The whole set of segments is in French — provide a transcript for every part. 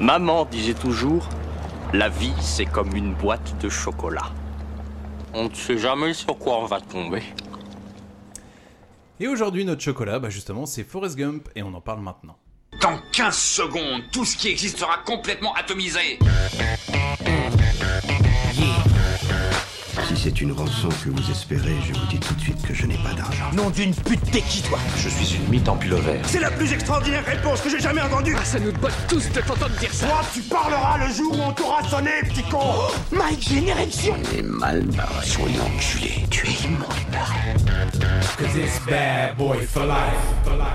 Maman disait toujours, la vie c'est comme une boîte de chocolat. On ne sait jamais sur quoi on va tomber. Et aujourd'hui, notre chocolat, bah justement, c'est Forrest Gump et on en parle maintenant. Dans 15 secondes, tout ce qui existe sera complètement atomisé. Si c'est une rançon que vous espérez, je vous dis tout de suite que je n'ai pas d'argent. Nom d'une pute, t'es qui toi Je suis une mythe en pilover. C'est la plus extraordinaire réponse que j'ai jamais entendue Ah, ça nous botte tous de t'entendre dire ça Toi, tu parleras le jour où on t'aura sonné, petit con oh, Mike, j'ai une érection On est mal barré. Soyez enculé, tu es immonde Cause it's bad boy for life, for life.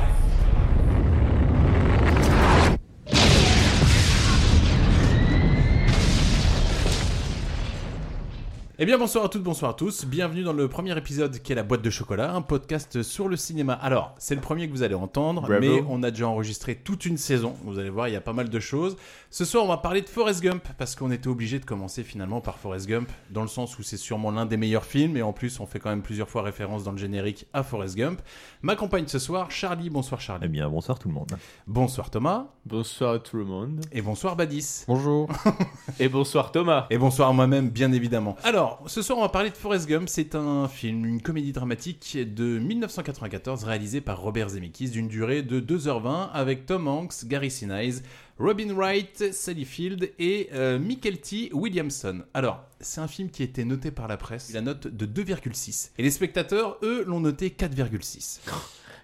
Eh bien bonsoir à toutes, bonsoir à tous, bienvenue dans le premier épisode qui est la boîte de chocolat, un podcast sur le cinéma. Alors, c'est le premier que vous allez entendre, Bravo. mais on a déjà enregistré toute une saison, vous allez voir, il y a pas mal de choses. Ce soir, on va parler de Forrest Gump, parce qu'on était obligé de commencer finalement par Forrest Gump, dans le sens où c'est sûrement l'un des meilleurs films, et en plus on fait quand même plusieurs fois référence dans le générique à Forrest Gump. M'accompagne ce soir Charlie, bonsoir Charlie. Eh bien bonsoir tout le monde. Bonsoir Thomas, Bonsoir à tout le monde. et bonsoir Badis. Bonjour. Et bonsoir Thomas. Et bonsoir à moi-même, bien évidemment. Alors, ce soir, on va parler de Forrest Gump. C'est un film, une comédie dramatique de 1994 réalisée par Robert Zemeckis d'une durée de 2h20 avec Tom Hanks, Gary Sinise, Robin Wright, Sally Field et euh, Michael T. Williamson. Alors, c'est un film qui a été noté par la presse, la note de 2,6. Et les spectateurs, eux, l'ont noté 4,6.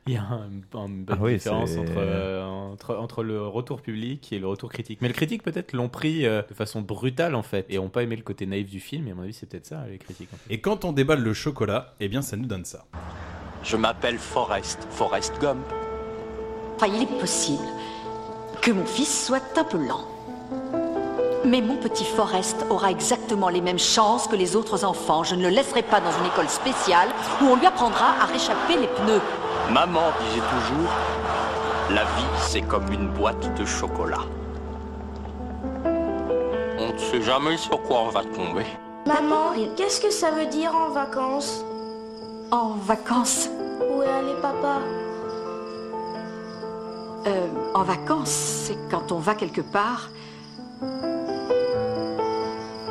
Il y a un- une bonne Ah oui, différence c'est- entre, euh, entre, entre le retour public et le retour critique. Mais le critique, peut-être, l'ont pris euh, de façon brutale, en fait, et ont pas aimé le côté naïf du film. Et à mon avis, c'est peut-être ça, les critiques. en fait. Et quand on déballe le chocolat, eh bien, ça nous donne ça. Je m'appelle Forrest, Forrest Gump. il est possible que mon fils soit un peu lent. Mais mon petit Forrest aura exactement les mêmes chances que les autres enfants. Je ne le laisserai pas dans une école spéciale où on lui apprendra à réchapper les pneus. Maman disait toujours, la vie c'est comme une boîte de chocolat. On ne sait jamais sur quoi on va tomber. Maman, qu'est-ce que ça veut dire en vacances En vacances, Où est allé papa euh, en vacances, c'est quand on va quelque part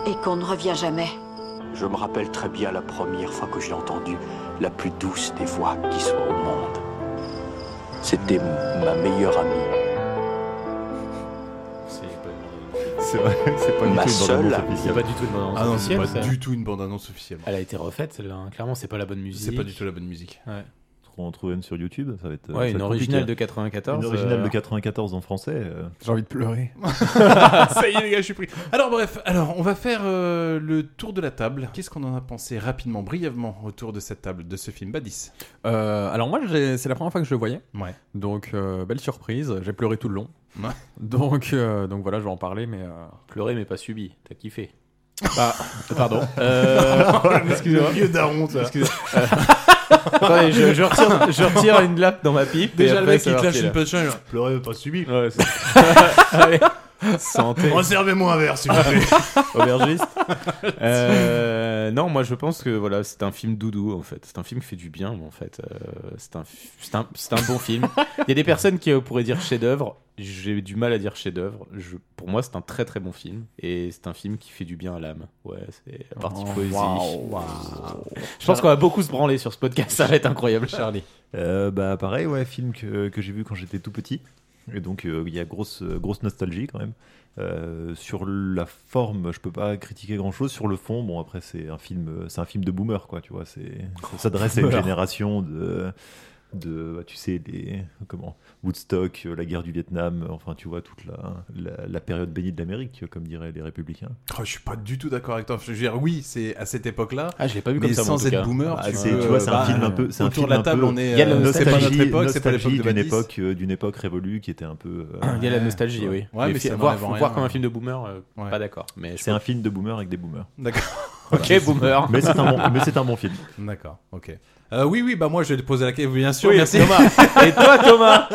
et qu'on ne revient jamais. Je me rappelle très bien la première fois que j'ai entendu la plus douce des voix qui soit au monde. C'était m- ma meilleure amie, C'est pas, C'est vrai, c'est pas du Ma tout une bande-annonce seule. c'est officielle. pas du tout une bonne annonce Ah non, c'est officielle, pas ça. du tout une bande-annonce officielle. Elle a été refaite, celle-là. hein. Clairement, c'est pas la bonne musique. C'est pas du tout la bonne musique. Ouais, On trouve même sur YouTube, ça va être. Ouais, ça va une être compliqué. originale de 94. Une originale euh, de 94 en français. euh, J'ai envie de pleurer. Ça y est, les gars, je suis pris. Alors, bref, alors, on va faire euh, le tour de la table. Qu'est-ce qu'on en a pensé rapidement, brièvement, autour de cette table, de ce film Bah, Badis Euh, alors moi, j'ai- c'est la première fois que je le voyais, Ouais. donc euh, belle surprise. J'ai pleuré tout le long. Ouais. Donc, euh, donc voilà, je vais en parler, mais euh, Pleurer, mais pas subi. T'as kiffé. Euh, bah, pardon. Ah, Excusez-moi. Vieux daron, Attendez, je, je retire, je retire une lape dans ma pipe. et Déjà, le après, mec, ça il va te lâche refiler. une punchline. genre, Pleurer, pas subi. Ouais, c'est... Allez, santé. Reservez-moi un verre, s'il vous Ah, plaît. Aubergiste. Euh, non, moi je pense que voilà, c'est un film doudou en fait. C'est un film qui fait du bien en fait. Euh, c'est un, fi- c'est un, c'est un bon film. Il y a des personnes qui euh, pourraient dire chef-d'œuvre. J'ai du mal à dire chef-d'œuvre. Je- Pour moi, c'est un très très bon film et c'est un film qui fait du bien à l'âme. Ouais, c'est la partie poésie. Je pense qu'on va beaucoup se branler sur ce podcast. Ça va être incroyable, Charlie. Euh, bah pareil, ouais, film que, que j'ai vu quand j'étais tout petit. Et donc euh, il y a grosse, euh, grosse nostalgie quand même. Euh, sur la forme, je peux pas critiquer grand chose. Sur le fond, bon après c'est un film, euh, c'est un film de boomer quoi, tu vois. C'est ça s'adresse à une Boomer. génération de, de, bah, tu sais les comment, Woodstock, euh, la guerre du Vietnam, euh, enfin tu vois toute la, la, la période bénie de l'Amérique, euh, comme diraient les républicains. Oh, je suis pas du tout d'accord avec toi. Je veux dire, oui, c'est à cette époque-là. Ah, je l'ai pas vu Mais comme ça. sans être boomer, Ah, tu, c'est- peux, tu vois, c'est un bah, film un peu- c'est un autour film de la un table, peu- on est. Il y a la euh, c'est pas nostalgie- notre époque, c'est pas nostalgie l'époque de d'une Badis. époque, euh, d'une époque révolue qui était un peu. euh, Il y a la nostalgie, oui. Ouais, mais fi- ça voir, m'enlève rien. voir comme un film de boomer, euh, Ouais. pas d'accord. Mais je- c'est un film de boomer avec des boomers. D'accord. Ok, boomer. Mais c'est un bon, mais c'est un bon film. D'accord, ok. Euh, oui, oui, bah moi, je vais te poser la question, bien sûr. Oui, merci. Thomas. Et toi, Thomas,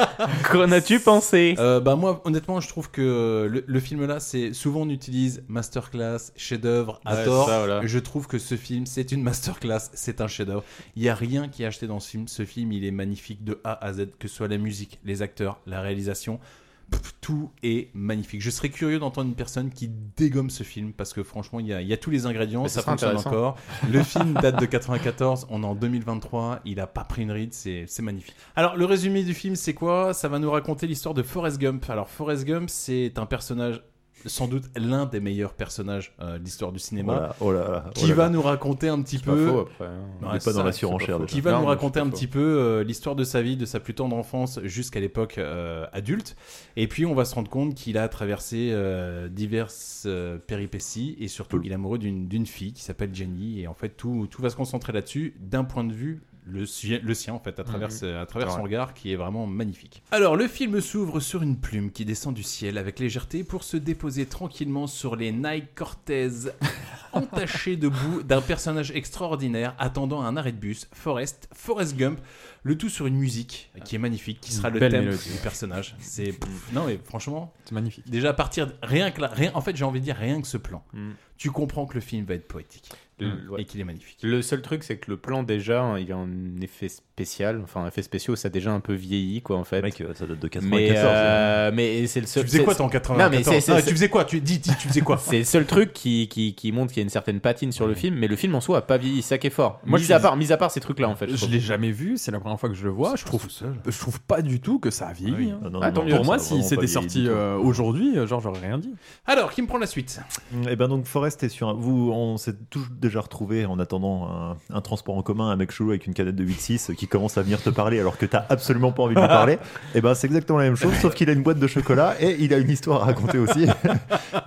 qu'en as-tu pensé Euh, bah moi honnêtement je trouve que le, le film là c'est souvent on utilise masterclass chef-d'œuvre à Ouais, tort ça, voilà. je trouve que ce film c'est une masterclass c'est un chef-d'œuvre il y a rien qui est acheté dans ce film ce film il est magnifique de A à Z que ce soit la musique les acteurs la réalisation Pff, Tout est magnifique. Je serais curieux d'entendre une personne qui dégomme ce film parce que franchement, il y a, il y a tous les ingrédients, Mais ça ça sera fonctionne intéressant. encore. Le film date de 94, on est en 2023, il a pas pris une ride, c'est c'est magnifique. Alors le résumé du film, c'est quoi Ça va nous raconter l'histoire de Forrest Gump. Alors Forrest Gump, c'est un personnage sans doute l'un des meilleurs personnages euh, de l'histoire du cinéma Oh là, oh là là, oh qui là va là. nous raconter un petit C'est pas peu faux, après, hein. Il est pas c'est dans la ça, surenchère, c'est pas faux. déjà. qui va Non, nous mais raconter c'est un pas petit peu euh, l'histoire de sa vie de sa plus tendre enfance jusqu'à l'époque euh, adulte et puis on va se rendre compte qu'il a traversé euh, diverses euh, péripéties et surtout il est amoureux d'une d'une fille qui s'appelle Jenny et en fait tout, tout va se concentrer là-dessus d'un point de vue le sien, le sien en fait à travers, Mhm. ce- à travers C'est son vrai. regard qui est vraiment magnifique. Alors le film s'ouvre sur une plume qui descend du ciel avec légèreté pour se déposer tranquillement sur les Nike Cortez entachés de boue d'un personnage extraordinaire attendant un arrêt de bus, Forrest, Forrest Gump, le tout sur une musique qui est magnifique, qui sera le Belle thème mélodie. du personnage. C'est pff, non mais franchement, C'est magnifique. déjà à partir de- rien que là, rien, en fait j'ai envie de dire rien que ce plan, Mm. tu comprends que le film va être poétique Mm. Le- et qu'il est magnifique. Le seul truc, c'est que le plan, déjà, hein, il a un effet spécial. Enfin, un effet spécial, ça a déjà un peu vieilli, quoi, en fait. Mec, euh, ça date de Mais, 94, euh, mais c'est le seul. Tu faisais c'est- quoi, toi, en c'est- 94? Non, mais c'est- Non, c'est- tu faisais quoi Tu- dis- dis, tu faisais quoi C'est le seul truc qui, qui, qui montre qu'il y a une certaine patine sur le film, mais le film en soi a pas vieilli, ça qui est fort. Moi, mis, je à suis- part, mis à part ces trucs-là, en fait. Je trouve. l'ai jamais vu, c'est la première fois que je le vois. Je trouve, je trouve pas du tout que ça a vieilli. hein. Ah non, Attends, non, non, pour moi, ça a si vraiment pas c'était vieilli du sorti tout. euh, aujourd'hui, euh, genre j'aurais rien dit. Alors, qui me prend la suite Et ben donc Forrest est sur un... vous on s'est tous déjà retrouvé en attendant un, un transport en commun un mec chelou avec une canette de 8.6 qui commence à venir te parler alors que t'as absolument pas envie de lui parler. Et ben c'est exactement la même chose sauf qu'il a une boîte de chocolat et il a une histoire à raconter aussi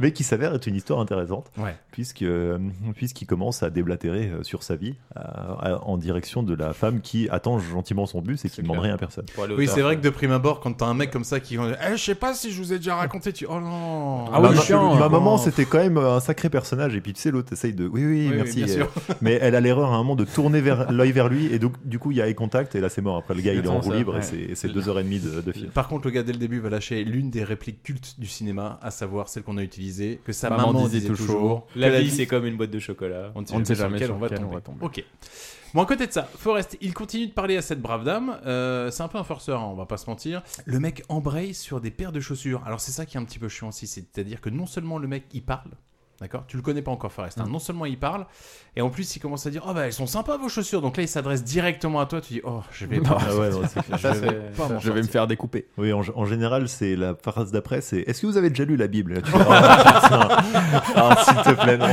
mais qui s'avère être une histoire intéressante Ouais. puisque euh, puisqu'il commence à déblatérer euh, sur sa vie euh, à- en direction de la femme qui attend gentiment son bus et qui ne demande rien à personne. Oui, c'est vrai que de prime abord, quand t'as un mec comme ça qui. Eh, je sais pas si je vous ai déjà raconté, tu. Oh non Ah ma, oui, ma- chiant, ma hein. maman, c'était quand même un sacré personnage. Et puis tu sais, l'autre essaye de. Oui, oui, Oui, merci. oui, bien Et- sûr. Mais elle a l'erreur à un moment de tourner vers- l'œil vers lui. Et donc, du coup, il y a eye contact. Et là, c'est mort. Après, le gars, il est en Exactement roue ça, libre. ouais. Et c'est- et c'est deux heures et demie de, de film. Par contre, le gars dès le début va lâcher l'une des répliques cultes du cinéma, à savoir celle qu'on a utilisée, que sa maman, disait, toujours. La que vie, c'est comme une boîte de chocolat. On ne sait jamais sur lequel on va, tomber. Ok. Bon, à côté de ça, Forrest, il continue de parler à cette brave dame. Euh, c'est un peu un forceur, hein, on va pas se mentir. Le mec embraye sur des paires de chaussures. Alors, c'est ça qui est un petit peu chiant aussi. C'est-à-dire que non seulement le mec, il parle, d'accord Tu le connais pas encore, Forrest. hein. Non seulement il parle, et en plus, il commence à dire Oh, bah, elles sont sympas vos chaussures. Donc là, il s'adresse directement à toi. Tu dis Oh, je vais pas. Ah ouais, non, c'est clair. je vais pas m'en sortir. faire découper. Oui, en, en général, c'est la phrase d'après c'est Est-ce que vous avez déjà lu la Bible Tu fais, Oh, putain. Ah, s'il te plaît, non.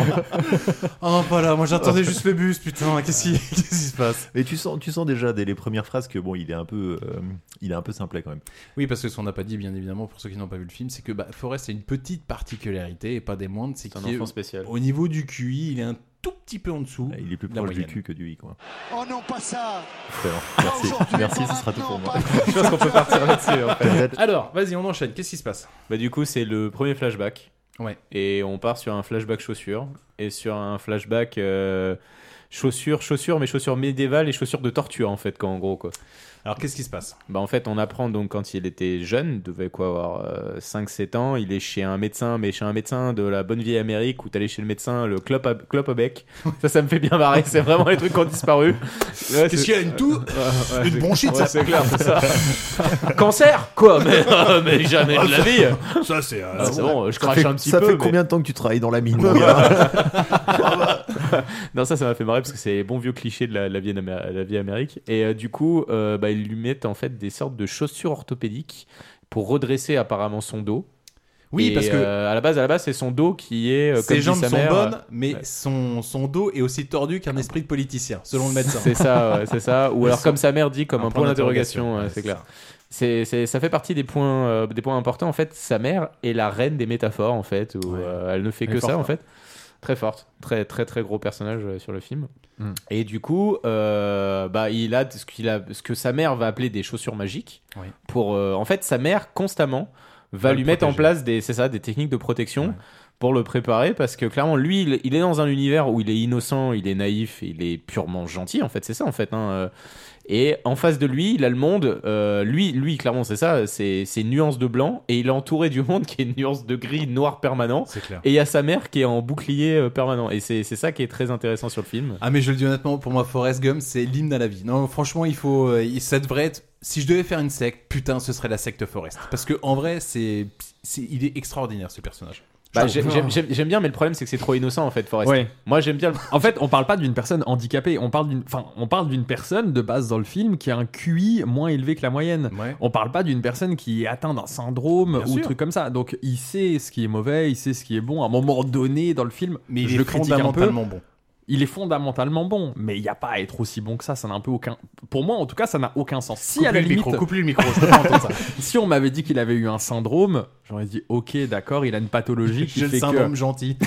Oh, voilà, moi j'attendais juste le bus, putain, qu'est-ce qui, qu'est-ce qui se passe Et tu sens, tu sens déjà dès les premières phrases que bon, il est un peu, euh, il est un peu simplet quand même. Oui, parce que ce qu'on n'a pas dit, bien évidemment, pour ceux qui n'ont pas vu le film, c'est que bah, Forrest a une petite particularité, et pas des moindres, c'est un qu'il est enfant spécial. au niveau du QI, il est un tout petit peu en Ah, dessous. Il est plus de la proche du moyenne. cul que du i, quoi. Oh non, pas ça Excellent. Merci, merci, ce sera tout pour moi. Je pense qu'on peut partir là-dessus. en fait. Alors, vas-y, on enchaîne, qu'est-ce qui se passe Bah, du coup, c'est le premier flashback. Ouais. Et on part sur un flashback chaussure. Et sur un flashback euh, chaussure, chaussure, mais chaussure médiévale et chaussure de torture, en fait, quoi, en gros, quoi. Alors, qu'est-ce qui se passe Bah, en fait, on apprend donc quand il était jeune, il devait quoi avoir 5-7 ans, il est chez un médecin, mais chez un médecin de la bonne vieille Amérique où t'allais chez le médecin, le clope à, clope au bec. ça, ça me fait bien marrer, c'est vraiment les trucs qui ont disparu. Euh, Ouais, Qu'est-ce c'est- euh, qu'il y a, une toux Ouais, ouais, Une c'est- bronchite, ouais, ça C'est clair, c'est ça. Cancer Quoi mais, mais jamais de la vie Ça, c'est. euh, Ah, c'est bon, je Ça crache fait- un petit Ça peu. fait mais- combien de temps que tu travailles dans la mine mon gars non, ça, ça m'a fait marrer parce que c'est les bons vieux clichés de la, la vie, amé- la vie Amérique. Et euh, du coup, euh, bah, ils lui mettent en fait des sortes de chaussures orthopédiques pour redresser apparemment son dos. Oui, Et, parce que- euh, à la base, à la base, c'est son dos qui est. euh, comme Ses dit jambes sa sont mère, euh, Ah. bonnes, mais son, son dos est aussi tordu qu'un esprit de politicien, selon le médecin. C'est ça, ouais, c'est ça. Ou Mais alors sans- comme sa mère dit, comme un un, point point d'interrogation, d'interrogation, ouais, ouais, c'est c'est clair. C'est, c'est- ça fait partie des points, euh, des points importants en fait. Sa mère est la reine des métaphores en fait, où euh, elle ne fait Elle est que ça forte, en hein. fait. Très forte, très très très gros personnage euh, sur le film. Mm. Et du coup, euh, bah il a ce qu'il a, ce que sa mère va appeler des chaussures magiques. Oui. Pour euh, en fait, sa mère constamment va Va lui le mettre en protéger. place des, c'est ça, des techniques de protection pour le préparer parce que clairement lui il, il est dans un univers où il est innocent il est naïf il est purement gentil en fait c'est ça en fait hein, euh, Et en face de lui, il a le monde. euh, lui, lui, clairement, c'est ça. C'est c'est une nuance de blanc. Et il est entouré du monde qui est une nuance de gris noir permanent. C'est clair. Et il y a sa mère qui est en bouclier euh, permanent. Et c'est c'est ça qui est très intéressant sur le film. Ah mais je le dis honnêtement, pour moi Forrest Gump c'est l'hymne à la vie. Non franchement il faut, euh, il- ça devrait être. Si je devais faire une secte, putain ce serait la secte Forrest. Parce que en vrai c'est, c'est- il est extraordinaire ce personnage. Bah, Je j'aime trouve. j'aime- j'aime- j'aime bien, mais le problème, c'est que c'est trop innocent en fait, Forrest. Ouais. Moi, j'aime bien. En fait, on parle pas d'une personne handicapée, on parle d'une, enfin, on parle d'une personne de base dans le film qui a un QI moins élevé que la moyenne. On parle pas d'une personne qui est atteinte d'un syndrome Bien ou sûr. truc comme ça. Donc, il sait ce qui est mauvais, il sait ce qui est bon. À un moment donné dans le film, Mais il je est le critique un peu. fondamentalement bon. Il est fondamentalement bon, mais il n'y a pas à être aussi bon que ça. Ça n'a un peu aucun. Pour moi, en tout cas, ça n'a aucun sens. Si à la Coupe-lui le limite, micro, coupe-lui le micro, je peux pas entendre ça. si on m'avait dit qu'il avait eu un syndrome, j'aurais dit ok, d'accord, il a une pathologie qui J'ai le fait syndrome que. gentil.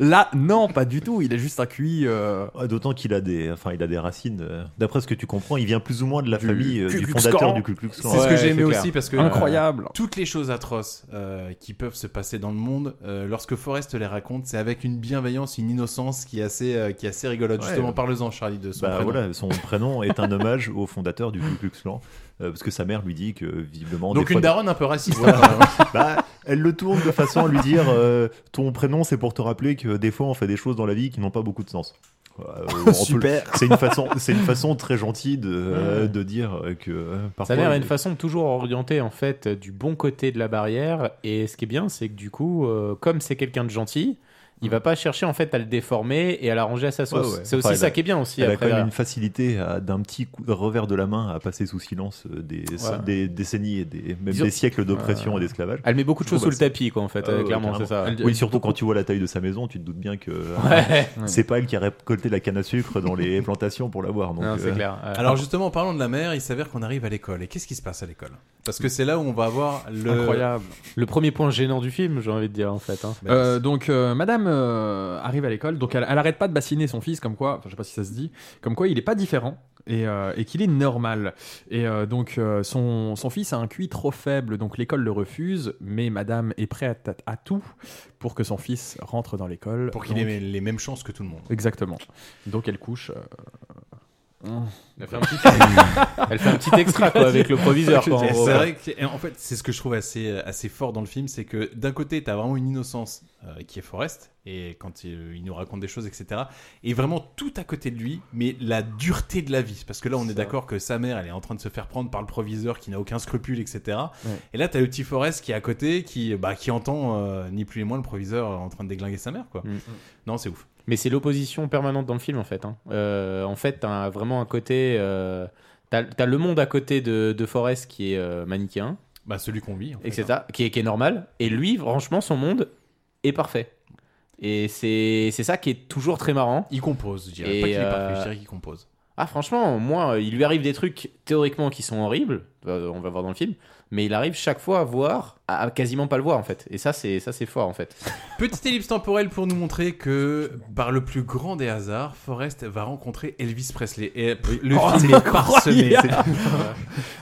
Là, non, pas du tout. Il a juste un QI. euh. Ouais, D'autant qu'il a des, enfin, il a des racines. euh, D'après ce que tu comprends, il vient plus ou moins de la famille euh, Ku du Klux fondateur Klan. du Ku Klux Klan. C'est ce que Ouais, j'ai aimé c'est clair. aussi parce que Incroyable. euh, toutes les choses atroces euh, qui peuvent se passer dans le monde, euh, lorsque Forrest les raconte, c'est avec une bienveillance, une innocence qui est assez, euh, qui est assez rigolote. Ouais. Justement, parle-en Charlie de son Bah, prénom. voilà, son prénom est un hommage au fondateur du Ku Klux Klan, euh, parce que sa mère lui dit que visiblement. Donc des une fois- daronne un peu raciste. Voilà. hein, quand même. Bah, elle le tourne de façon à lui dire euh, ton prénom c'est pour te rappeler que des fois on fait des choses dans la vie qui n'ont pas beaucoup de sens. Euh, on peut- Super. C'est une façon, c'est une façon très gentille de, euh, Ouais. de dire euh, que euh, parfois. Sa mère a une façon toujours orientée en fait euh, du bon côté de la barrière et ce qui est bien c'est que du coup euh, comme c'est quelqu'un de gentil il va pas chercher en fait à le déformer et à l'arranger à sa Ouais, sauce. ouais. C'est aussi Enfin, elle ça a- qui est bien aussi. Elle a après, quand même là. une facilité à- d'un petit coup, revers de la main à passer sous silence euh, des, Ouais. des décennies et des, même Disons- des siècles d'oppression Ouais. et d'esclavage. Elle met beaucoup de Je trouve choses que sous le bah, c'est- Ah tapis, quoi, en fait, euh, clairement, c'est ça. Elle- Oui, elle- surtout quand tu vois la taille de sa maison, tu te doutes bien que euh, Ouais. c'est pas elle qui a récolté la canne à sucre dans les plantations pour l'avoir. donc, euh, Alors justement, parlons de la mère, il s'avère qu'on arrive à l'école. Et qu'est-ce qui se passe à l'école Parce que c'est là où on va avoir le... euh, Le premier point gênant du film, j'ai envie de dire en fait. hein. Bah, Euh, donc euh, Madame euh, arrive à l'école, donc elle, elle arrête pas de bassiner son fils comme quoi, enfin, je sais pas si ça se dit, comme quoi il est pas différent et, euh, et qu'il est normal. Et euh, donc euh, son, son fils a un QI trop faible, donc l'école le refuse, mais Madame est prête à, à tout pour que son fils rentre dans l'école. Pour qu'il Donc- ait les mêmes chances que tout le monde. Exactement. Donc elle couche. euh, Elle fait un petit- elle fait un petit extra, quoi, avec le proviseur, quoi, en C'est gros. vrai que, et en fait, c'est ce que je trouve assez, euh, assez fort dans le film, c'est que d'un côté, t'as vraiment une innocence euh, qui est Forrest, et quand il, il nous raconte des choses, etc. Et vraiment tout à côté de lui, mais la dureté de la vie. Parce que là, on est d'accord que sa mère, elle est en train de se faire prendre par le proviseur qui n'a aucun scrupule, etc. Ouais. Et là, t'as le petit Forrest qui est à côté, qui, bah, qui entend euh, ni plus ni moins le proviseur euh, en train de déglinguer sa mère, quoi. Mm. Non, c'est ouf. Mais c'est l'opposition permanente dans le film en fait. hein. Euh, en fait, t'as un- vraiment un côté. euh, t'as t'as le monde à côté de, de Forrest qui est euh, manichéen. Bah, celui qu'on vit. En fait, etc. Qui, est, qui est normal. Et lui, franchement, son monde est parfait. Et c'est c'est ça qui est toujours très marrant. Il compose, je dirais. Et, Pas qu'il est parfait, je euh, dirais qu'il compose. Ah, franchement, moi, euh, il lui arrive des trucs théoriquement qui sont horribles. euh, on va voir dans le film. Mais il arrive chaque fois à voir, à à quasiment pas le voir en fait. Et ça, c'est ça, c'est fort en fait. Petite ellipse temporelle pour nous montrer que, par le plus grand des hasards, Forrest va rencontrer Elvis Presley. Et pff, le Oh, film c'est est parsemé. incroyable.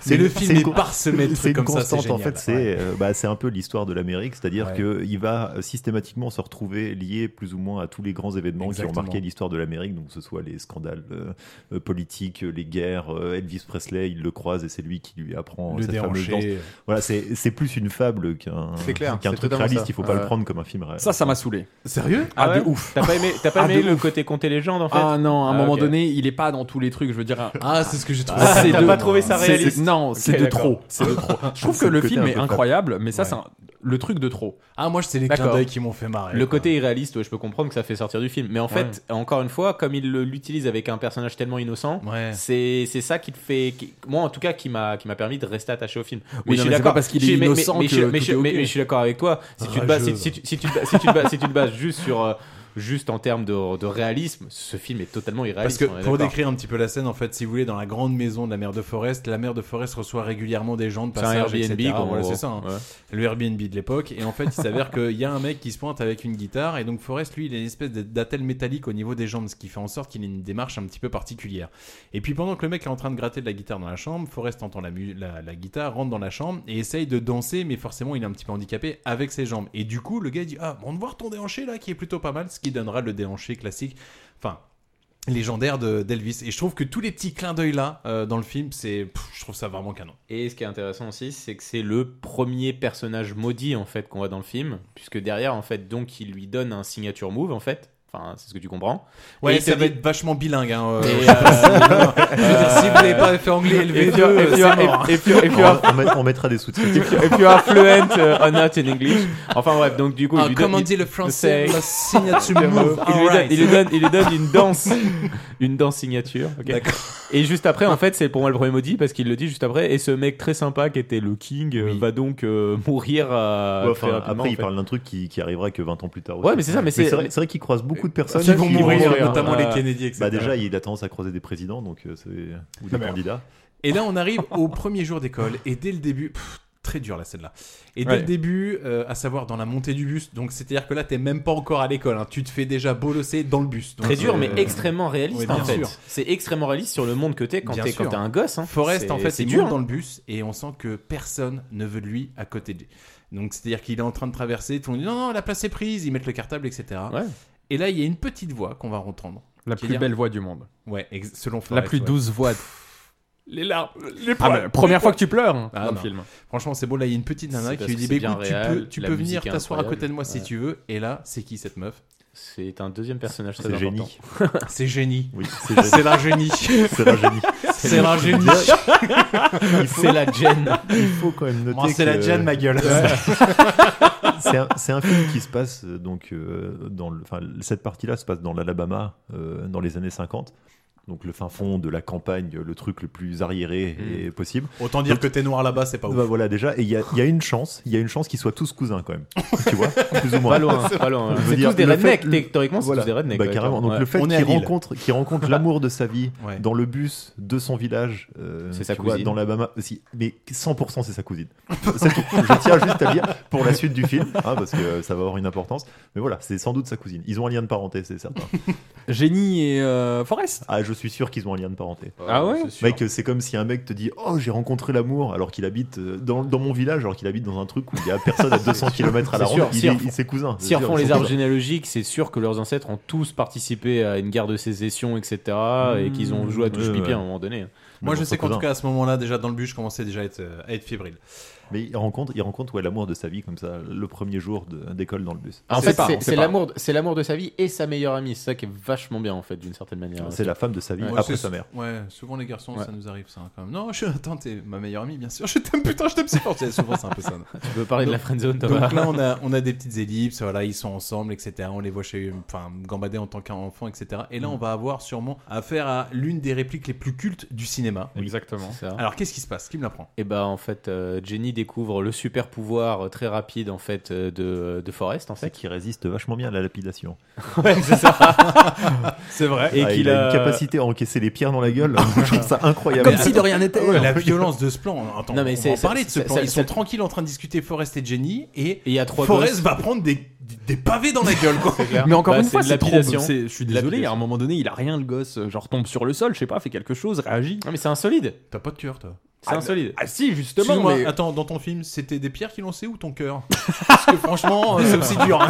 C'est Mais le film c'est est une- parsemé de C'est trucs une comme ça. constante c'est en génial. fait. C'est euh, bah, c'est un peu l'histoire de l'Amérique, c'est-à-dire Ouais. que il va systématiquement se retrouver lié plus ou moins à tous les grands événements qui ont Exactement. marqué l'histoire de l'Amérique, donc que ce soit les scandales euh, euh, politiques, euh, les guerres. euh, Elvis Presley, il le croise et c'est lui qui lui apprend Le cette fameuse danse. déhanché. Voilà, c'est c'est plus une fable qu'un C'est clair, qu'un c'est truc totalement réaliste. ça. Il faut pas Ouais. le prendre comme un film réel. Ça, ça m'a saoulé. Sérieux Ah, ouais de ouf. T'as pas aimé, t'as pas Ah, de aimé le ouf. côté conter légende en fait Ah non, à un Ah, moment ok. donné, il est pas dans tous les trucs. Je veux dire. Ah, c'est ce que j'ai trouvé. Ah, T'as de- pas trouvé ça c'est- réaliste Non, c'est Ok, de d'accord. trop. C'est de trop. Je trouve C'est que le le côté film un est peu incroyable, mais ça, Ouais. c'est un- le truc de trop. Ah, moi, c'est les clins D'accord. d'œil qui m'ont fait marrer. Le quoi. côté irréaliste, ouais, je peux comprendre que ça fait sortir du film. Mais en fait, encore une fois, comme il le- l'utilise avec un personnage tellement innocent, c'est c'est ça qui te fait. qui- moi, en tout cas, qui m'a qui m'a permis de rester attaché au film. Oui, non, mais c'est pas parce qu'il est Je suis- mais- innocent mais- mais que je- mais tout je- est ok. Ah, mais- mais je suis d'accord avec toi. Si tu te bases, si, si tu, si tu te bases- si tu te bases- si tu te bases juste sur. euh, Juste en termes de, de réalisme, ce film est totalement Parce irréaliste. que on est pour d'accord. décrire un petit peu la scène, en fait, si vous voulez, dans la grande maison de la mère de Forrest, la mère de Forrest reçoit régulièrement des gens de C'est un passage, Airbnb, etc. quoi, en Voilà, gros. c'est ça. hein. Ouais. Le Airbnb de l'époque. Et en fait, il s'avère qu'il y a un mec qui se pointe avec une guitare. Et donc, Forrest, lui, il a une espèce d'attelle métallique au niveau des jambes, ce qui fait en sorte qu'il ait une démarche un petit peu particulière. Et puis, pendant que le mec est en train de gratter de la guitare dans la chambre, Forrest entend la, mu- la- la guitare, rentre dans la chambre et essaye de danser, mais forcément, il est un petit peu handicapé avec ses jambes. Et du coup, le gars il dit Ah, on va voir ton déhanché là, qui est plutôt pas mal, ce qui donnera le déhanché classique. Enfin, légendaire de- d'Elvis. Et je trouve que tous les petits clins d'œil là euh, dans le film, c'est, pff, je trouve ça vraiment canon. Et ce qui est intéressant aussi, c'est que c'est le premier personnage maudit en fait qu'on voit dans le film, puisque derrière en fait donc il lui donne un signature move en fait. Enfin, c'est ce que tu comprends. Ouais, Et il ça te va dit- être vachement bilingue. Hein, euh, Et, je sais euh, pas si- Je veux dire, si vous n'avez pas fait anglais If LV2, you are- euh, if you c'est are- mort. if you- if you are- On met- on mettra des sous-titres. If you- if you are fluent uh, or not in English. Enfin bref, donc du coup, Ah, il lui comment donne, dit il- le français, c'est- le signature Il lui move, donne- alright. Il lui donne, il lui donne une danse, une danse signature. ok. Et juste après, en fait, c'est pour moi le premier maudit parce qu'il le dit juste après. Et ce mec très sympa qui était le King euh, va donc euh, mourir. euh, Ouais, très enfin, rapidement, après, en il fait. parle d'un truc qui, qui arrivera que 20 ans plus tard. Ouais, mais c'est ça, mais c'est- vrai, vrai qu'il croise beaucoup de personnes Qui vont mourir, euh, notamment les Kennedy, etc. Bah, déjà, il a tendance à croiser des présidents, donc euh, c'est ou des candidats. Et là, on arrive au premier jour d'école, et dès le début. pff, Très dur la scène là. Et dès Ouais. le début, euh, à savoir dans la montée du bus, donc c'est-à-dire que là t'es même pas encore à l'école, hein, tu te fais déjà bolosser dans le bus. Donc, Très dur, euh, mais extrêmement réaliste ouais, bien en fait. sûr. C'est extrêmement réaliste sur le monde que t'es quand Bien t'es sûr. quand t'es un gosse. Hein. Forrest, C'est- en fait, c'est il dur. monte dans le bus et on sent que personne ne veut de lui à côté de lui. Donc, c'est-à-dire qu'il est en train de traverser, tout le monde dit non, non, la place est prise, ils mettent le cartable, etc. Et là, il y a une petite voix qu'on va entendre. La qui plus dit- belle voix du monde. Ouais, ex- selon La Forrest. plus ouais. douce voix. de- Les larmes, les Ah, poils, mais première les fois poils. que tu pleures hein, Ah, dans le non. film. Franchement, c'est bon. Là, il y a une petite nana C'est qui parce lui dit que Bah, c'est écoute, bien tu réel, peux, tu la peux musique venir est t'asseoir à incroyable. côté de moi si Ouais. tu veux. Et là, c'est qui cette meuf C'est un deuxième personnage très C'est important. génie. C'est génie. Oui, C'est la génie. C'est la génie. C'est la génie. Il faut- C'est la Jen. Il faut quand même noter. Moi, c'est la que- Jen, ma gueule. C'est un, c'est un film qui se passe euh, donc euh, dans le, enfin, cette partie-là se passe dans l'Alabama euh, dans les années 50. Donc le fin fond de la campagne, le truc le plus arriéré et possible. Autant dire Donc, que t'es noir là-bas, c'est pas ouf. bah voilà déjà et il y, a- il y a une chance, il y a une chance qu'ils soient tous cousins quand même. Tu vois, plus ou moins. Pas loin, pas loin. hein. Je veux C'est dire, tous des le rednecks, fait- théoriquement, c'est voilà. tous des rednecks, Bah, ouais, carrément. Donc ouais. le fait On est à qu'il Lille. rencontre, qu'il rencontre l'amour de sa vie Ouais. dans le bus de son village, euh, C'est sa tu vois, cousine. dans l'Alabama aussi, mais 100% c'est sa cousine. C'est tout. Je tiens juste à le dire pour la suite du film, hein, parce que euh, ça va avoir une importance. Mais voilà, c'est sans doute sa cousine. Ils ont un lien de parenté, c'est certain. Génie et euh, Forrest. Ah, je suis sûr qu'ils ont un lien de parenté. Ah ouais Mec, c'est comme si un mec te dit Oh, j'ai rencontré l'amour alors qu'il habite euh, dans, dans mon village, alors qu'il habite dans un truc où il y a personne à 200 km à la C'est ronde. sûr, Il si est- refont- il- ses cousins. c'est Si ils sûr, refont ils les sont arbres cousins. généalogiques, c'est sûr que leurs ancêtres ont tous participé à une guerre de sécession, etc. Et qu'ils ont joué à touche ouais, pipi ouais. à un moment donné. Moi, Mais je sais bon, son qu'en tout cousin. cas, à ce moment-là, déjà dans le bus, je commençais déjà à être, euh, à être fébrile. Mais il rencontre, il rencontre ouais, l'amour de sa vie comme ça, le premier jour de- d'école dans le bus. En sait fait, pas, c'est- on sait c'est pas. l'amour, c'est l'amour de sa vie et sa meilleure amie. C'est ça qui est vachement bien en fait, d'une certaine manière. C'est la femme de sa vie Ouais, après c'est- sa mère. Ouais, souvent les garçons, Ouais. ça nous arrive, ça, hein, quand même. Non, je, attends, t'es ma meilleure amie, bien sûr. Je t'aime, putain, je t'aime si fort. C'est- Souvent, c'est un peu ça. Tu veux parler de la friendzone, Thomas Donc là, on a, on a des petites ellipses, voilà, ils sont ensemble, etc. On les voit chez enfin, gambader en tant qu'enfant, etc. Et Mm. là, on va avoir sûrement affaire à l'une des répliques les plus cultes du cinéma. Exactement. C'est ça. Alors, qu'est-ce qui se passe Qui me l'apprend Et bah en fait, euh, Jenny découvre le super pouvoir euh, très rapide en fait euh, de, de Forrest en C'est fait. qui résiste vachement bien à la lapidation. C'est vrai. Et Ah, qu'il il a a une capacité à encaisser les pierres dans la gueule. je trouve ça incroyable. Comme si de rien n'était. La violence de ce plan. hein. Attends, Non, mais on va c'est- en parler de ce c'est- plan. c'est- Ils sont c'est- tranquilles en train de discuter, Forrest et Jenny, et Et il y a trois Forrest gosses. va prendre des, des pavés dans la gueule, quoi. Mais encore Bah, une c'est fois, de c'est trop. l'application. c'est- Je suis De désolé. À l'application. un moment donné, il a rien le gosse. euh, Genre tombe sur le sol, je sais pas, fait quelque chose, réagit. Non mais c'est insolide. hein. T'as pas de cœur, toi. C'est insolide. Ah si, justement. Excuse-moi, Mais... attends, dans ton film, c'était des pierres qui lançaient ou ton cœur Parce que franchement, euh, c'est aussi dur. hein.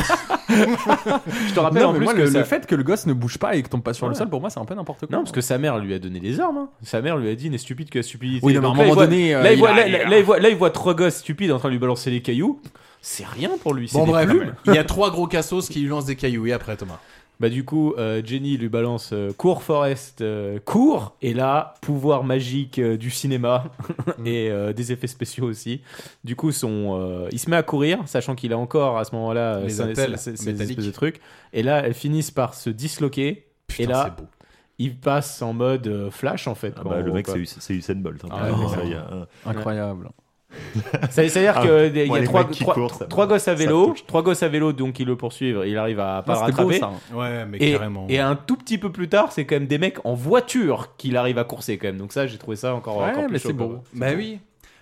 Je te rappelle Non, en mais plus moi, que le, ça- le fait que le gosse ne bouge pas et que tombe pas sur le Ouais. sol, pour moi, c'est un peu n'importe quoi. Non, parce que sa mère lui a donné les armes. hein. Sa mère lui a dit n'est stupide que la stupidité. Oui, non, mais à un Donc là, il moment voit- donné, euh, là, il il voit, a- là, il a- là, il voit- là, il voit trois gosses stupides en train de lui balancer les cailloux. C'est rien pour lui. C'est Bon, des bref, plumes. il y a trois gros cassos qui lui lancent des cailloux. Et après, Thomas Bah du coup, euh, Jenny lui balance euh, cours Forest euh, cours et là pouvoir magique euh, du cinéma et euh, des effets spéciaux aussi. Du coup, son euh, il se met à courir, sachant qu'il a encore à ce moment-là euh, Les ces- attelles ces- ces- ces métalliques. espèces de trucs. Et là, elles finissent par se disloquer. Putain, et là, c'est beau. il passe en mode euh, flash en fait. Ah quoi, bah, en le gros, mec, quoi. c'est Us- c'est Usain Bolt. hein. Ah ouais, Ça, ouais. il y a un- Incroyable. C'est- C'est-à-dire Ah, que des- il moi, y a les trois, mecs qui trois- courent, ça me- trois gosses ça à me vélo, touche. trois gosses à vélo, donc ils le poursuivent, il arrive à pas Ah, c'était beau, rattraper. ça. Ouais, mais Et, carrément. et un tout petit peu plus tard, c'est quand même des mecs en voiture qu'il arrive à courser quand même. Donc ça, j'ai trouvé ça encore, Ouais, encore plus mais chaud, c'est quoi. beau. Bah oui.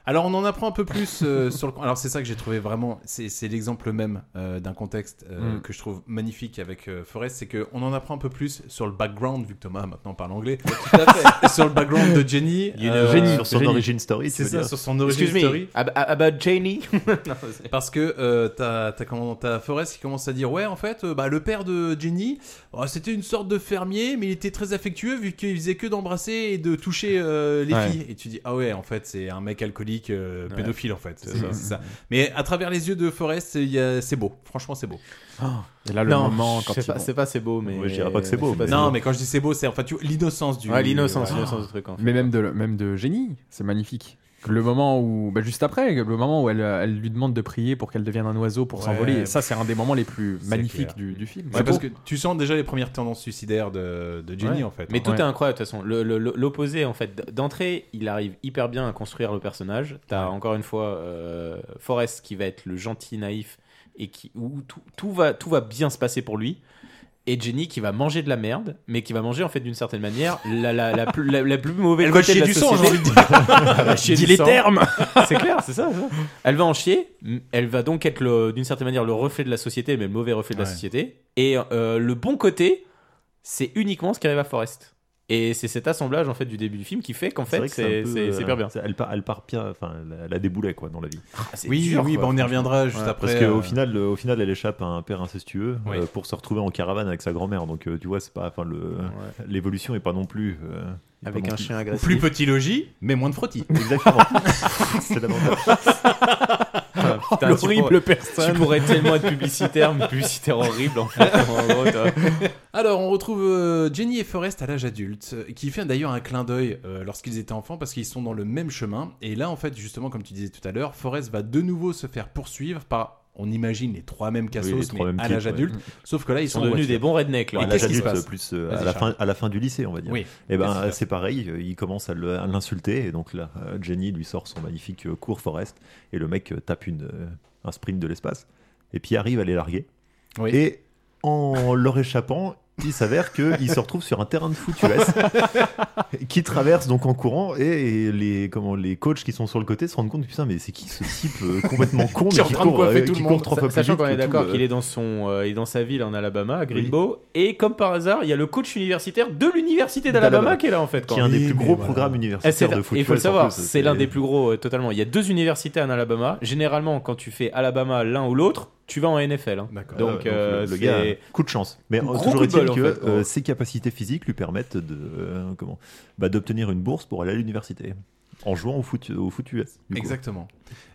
Alors on en apprend un peu plus euh, sur le. Alors c'est ça que j'ai trouvé vraiment. C'est c'est l'exemple même euh, d'un contexte euh, Mm. que je trouve magnifique avec euh, Forrest, c'est qu'on en apprend un peu plus sur le background vu que Thomas maintenant parle anglais. sur le background de Jenny. Il y a une euh, Jenny. Sur son origin story, tu C'est veux ça, dire. sur son origin Excuse me, story. ab- about Jenny. Parce que euh, t'as t'as comment- t'as Forrest qui commence à dire ouais en fait euh, bah, le père de Jenny oh, c'était une sorte de fermier mais il était très affectueux vu qu'il faisait que d'embrasser et de toucher euh, les Ouais. filles et tu dis ah ouais en fait c'est un mec alcoolique euh, Ouais. pédophile en fait c'est C'est ça. c'est ça. mais à travers les yeux de Forrest il y a- c'est beau franchement c'est beau et Ah, là, le Non, moment quand c'est ils pas- vont- c'est pas c'est beau, mais- Moi, je dirais pas que c'est beau, mais- non mais quand je dis c'est beau c'est en fait tu vois, l'innocence du Ouais. Mais même de, même de génie, c'est magnifique. Le moment où, bah, juste après, le moment où elle, elle lui demande de prier pour qu'elle devienne un oiseau pour Ouais. s'envoler, et ça, c'est un des moments les plus C'est magnifiques clair. du, du film. Ouais, parce que tu sens déjà les premières tendances suicidaires de, de Jenny Ouais. en fait Mais hein. tout est incroyable de toute façon. Le- le- le- L'opposé, en fait, d- d'entrée, il arrive hyper bien à construire le personnage. T'as encore une fois euh, Forrest qui va être le gentil naïf et qui où tout, tout va tout va bien se passer pour lui. Et Jenny qui va manger de la merde, mais qui va manger en fait d'une certaine manière la, la, la, plus, la, la plus mauvaise Elle va côté chier de la du sang, société. j'ai envie de dire. Elle va chier Dis du les sang. termes. C'est clair, c'est ça, c'est ça. Elle va en chier. Elle va donc être le- d'une certaine manière le reflet de la société, mais le mauvais reflet de la Ouais. société. Et euh, le bon côté, c'est uniquement ce qui arrive à Forrest. Et c'est cet assemblage en fait du début du film qui fait qu'en vrai fait que un c'est peu, c'est- euh, c'est hyper bien. c'est- Elle part, elle part bien, enfin, elle a- elle a déboulé quoi dans la vie. c'est Oui, dur, oui, quoi, bah, on y franchement. reviendra juste après, Parce qu'au euh, final, euh, au final, elle échappe à un père incestueux Oui. euh, pour se retrouver en caravane avec sa grand-mère. Donc euh, tu vois, c'est pas, enfin, le- l'évolution est pas non plus. euh, est Avec pas non un plus- chien agressif. plus petit logis mais moins de frottis exactement c'est Ah, putain, tu pourrais- Tu pourrais tellement être publicitaire, mais publicitaire horrible en fait. En gros, toi. Alors, on retrouve euh, Jenny et Forrest à l'âge adulte, euh, qui fait d'ailleurs un clin d'œil euh, lorsqu'ils étaient enfants parce qu'ils sont dans le même chemin. Et là, en fait, justement, comme tu disais tout à l'heure, Forrest va de nouveau se faire poursuivre par. On imagine les trois mêmes cassos Oui, les trois mais mêmes à l'âge types, ouais. adulte, Mm. sauf que là ils Ils sont, sont devenus des bons rednecks, à Et l'âge qu'est-ce qui se adulte, passe plus euh, à Vas-y, la Charles. fin, à la fin du lycée, on va dire. Oui. Et Qu'est-ce qui se ben, passe c'est pareil. euh, Il commence à le- à l'insulter, et donc là, euh, Jenny lui sort son magnifique euh, cours Forest, et le mec euh, tape une, euh, un sprint de l'espace, et puis arrive à les larguer. Et en leur échappant, il s'avère qu'ils se retrouvent sur un terrain de foot US qui traverse donc en courant et les comment les coachs qui sont sur le côté se rendent compte putain mais c'est qui ce type euh, complètement con mais qui court, euh, qui court trois fois plus Sachant vite qu'on est que tout euh, d'accord le- qu'il est dans son, euh, il est dans sa ville en Alabama, à Greenbow, et comme par hasard, il y a le coach universitaire de l'université d'Alabama d'Alabama, qui est là en fait. qui est quand un des même. plus gros programmes Eh, c'est- universitaires de foot Il faut le US, en savoir, plus, c'est l'un des plus gros euh, totalement. Il y a deux universités en Alabama. Généralement, quand tu fais Alabama l'un ou l'autre, tu vas en NFL. hein. Ah ouais, Donc euh, le- le gars, c'est- coup de chance. Mais euh, Gros toujours coup de est-il bol, que en fait. euh, ses capacités physiques lui permettent de euh, comment bah, d'obtenir une bourse pour aller à l'université en jouant au foot au foot US. du coup. Exactement.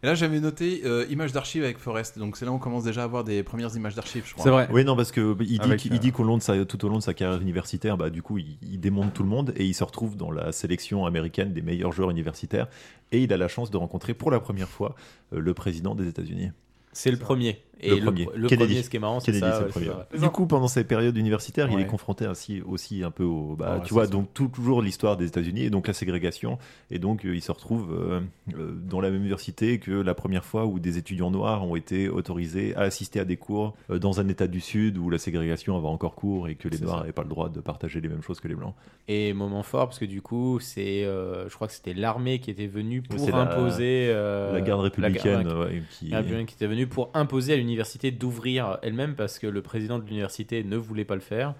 Et là, j'avais noté euh, images d'archives avec Forrest, donc c'est là où on commence déjà à avoir des premières images d'archives, je crois. Oui, non, parce que il dit, Avec, qu'il- il dit qu'au long de sa, tout au long de sa carrière universitaire, bah, du coup, il, il démonte tout le monde et il se retrouve dans la sélection américaine des meilleurs joueurs universitaires. Et il a la chance de rencontrer pour la première fois euh, le président des États-Unis. C'est le premier. Et le pr- le premier, ce qui est marrant, c'est Kennedy, ça, c'est le ouais, c'est premier. vrai. Du coup, pendant ces périodes universitaires, il Ouais. est confronté ainsi aussi un peu au, bah, Ouais, tu ça, vois, c'est donc tout- toujours l'histoire des États-Unis et donc la ségrégation. Et donc, euh, il se retrouve euh, euh, dans la même université que la première fois où des étudiants noirs ont été autorisés à assister à des cours euh, dans un État du Sud où la ségrégation avait encore cours et que les C'est noirs ça. n'avaient pas le droit de partager les mêmes choses que les blancs. Et moment fort, parce que du coup, c'est, euh, je crois que c'était l'armée qui était venue pour C'est la- imposer. euh, la garde républicaine, ouais, qui- la républicaine qui était venue pour imposer à l'université d'ouvrir elle-même parce que le président de l'université ne voulait pas le faire.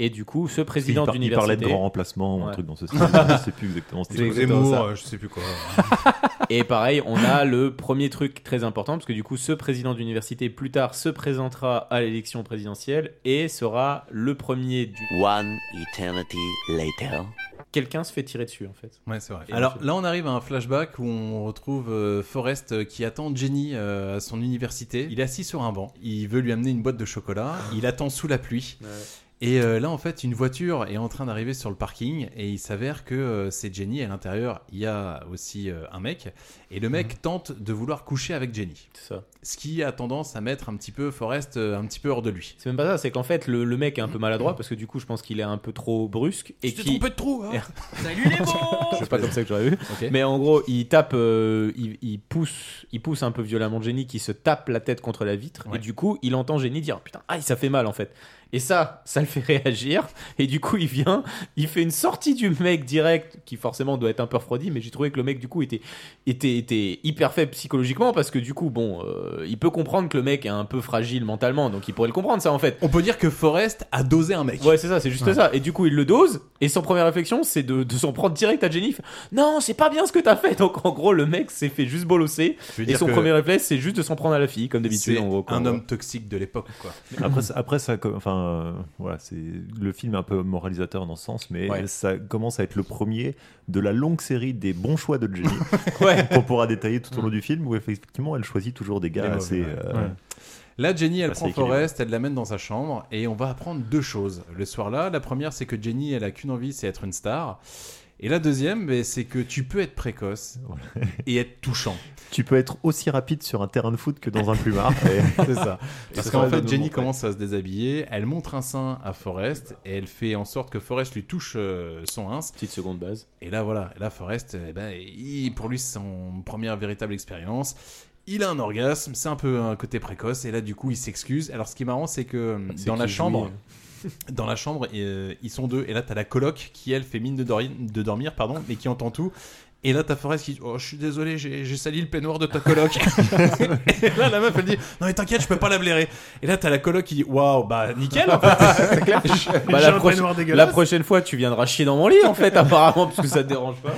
Et du coup, ce président il par- il d'université. parlait de grand remplacement ou un truc dans ce style, je sais plus exactement c'était C'est quoi. exactement Zemmour, ça. euh, je sais plus quoi. Et pareil, on a le premier truc très important parce que du coup, ce président d'université plus tard se présentera à l'élection présidentielle et sera le premier du. One eternity later. Quelqu'un se fait tirer dessus en fait. Ouais, c'est vrai. Et Alors là, on arrive à un flashback où on retrouve euh, Forrest euh, qui attend Jenny euh, à son université. Il est assis sur un banc. Ah. Il veut lui amener une boîte de chocolat. Il attend sous la pluie. Et euh, là, en fait, une voiture est en train d'arriver sur le parking et il s'avère que euh, c'est Jenny. À l'intérieur, il y a aussi euh, un mec. Et le mec tente de vouloir coucher avec Jenny. ça. Ce qui a tendance à mettre un petit peu Forrest euh, un petit peu hors de lui. C'est même pas ça, c'est qu'en fait le, le mec est un peu maladroit parce que du coup je pense qu'il est un peu trop brusque et Tu t'es qui trompé de trou, hein Salut les Je bons sais pas comme ça que j'aurais vu. Mais en gros, il tape, euh, il, il pousse, il pousse un peu violemment Jenny qui se tape la tête contre la vitre et du coup il entend Jenny dire putain aïe ça fait mal en fait. Et ça, ça le fait réagir. Et du coup, il vient, il fait une sortie du mec direct, qui forcément doit être un peu refroidi, mais j'ai trouvé que le mec, du coup, était, était, était hyper faible psychologiquement, parce que du coup, bon, euh, il peut comprendre que le mec est un peu fragile mentalement, donc il pourrait le comprendre, ça, en fait. On peut dire que Forrest a dosé un mec. Ouais, c'est ça, c'est juste Ouais. ça. Et du coup, il le dose, et son première réflexion, c'est de, de s'en prendre direct à Jennifer. Non, c'est pas bien ce que t'as fait. Donc, en gros, le mec s'est fait juste bolosser, veux et dire son que- premier réflexe, c'est juste de s'en prendre à la fille, comme d'habitude, C'est en gros. quoi. un homme toxique de l'époque, quoi. Après, ça- après ça, comme- enfin, euh, voilà, c'est le film est un peu moralisateur dans ce sens, mais Ouais. ça commence à être le premier de la longue série des bons choix de Jenny Ouais. qu'on pourra détailler tout au long du film, où effectivement, elle choisit toujours des gars Les mauvais, assez. ouais. euh, Ouais. Là, Jenny, elle assez prend équilibrés. Forrest, elle l'amène dans sa chambre et on va apprendre deux choses le soir-là. La première, c'est que Jenny, elle a qu'une envie, c'est être une star. Et la deuxième, ben, c'est que tu peux être précoce et être touchant. Tu peux être aussi rapide sur un terrain de foot que dans un plumard. C'est ça. Parce qu'en fait, Jenny commence à se déshabiller, elle montre un sein à Forrest et elle fait en sorte que Forrest lui touche euh, son ins. Petite seconde base. Et là, voilà, Et là, Forrest, eh ben, il- pour lui, c'est son première véritable expérience. Il a un orgasme, c'est un peu un côté précoce, et là, du coup, il s'excuse. Alors, ce qui est marrant, c'est que euh, C'est dans la qu'il chambre. jouit. Dans la chambre, euh, ils sont deux. Et là, t'as la coloc qui, elle, fait mine de, dori- de dormir, pardon, mais qui entend tout. Et là, t'as Forrest qui dit Oh, je suis désolé, j'ai j'ai sali le peignoir de ta coloc. et là, la meuf, elle dit Non, mais t'inquiète, je peux pas la blairer. Et là, t'as la coloc qui dit Waouh, bah nickel, en fait. C'est clair. J'ai- Bah, j'ai la, un proche- peignoir dégueulasse. la prochaine fois, tu viendras chier dans mon lit, en fait, apparemment, parce que ça te dérange pas.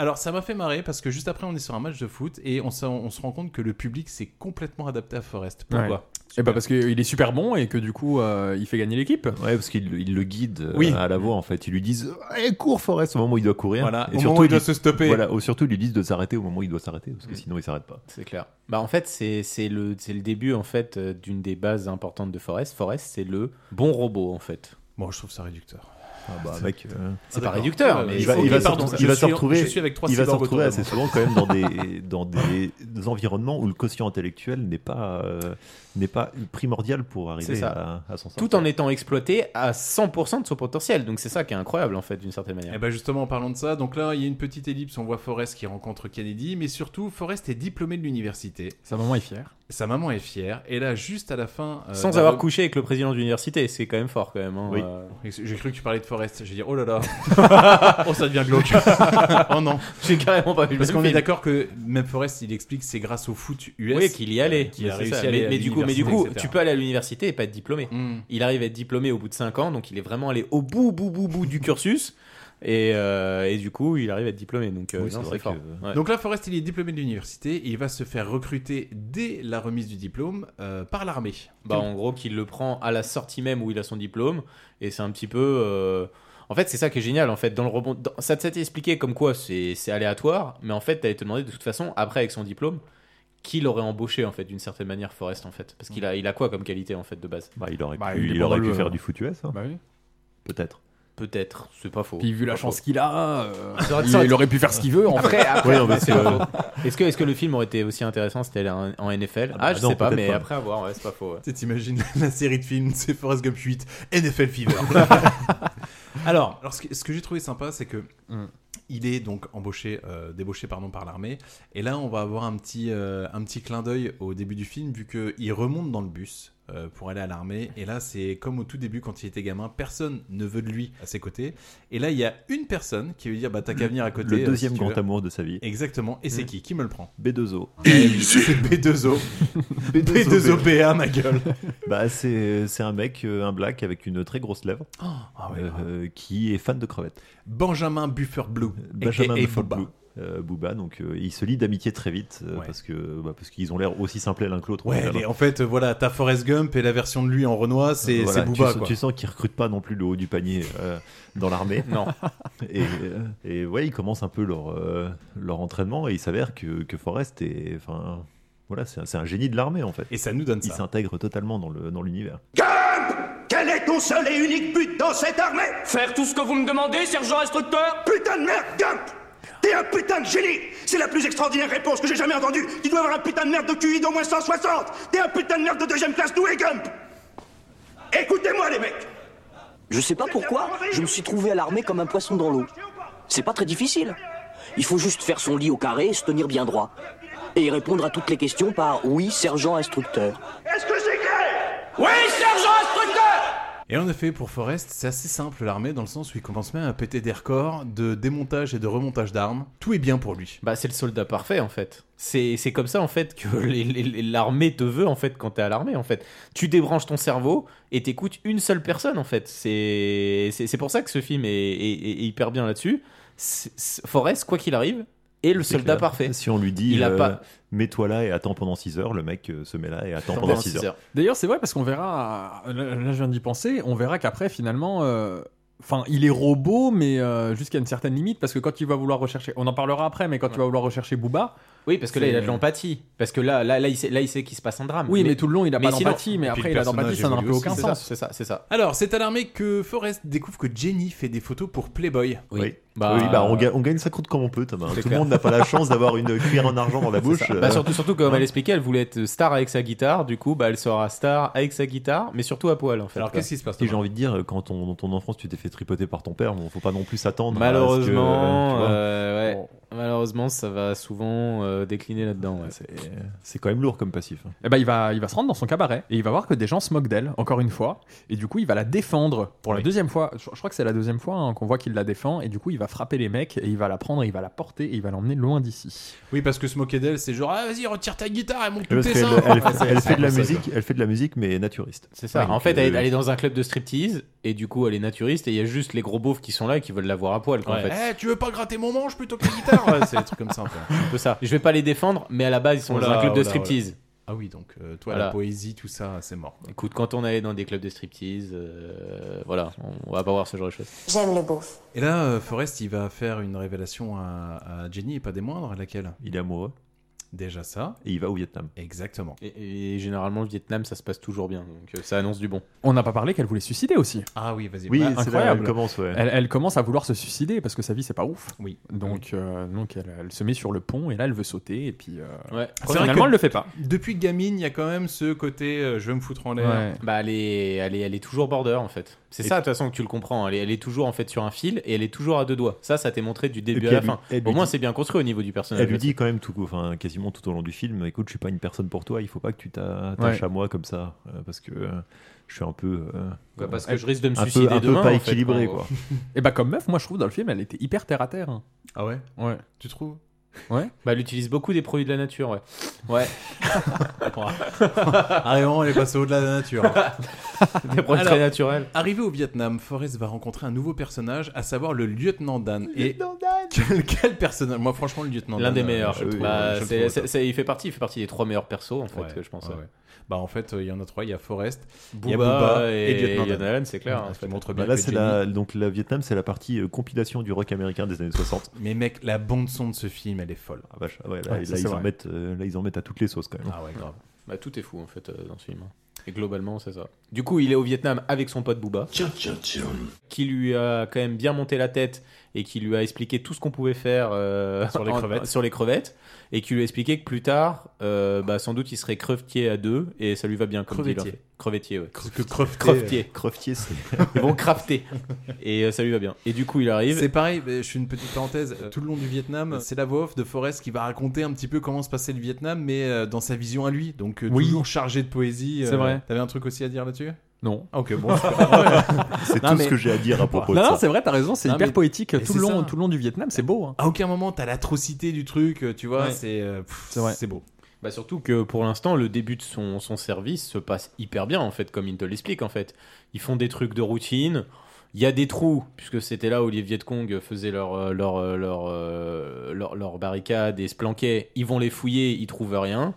Alors ça m'a fait marrer parce que juste après on est sur un match de foot et on se, on se rend compte que le public s'est complètement adapté à Forest. Pourquoi Et bah parce qu'il est super bon et que du coup euh, il fait gagner l'équipe. Ouais, parce qu'il il le guide euh, Oui. à la voix en fait. Ils lui disent Allez, cours Forrest au moment où il doit courir. Voilà, Et au moment où il ils doit lui- se stopper. Voilà, au- surtout ils lui disent de s'arrêter au moment où il doit s'arrêter parce que sinon il s'arrête pas. C'est clair. Bah en fait c'est c'est le c'est le début en fait euh, d'une des bases importantes de Forest. Forest c'est le bon robot en fait. Bon, je trouve ça réducteur. Ah bah mec, euh, C'est pas réducteur, mais il va, faut il va qu'il- se- pardon, il va je se suis- retrouver, je suis avec toi, il va se Cyborg, retrouver autrement. assez souvent quand même dans des, dans des environnements où le quotient intellectuel n'est pas, euh, n'est pas primordial pour C'est arriver ça. à, à son Tout en étant exploité à 100% de son potentiel. Donc c'est ça qui est incroyable en fait d'une certaine manière. Et bah justement en parlant de ça, donc là il y a une petite ellipse, on voit Forrest qui rencontre Kennedy, mais surtout Forrest est diplômé de l'université. Sa maman est fière. Sa maman est fière, et là juste à la fin... euh, Sans d'un avoir re- couché avec le président de l'université, c'est quand même fort quand même. hein. Oui. Euh, J'ai cru que tu parlais de Forrest, j'ai dit oh là là, oh ça devient glauque. oh non, J'ai carrément pas vu le Parce même qu'on est film. d'accord que même Forrest il explique que c'est grâce au foot US Oui, qu'il y allait. euh, qu'il a C'est réussi ça. à aller mais, à mais du coup, mais du coup, l'université, etc. tu peux aller à l'université et pas être diplômé. Il arrive à être diplômé au bout de 5 ans, donc il est vraiment allé au bout, bout, bout, bout du cursus. Et, euh, et du coup, il arrive à être diplômé. Donc, euh, Oui, non, c'est c'est vrai fort. que- Ouais. Donc là, Forrest, il est diplômé de l'université et il va se faire recruter dès la remise du diplôme euh, par l'armée. bah, en gros, qu'il le prend à la sortie même où il a son diplôme. Et c'est un petit peu. euh, En fait, c'est ça qui est génial. En fait, dans le rebond, dans- ça ça t'est expliqué comme quoi c'est c'est aléatoire, mais en fait, t'allais te demander de toute façon après avec son diplôme qui l'aurait embauché en fait d'une certaine manière, Forrest en fait, parce qu'il a il a quoi comme qualité en fait de base Bah, il aurait Bah, pu, il est il aurait pas pu le- faire du foot US, hein, Bah oui. peut-être. Peut-être, c'est pas faux. Puis vu la chance qu'il a, euh, Ah, Ça aurait- il, ça aurait- il aurait pu faire ce qu'il veut. En Après, fait. après, Ouais, non, mais c'est c'est- pas faux. Est-ce que, est-ce que le film aurait été aussi intéressant si c'était en, en NFL Ah, bah je non, sais pas, peut-être mais pas. après avoir, ouais, c'est pas faux. ouais. Tu sais, t'imagines la série de films, c'est Forrest Gump 8, NFL Fever. alors, Hmm. alors, ce que, ce que j'ai trouvé sympa, c'est que Mm. il est donc embauché, euh, débauché pardon, par l'armée. Et là, on va avoir un petit, euh, un petit clin d'œil au début du film, vu qu'il remonte dans le bus euh, pour aller à l'armée. Et là, c'est comme au tout début, quand il était gamin, personne ne veut de lui à ses côtés. Et là, il y a une personne qui veut dire Bah, t'as qu'à venir à côté. euh, Le si deuxième tu grand veux. amour de sa vie, Exactement. Et c'est qui Qui me le prend Eh B2O. C'est B2O. B2O BA, ma gueule. Bah, c'est c'est un mec, euh, un black avec une très grosse lèvre, ah ouais, euh, qui est fan de crevettes. Benjamin Buffer Blue. Benjamin aka Buffer Booba. Blue, euh, Booba, donc euh, il se lie d'amitié très vite euh, Ouais. parce que bah, parce qu'ils ont l'air aussi simplés l'un que l'autre. Ouais, les- en fait, euh, voilà, t'as Forrest Gump et la version de lui en Renoir, c'est Euh, Voilà, c'est Booba, tu, sens- quoi. tu sens qu'ils recrutent pas non plus le haut du panier euh, dans l'armée. Non. Et, euh, et ouais, ils commencent un peu leur, euh, leur entraînement et il s'avère que, que Forrest est. Enfin, voilà, c'est un, c'est un génie de l'armée en fait. Et ça nous donne Il ça. s'intègre totalement dans le- dans l'univers. Quel est ton seul et unique but dans cette armée Faire tout ce que vous me demandez, sergent instructeur Putain de merde, Gump T'es un putain de génie C'est la plus extraordinaire réponse que j'ai jamais entendue Tu dois avoir un putain de merde de QI d'au moins 160 T'es un putain de merde de deuxième classe doué, Gump Écoutez-moi, les mecs Je sais pas pourquoi, je me suis trouvé à l'armée comme un poisson dans l'eau. C'est pas très difficile. Il faut juste faire son lit au carré et se tenir bien droit. Et répondre à toutes les questions par oui, sergent instructeur. Est-ce que c'est clair Oui, sergent instructeur Et en effet, pour Forrest, c'est assez simple l'armée dans le sens où il commence même à péter des records de démontage et de remontage d'armes. Tout est bien pour lui. Bah, c'est le soldat parfait en fait. C'est c'est comme ça en fait que les- les- les- l'armée te veut en fait quand t'es à l'armée en fait. Tu débranches ton cerveau et t'écoutes une seule personne en fait. C'est c'est- c'est pour ça que ce film est, est- est- est hyper bien là-dessus. C'est- c'est- Forrest, quoi qu'il arrive, est le C'est soldat clair. parfait. Si on lui dit, il a euh, pas. mets-toi là et attends pendant 6 heures, le mec euh, se met là et attend Attends pendant 6 heures. D'ailleurs, c'est vrai parce qu'on verra. Là, là, je viens d'y penser. On verra qu'après, finalement. euh, Enfin, il est robot, mais euh, jusqu'à une certaine limite, parce que quand il va vouloir rechercher, on en parlera après, mais quand il va vouloir rechercher Booba, Oui, parce que là, il a de C'est- l'empathie. Parce que là, là, là, il sait, là, il sait qu'il se passe un drame. Oui, mais tout le long, il a mais pas d'empathie, mais Et puis après, le il a d'empathie, personnage ça n'a évolue plus aussi, aucun c'est ça, sens. C'est ça, c'est ça. Alors, c'est à l'armée que Forrest découvre que Jenny fait des photos pour Playboy. Oui. Oui, bah, on, ga- on gagne sa croûte comme on peut, Thomas. euh, C'est Tout le clair. monde n'a pas la chance d'avoir une cuillère en argent dans la C'est bouche. ça. euh, Bah, surtout, surtout comme hein. elle expliquait, elle voulait être star avec sa guitare. Du coup, bah, elle sera star avec sa guitare, mais surtout à poil en fait. quoi. Si j'ai envie de dire, quand ton, dans ton enfance tu t'es fait tripoter par ton père, bon, faut pas non plus s'attendre. à ce que, Malheureusement, euh, tu vois. euh, ouais. Malheureusement, ça va souvent euh, décliner là-dedans. ouais. C'est quand même lourd comme passif. hein. Et ben il va, il va se rendre dans son cabaret et il va voir que des gens se moquent d'elle, encore une fois. Et du coup, il va la défendre pour la deuxième fois. Je, je crois que c'est la deuxième fois hein, qu'on voit qu'il la défend. Et du coup, il va frapper les mecs et il va la prendre, et il va la porter et il va l'emmener loin d'ici. Oui, parce que se moquer d'elle, c'est genre, ah vas-y, retire ta guitare et monte Parce tes qu'elle- seins. elle, Ouais, c'est- elle c'est fait de la un peu ça, musique, elle fait de la musique, mais naturiste. C'est ça. Donc, en fait, elle, euh, elle est dans un club de striptease et du coup, elle est naturiste et il y a juste les gros beaufs qui sont là et qui veulent la voir à poil. quoi, quoi. en fait. Eh, tu veux pas gratter mon manche plutôt que la guitare Ouais, C'est des trucs comme ça un peu. Un peu ça. Je vais pas les défendre, mais à la base, ils sont Oh dans là, un club oh de là, oh striptease. là. Ah oui, donc euh, toi, Voilà. la poésie, tout ça, c'est mort. quoi. Écoute, quand on allait dans des clubs de striptease, euh, voilà, on, on va pas voir ce genre de choses. J'aime le beauf. Et là, euh, Forrest, il va faire une révélation à, à Jenny, et pas des moindres, laquelle Il est amoureux. Déjà ça. Et il va au Vietnam. Exactement. Et, et généralement, le Vietnam, ça se passe toujours bien, donc euh, ça annonce du bon. On n'a pas parlé qu'elle voulait se suicider aussi. Ah oui, vas-y. Oui, Ouais, c'est là, elle commence, ouais. Elle, elle commence à vouloir se suicider parce que sa vie, c'est pas ouf. Oui. Donc, euh, donc elle, elle se met sur le pont et là, elle veut sauter. Et puis, euh, C'est vrai finalement, que elle le fait pas. Depuis gamine, il y a quand même ce côté euh, je vais me foutre en l'air. Ouais. Bah, elle est, elle, est, elle est toujours border en fait. C'est Et- ça, de toute façon, que tu le comprends. hein. Elle est, elle est toujours en fait sur un fil et elle est toujours à deux doigts. Ça, ça t'est montré du début puis à la elle lui- fin. elle lui Au moins, dit- c'est bien construit au niveau du personnage. Elle lui dit quand même tout, enfin, quasiment tout au long du film, écoute, je suis pas une personne pour toi, il faut pas que tu t'a- t'attaches Ouais. à moi comme ça, euh, parce que euh, je suis un peu... euh, Bah, parce euh, que je risque de me un peu- suicider Un peu demain, pas en fait, équilibré, quand- quoi. Et bah, comme meuf, moi, je trouve dans le film, elle était hyper terre à terre. hein. Ah ouais Ouais. Tu trouves Ouais. Bah, elle utilise beaucoup des produits de la nature, ouais. Ouais. Ah, vraiment, elle est passée au-delà de la nature. Des produits très naturels. Arrivé au Vietnam, Forrest va rencontrer un nouveau personnage, à savoir le lieutenant Dan. Lieutenant Dan quel, quel personnage Moi, franchement, le lieutenant L'un Dan. des euh, meilleurs, je le trouve, Bah, je le c'est- trouve, c'est- c'est- il fait partie, il fait partie des trois meilleurs persos en fait, Ouais, je pense. ouais, ouais. ouais. Bah, en fait, euh, il y en a trois il y a Forrest, il y a Booba Booba et et, lieutenant Ian Dan. Allen, c'est clair, Ouais, en ce fait. qui montre Bah, bien là, que c'est Jenny- la, donc, la Vietnam, c'est la partie euh, compilation du rock américain des années 60. Mais mec, la bande-son de ce film, elle est folle. Ah, vache, ah ouais, là, Ouais, là, ça, c'est ils en vrai. mettent, euh, là, ils en mettent à toutes les sauces quand même. Ah ouais, grave. Bah, tout est fou en fait euh, dans ce film. Et globalement, c'est ça. Du coup, il est au Vietnam avec son pote Booba. Tiens, tiens, tiens. Qui lui a quand même bien monté la tête et qui lui a expliqué tout ce qu'on pouvait faire euh, Sur les crevettes. sur les crevettes. Et qui lui a expliqué que plus tard, euh, bah, sans doute, il serait crevetier à deux et ça lui va bien comme Crevetier. dealer. Crevetier, ouais. que crevetier, Crevetier. euh, crevetier, c'est- Ils vont crafter. Et euh, ça lui va bien. Et du coup, il arrive. euh, C'est pareil, mais je fais une petite parenthèse. Euh, Tout le long du Vietnam, c'est la voix off de Forrest qui va raconter un petit peu comment se passait le Vietnam, mais euh, dans sa vision à lui. Donc, euh, Oui. toujours chargé de poésie. euh, C'est vrai. T'avais un truc aussi à dire là-dessus Non. Ah, Ok, bon. super. C'est Non, tout mais- ce que j'ai à dire à propos non, de ça. non, c'est vrai, t'as raison, c'est Non, hyper mais- poétique euh, mais tout c'est le, long, ça. tout le long du Vietnam, c'est beau. hein. À aucun moment, t'as l'atrocité du truc, euh, tu vois. Ouais. C'est euh, pff, C'est vrai. c'est beau. Bah surtout que pour l'instant, le début de son, son service se passe hyper bien, en fait, comme il te l'explique, en fait. Ils font des trucs de routine. Il y a des trous, puisque c'était là où les Viet Cong faisaient leur, euh, leur, euh, leur, euh, leur, leur barricade et se planquaient. Ils vont les fouiller, ils trouvent rien.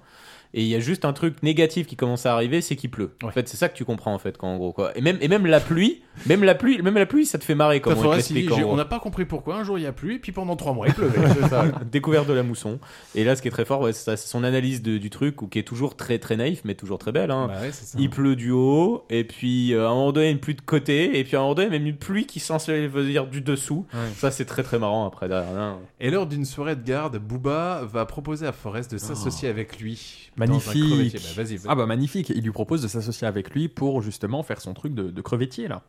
Et il y a juste un truc négatif qui commence à arriver, c'est qu'il pleut. En fait, c'est ça que tu comprends, en fait, quand, en gros, quoi. Et même, et même la pluie, même la pluie, même la pluie, ça te fait marrer, comme T'as on te Forrest, il dit, l'explique, en j'ai- gros. on n'a pas compris pourquoi. Un jour, il y a pluie, puis pendant trois mois, il pleuvait. C'est ça. découverte de la mousson. Et là, ce qui est très fort, ouais, c'est ça, c'est son analyse de- du truc, ou qui est toujours très très naïf, mais toujours très belle. hein. Bah ouais, c'est ça. Il pleut du haut, et puis euh, à un moment donné, une pluie de côté, et puis à un moment donné, même une pluie qui s'enlève veut dire du dessous. Ça, c'est très très marrant après derrière. hein. Oh. Et lors d'une soirée de garde, Booba va proposer à Forrest de s'associer avec lui. Dans un Magnifique. crevettier. Bah, vas-y, vas-y. ah bah magnifique. Il lui propose de s'associer avec lui pour justement faire son truc de, de crevettier là,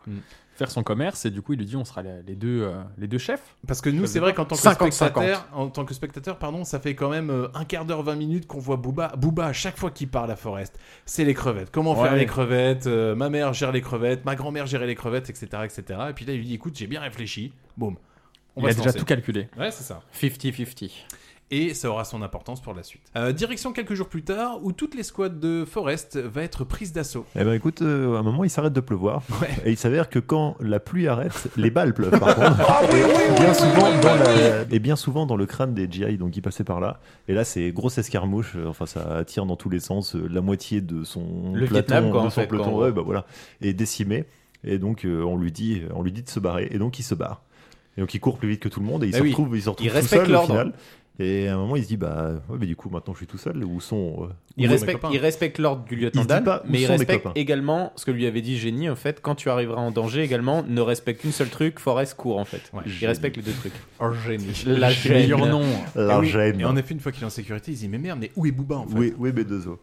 faire son commerce et du coup il lui dit on sera les les deux euh, les deux chefs. Parce que nous, c'est vrai qu'en tant que spectateur, en tant que spectateur, pardon, ça fait quand même euh, un quart d'heure, 20 minutes qu'on voit Booba. Booba, à chaque fois qu'il parle à Forest, c'est les crevettes. Comment faire Ouais. les crevettes euh, Ma mère gère les crevettes, ma grand-mère gérait les crevettes, etc., etc. Et puis là, il lui dit, écoute, j'ai bien réfléchi. Boum. Il a se déjà lancer. tout calculé. Ouais, c'est ça. 50-50. Et ça aura son importance pour la suite. Euh, direction quelques jours plus tard, où toutes les squads de Forest va être prises d'assaut. Eh ben écoute, euh, à un moment il s'arrête de pleuvoir et il s'avère que quand la pluie arrête, les balles pleuvent par contre. Ah et, bien souvent dans la- et bien souvent dans le crâne des GI donc qui passaient par là. Et là c'est grosse escarmouche, euh, enfin ça tire dans tous les sens, euh, la moitié de son Le peloton, Vietnam, quoi, de en son fait, peloton, quoi. ouais, bah voilà, est décimé. Et donc euh, on lui dit, on lui dit de se barrer et donc il se barre. Et donc il court plus vite que tout le monde et il Bah se oui. retrouve, il se retrouve Il tout respecte seul au l'ordre. final. Et à un moment il se dit bah ouais, mais du coup maintenant je suis tout seul. Où sont euh, où Il sont mes respecte, copains il respecte l'ordre du lieutenant Il dit Dan, pas où mais il sont mes respecte copains. également ce que lui avait dit Génie, en fait, quand tu arriveras en danger également, ne respecte qu'une seule truc, Forest court, en fait. il respecte les deux trucs. Oh, génie. La gêne. euh, La Ah Et oui, gêne. Et en effet, une fois qu'il est en sécurité, il se dit, mais merde, mais où est Booba en fait Oui, oui, B2O.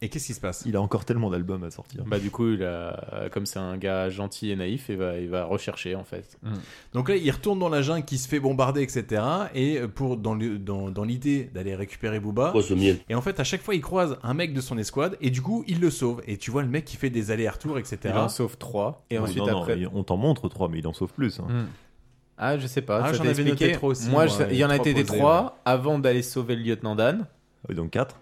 Et qu'est-ce qui se passe Il a encore tellement d'albums à sortir. Bah, du coup, il a- comme c'est un gars gentil et naïf, il va, il va rechercher, en fait. Donc là, il retourne dans la jungle qui se fait bombarder, etc. Et euh, pour dans le- dans- dans l'idée d'aller récupérer Booba. Oh, ce miel. Et en fait, à chaque fois, il croise un mec de son escouade et du coup, il le sauve. Et tu vois le mec qui fait des allers-retours, etc. Il en sauve trois. Et Non, ensuite, non, non, après. il- on t'en montre trois, mais il en sauve plus. hein. Ah, je sais pas. Ah, ça j'en t'est avais noté expliqué. trois aussi, Moi, moi, je- il y en a trois été des posés, trois avant d'aller sauver le lieutenant Dan. Et donc 4.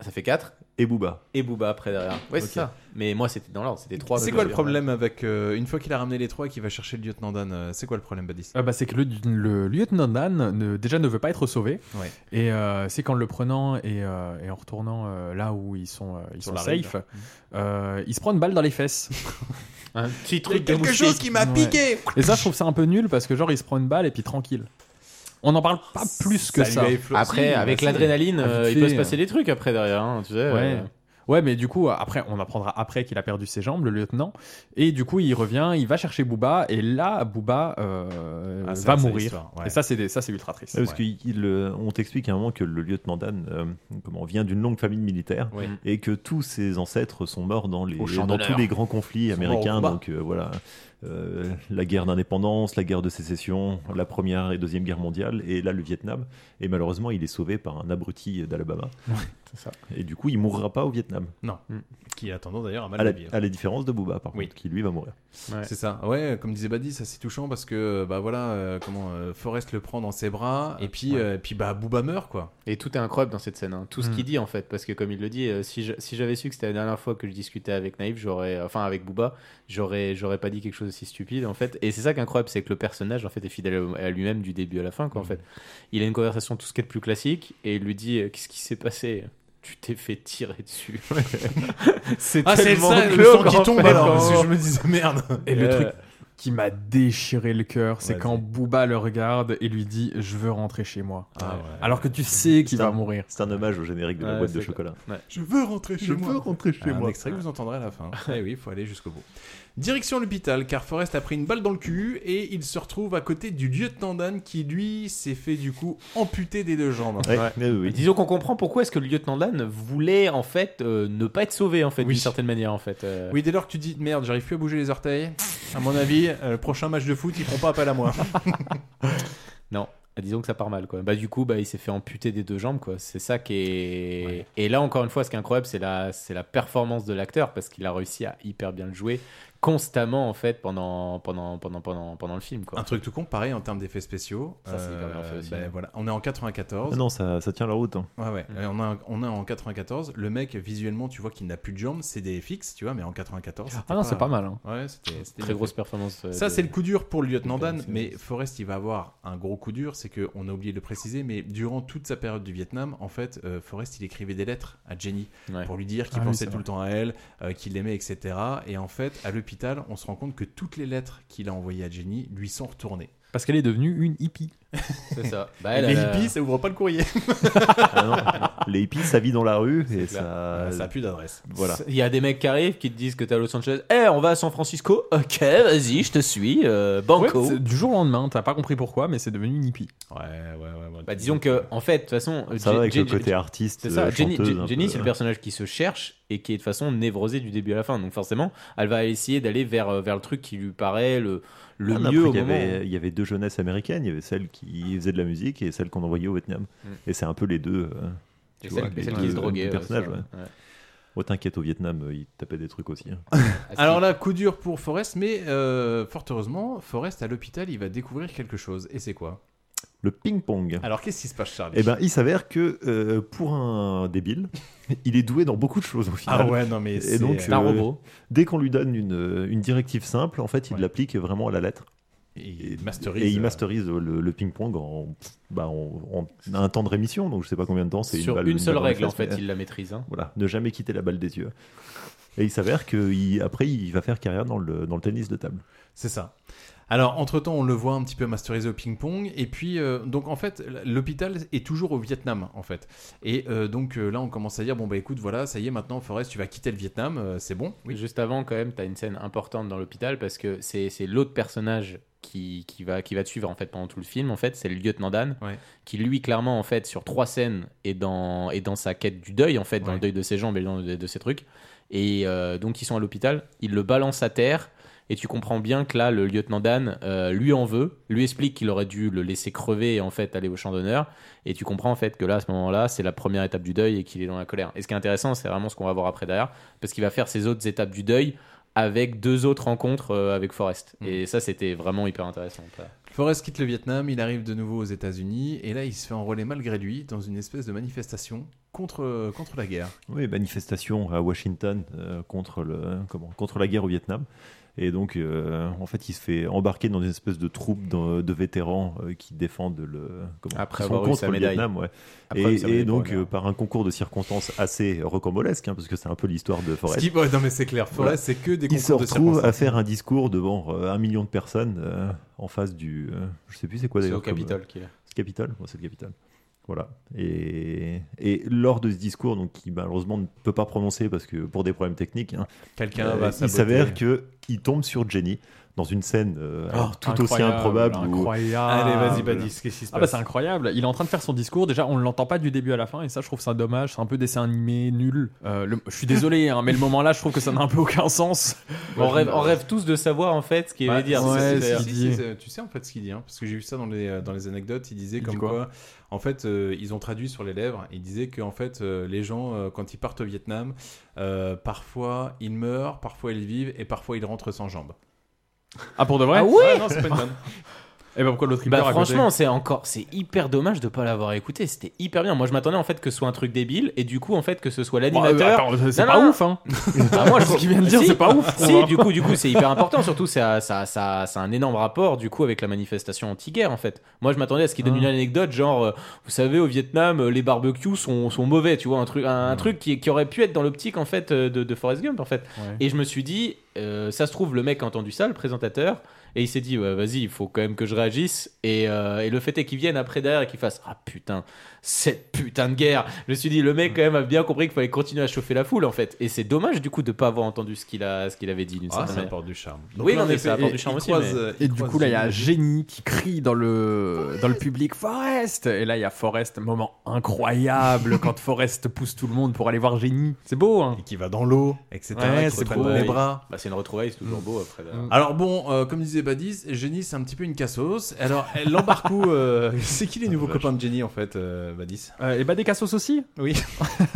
Ça fait 4. Et Booba. Et Booba après derrière. Ouais, Ok. c'est ça. Mais moi, c'était dans l'ordre. C'était trois. C'est parce quoi que- le problème avec euh, une fois qu'il a ramené les trois et qu'il va chercher le lieutenant Dan euh, C'est quoi le problème, Badis Ah bah, c'est que le, le lieutenant Dan ne- déjà ne veut pas être sauvé. Ouais. Et euh, c'est qu'en le prenant et, euh, et en retournant euh, là où ils sont, euh, ils Sur sont la rive, safe, là. euh, il se prend une balle dans les fesses. un petit truc de quelque moustier. chose qui m'a piqué. Et ça, je trouve ça un peu nul parce que genre, il se prend une balle et puis tranquille. On n'en parle pas plus que Ça Ah, lui ça. a effleuré. Après, avec l'adrénaline, Ah, vite euh, il peut fait, se passer des trucs après derrière, hein, tu sais, euh. Ouais. Ouais, mais du coup, après, on apprendra après qu'il a perdu ses jambes, le lieutenant. Et du coup, il revient, il va chercher Booba, et là, Booba euh, Ah, c'est va la seule mourir. histoire, ouais. Et ça, c'est des- ça, c'est ultra triste. Ouais, parce qu'on euh, t'explique à un moment que le lieutenant Dan euh, comment, vient d'une longue famille militaire Ouais. et que tous ses ancêtres sont morts dans, les, Au champ dans d'honneur. tous les grands conflits Ils sont morts au américains. combat. Donc euh, voilà, euh, la guerre d'indépendance, la guerre de sécession, la première et deuxième guerre mondiale, et là le Vietnam. Et malheureusement, il est sauvé par un abruti d'Alabama. Et du coup, il mourra pas au Vietnam. Non. Qui est attendant d'ailleurs à mal À la, habillé. à la différence de Booba, par contre, qui lui va mourir. C'est ça. Ouais, comme disait Badi, ça c'est touchant parce que bah voilà euh, comment euh, Forrest le prend dans ses bras et puis euh, et puis bah Booba meurt quoi. Et tout est incroyable dans cette scène. hein. Tout ce Mm. qu'il dit en fait, parce que comme il le dit, euh, si je- si j'avais su que c'était la dernière fois que je discutais avec Naïf, j'aurais, euh, enfin avec Booba, j'aurais, j'aurais pas dit quelque chose aussi stupide en fait. Et c'est ça qui est incroyable, c'est que le personnage en fait est fidèle au- à lui-même du début à la fin Mm. quoi. En fait, il a une conversation tout ce qui est de plus classique et il lui dit euh, qu'est-ce qui s'est passé. Tu t'es fait tirer dessus. Ah, c'est tellement ça, le glauque, sang qui en tombe, fait, alors, quand- parce que je me disais, merde. Et le Euh, truc qui m'a déchiré le cœur, c'est Vas-y. quand Booba le regarde et lui dit Je veux rentrer chez moi. Ah ouais. Alors que tu sais qu'il C'est va un- mourir. C'est un hommage au générique de la Ouais, boîte de c'est chocolat. Ah, Je veux rentrer chez Je moi. veux rentrer chez un moi. extrait que vous entendrez à la fin. Eh oui, il faut aller jusqu'au bout. Direction l'hôpital, car Forrest a pris une balle dans le cul et il se retrouve à côté du lieutenant Dan qui, lui, s'est fait du coup amputer des deux jambes. Disons qu'on comprend pourquoi est-ce que le lieutenant Dan voulait en fait euh, ne pas être sauvé en fait d'une certaine manière en fait. euh. Oui, dès lors que tu dis merde, j'arrive plus à bouger les orteils, à mon avis, euh, le prochain match de foot, ils font pas appel à moi. Non, disons que ça part mal quoi. Bah du coup, bah il s'est fait amputer des deux jambes quoi. C'est ça qui est Et là encore une fois, ce qui est incroyable, c'est la c'est la performance de l'acteur parce qu'il a réussi à hyper bien le jouer constamment en fait pendant pendant pendant pendant pendant le film quoi. Un truc tout con, pareil en termes d'effets spéciaux. Ça, c'est hyper bien Euh, fait aussi. ben voilà, on est en 94. Ah non, ça, ça tient la route. hein. Ouais, Mm. ouais. Et on, a, on a en 94, le mec, visuellement, tu vois qu'il n'a plus de jambes, c'est des fixes, tu vois, mais en 94. c'était Ah non, c'est pas mal, hein. Ouais, c'était. c'était Très bien grosse fait. performance, euh, Ça, de- c'est le coup dur pour le lieutenant Dan, mais Forrest, il va avoir un gros coup dur, c'est qu'on a oublié de le préciser, mais durant toute sa période du Vietnam, en fait, euh, Forrest, il écrivait des lettres à Jenny pour lui dire qu'il Ah oui, pensait c'est tout le temps à elle, euh, qu'il l'aimait, etc. Et en fait, à l'hôpital, on se rend compte que toutes les lettres qu'il a envoyées à Jenny lui sont retournées. Parce qu'elle est devenue une hippie. C'est ça. Bah, les hippies, ça ouvre pas le courrier. Ah non, les hippies, ça vit dans la rue et clair. ça. Ça a plus d'adresse. Voilà. Il y a des mecs qui arrivent qui te disent que t'es à Los Angeles. Eh, on va à San Francisco. Ok, vas-y, je te suis. euh, banco. Ouais, c'est du jour au lendemain, t'as pas compris pourquoi, mais c'est devenu une hippie. Ouais, ouais, ouais. Bah, disons que, en fait, de toute façon. Ça Jen- va avec Jen- le côté artiste, C'est ça. euh, Jenny, chanteuse, Jen- un Jenny, peu, c'est le ouais. personnage qui se cherche et qui est de façon névrosé du début à la fin. Donc, forcément, elle va essayer d'aller vers, euh, vers le truc qui lui paraît le, le Ah, on a appris mieux au qu'il y moment. avait- Il y avait deux jeunesses américaines, il y avait celle qui faisait de la musique et celle qu'on envoyait au Vietnam. Mm. Et c'est un peu les deux. euh, tu Et celle- vois, et les celle qui deux- se droguait, deux ouais, personnages, c'est ouais. ça, ouais. Oh, t'inquiète, au Vietnam, euh, ils tapaient des trucs aussi. hein. Alors là, coup dur pour Forrest, mais euh, fort heureusement, Forrest à l'hôpital, il va découvrir quelque chose. Et c'est quoi Le ping-pong. Ah, Alors qu'est-ce qui se passe, Charlie Eh ben, il s'avère que euh, pour un débile, il est doué dans beaucoup de choses au final. Ah ouais, non, mais Et c'est- donc, euh, C'est un Euh, robot. Dès qu'on lui donne une, une directive simple, en fait, il l'applique vraiment à la lettre. Et il masterise, et il euh, masterise le, le ping-pong en, bah, en- en un temps de rémission, donc je sais pas combien de temps. c'est Sur balle- une seule balle dans les règle, en fesses, fait, mais- euh, il la maîtrise, hein. Voilà, ne jamais quitter la balle des yeux. Et il s'avère qu'après, il, va faire carrière dans le, dans le tennis de table. C'est ça. Alors, entre-temps, on le voit un petit peu masteriser au ping-pong. Et puis, euh, donc, en fait, l'hôpital est toujours au Vietnam, en fait. Et euh, donc, euh, là, on commence à dire, bon, bah écoute, voilà, ça y est, maintenant, Forrest, tu vas quitter le Vietnam, euh, c'est bon. Juste avant, quand même, t'as une scène importante dans l'hôpital parce que c'est c'est l'autre personnage qui, qui, va, qui va te suivre en fait pendant tout le film. En fait, c'est le lieutenant Dan qui, lui, clairement, en fait, sur trois scènes est dans, est dans sa quête du deuil, en fait, dans le deuil de ses jambes et dans le deuil de ses trucs. Et euh, donc, ils sont à l'hôpital, il le balance à terre. Et tu comprends bien que là, le lieutenant Dan euh, lui en veut, lui explique qu'il aurait dû le laisser crever et en fait aller au champ d'honneur. Et tu comprends en fait que là, à ce moment-là, c'est la première étape du deuil et qu'il est dans la colère. Et ce qui est intéressant, c'est vraiment ce qu'on va voir après derrière, parce qu'il va faire ses autres étapes du deuil avec deux autres rencontres euh, avec Forrest. Et ça, c'était vraiment hyper intéressant. Forrest quitte le Vietnam, il arrive de nouveau aux États-Unis. Et là, il se fait enrôler malgré lui dans une espèce de manifestation contre, euh, contre la guerre. Oui, manifestation à Washington euh, contre, le, comment, contre la guerre au Vietnam. Et donc, euh, en fait, il se fait embarquer dans une espèce de troupe de, de vétérans euh, qui défendent le. Comment, Après qui sont avoir eu contre sa le médaille. Vietnam, ouais. Après avoir eu sa Et, et médaille pour donc, la guerre. euh, par un concours de circonstances assez rocambolesque, hein, parce que c'est un peu l'histoire de Forrest. Ce qui- ouais, non, mais c'est clair, Forrest, c'est que des Il se concours de retrouve à circonstances. faire un discours devant euh, un million de personnes euh, en face du. euh, je sais plus c'est quoi C'est d'ailleurs. au Capitole comme, euh, qu'il est. C'est Capitole Ouais, c'est le Capitole. Voilà. Et, et lors de ce discours, donc, qui malheureusement ne peut pas prononcer parce que pour des problèmes techniques, hein, Quelqu'un va il saboter. s'avère que il tombe sur Jenny dans une scène euh, alors, tout aussi improbable. où- Incroyable. qu'est-ce qui se Ah bah passe c'est incroyable. Il est en train de faire son discours. Déjà, on l'entend pas du début à la fin et ça, je trouve ça dommage. C'est un peu dessin animé nul. Euh, le- Je suis désolé, hein, mais le moment-là, je trouve que ça n'a un peu aucun sens. On, rêve, on rève tous de savoir en fait ce qu'il veut dire. Ouais, Si, c'est si, ce qu'il si, dit. c'est- tu sais en fait ce qu'il dit, hein, parce que j'ai vu ça dans les, euh, dans les anecdotes, il disait comme quoi, en fait, euh, ils ont traduit sur les lèvres, il disait que en fait, euh, les gens, euh, quand ils partent au Vietnam, euh, parfois ils meurent, parfois ils vivent, et parfois ils rentrent sans jambes. Ah pour de vrai Ah oui non, c'est pas une bonne. Et bah pourquoi l'autre il Bah pleure à côté franchement, c'est encore, c'est hyper dommage de pas l'avoir écouté. C'était hyper bien. Moi, je m'attendais en fait que ce soit un truc débile et du coup en fait que ce soit l'animateur. Bah, attends, c'est Non, pas non, non. ouf, hein. Bah, moi, je Ce qu'il vient de dire, Si. c'est pas ouf. Si, du coup, du coup, c'est hyper important. Surtout, ça, ça, ça, ça a un énorme rapport du coup avec la manifestation anti-guerre en fait. Moi, je m'attendais à ce qu'il donne Ah. une anecdote genre, euh, vous savez, au Vietnam, euh, les barbecues sont, sont mauvais. Tu vois, un truc, un, un truc qui, qui aurait pu être dans l'optique en fait euh, de, de Forrest Gump en fait. Ouais. Et je me suis dit, euh, ça se trouve, le mec a entendu ça, le présentateur, et il s'est dit, ouais, vas-y, il faut quand même que je réagisse. Et, euh, et le fait est qu'il vienne après derrière et qu'il fasse, ah putain, cette putain de guerre. Je me suis dit, le mec quand même a bien compris qu'il fallait continuer à chauffer la foule en fait. Et c'est dommage du coup de pas avoir entendu ce qu'il a, ce qu'il avait dit d'une Ah, certaine ça manière. apporte du charme. Donc oui, là, non, en mais effet, ça apporte et- du charme il aussi. croise, mais- euh, Et du coup, là, il y a Génie qui crie dans le, dans le public Forest Et là, il y a Forest, moment incroyable quand Forest pousse tout le monde pour aller voir Génie. C'est beau, hein Et qui va dans l'eau, etc. Ouais, qui se c'est traîne beau. dans les bras. Bah, c'est une retrouvaille, c'est Mm. toujours beau après. derrière. Alors bon, euh, comme disait Badis, Jenny c'est un petit peu une cassos. Alors elle l'embarque où euh, C'est qui les nouveaux copains de Jenny en fait, euh, Badis Euh, Et bah, des cassos aussi Oui.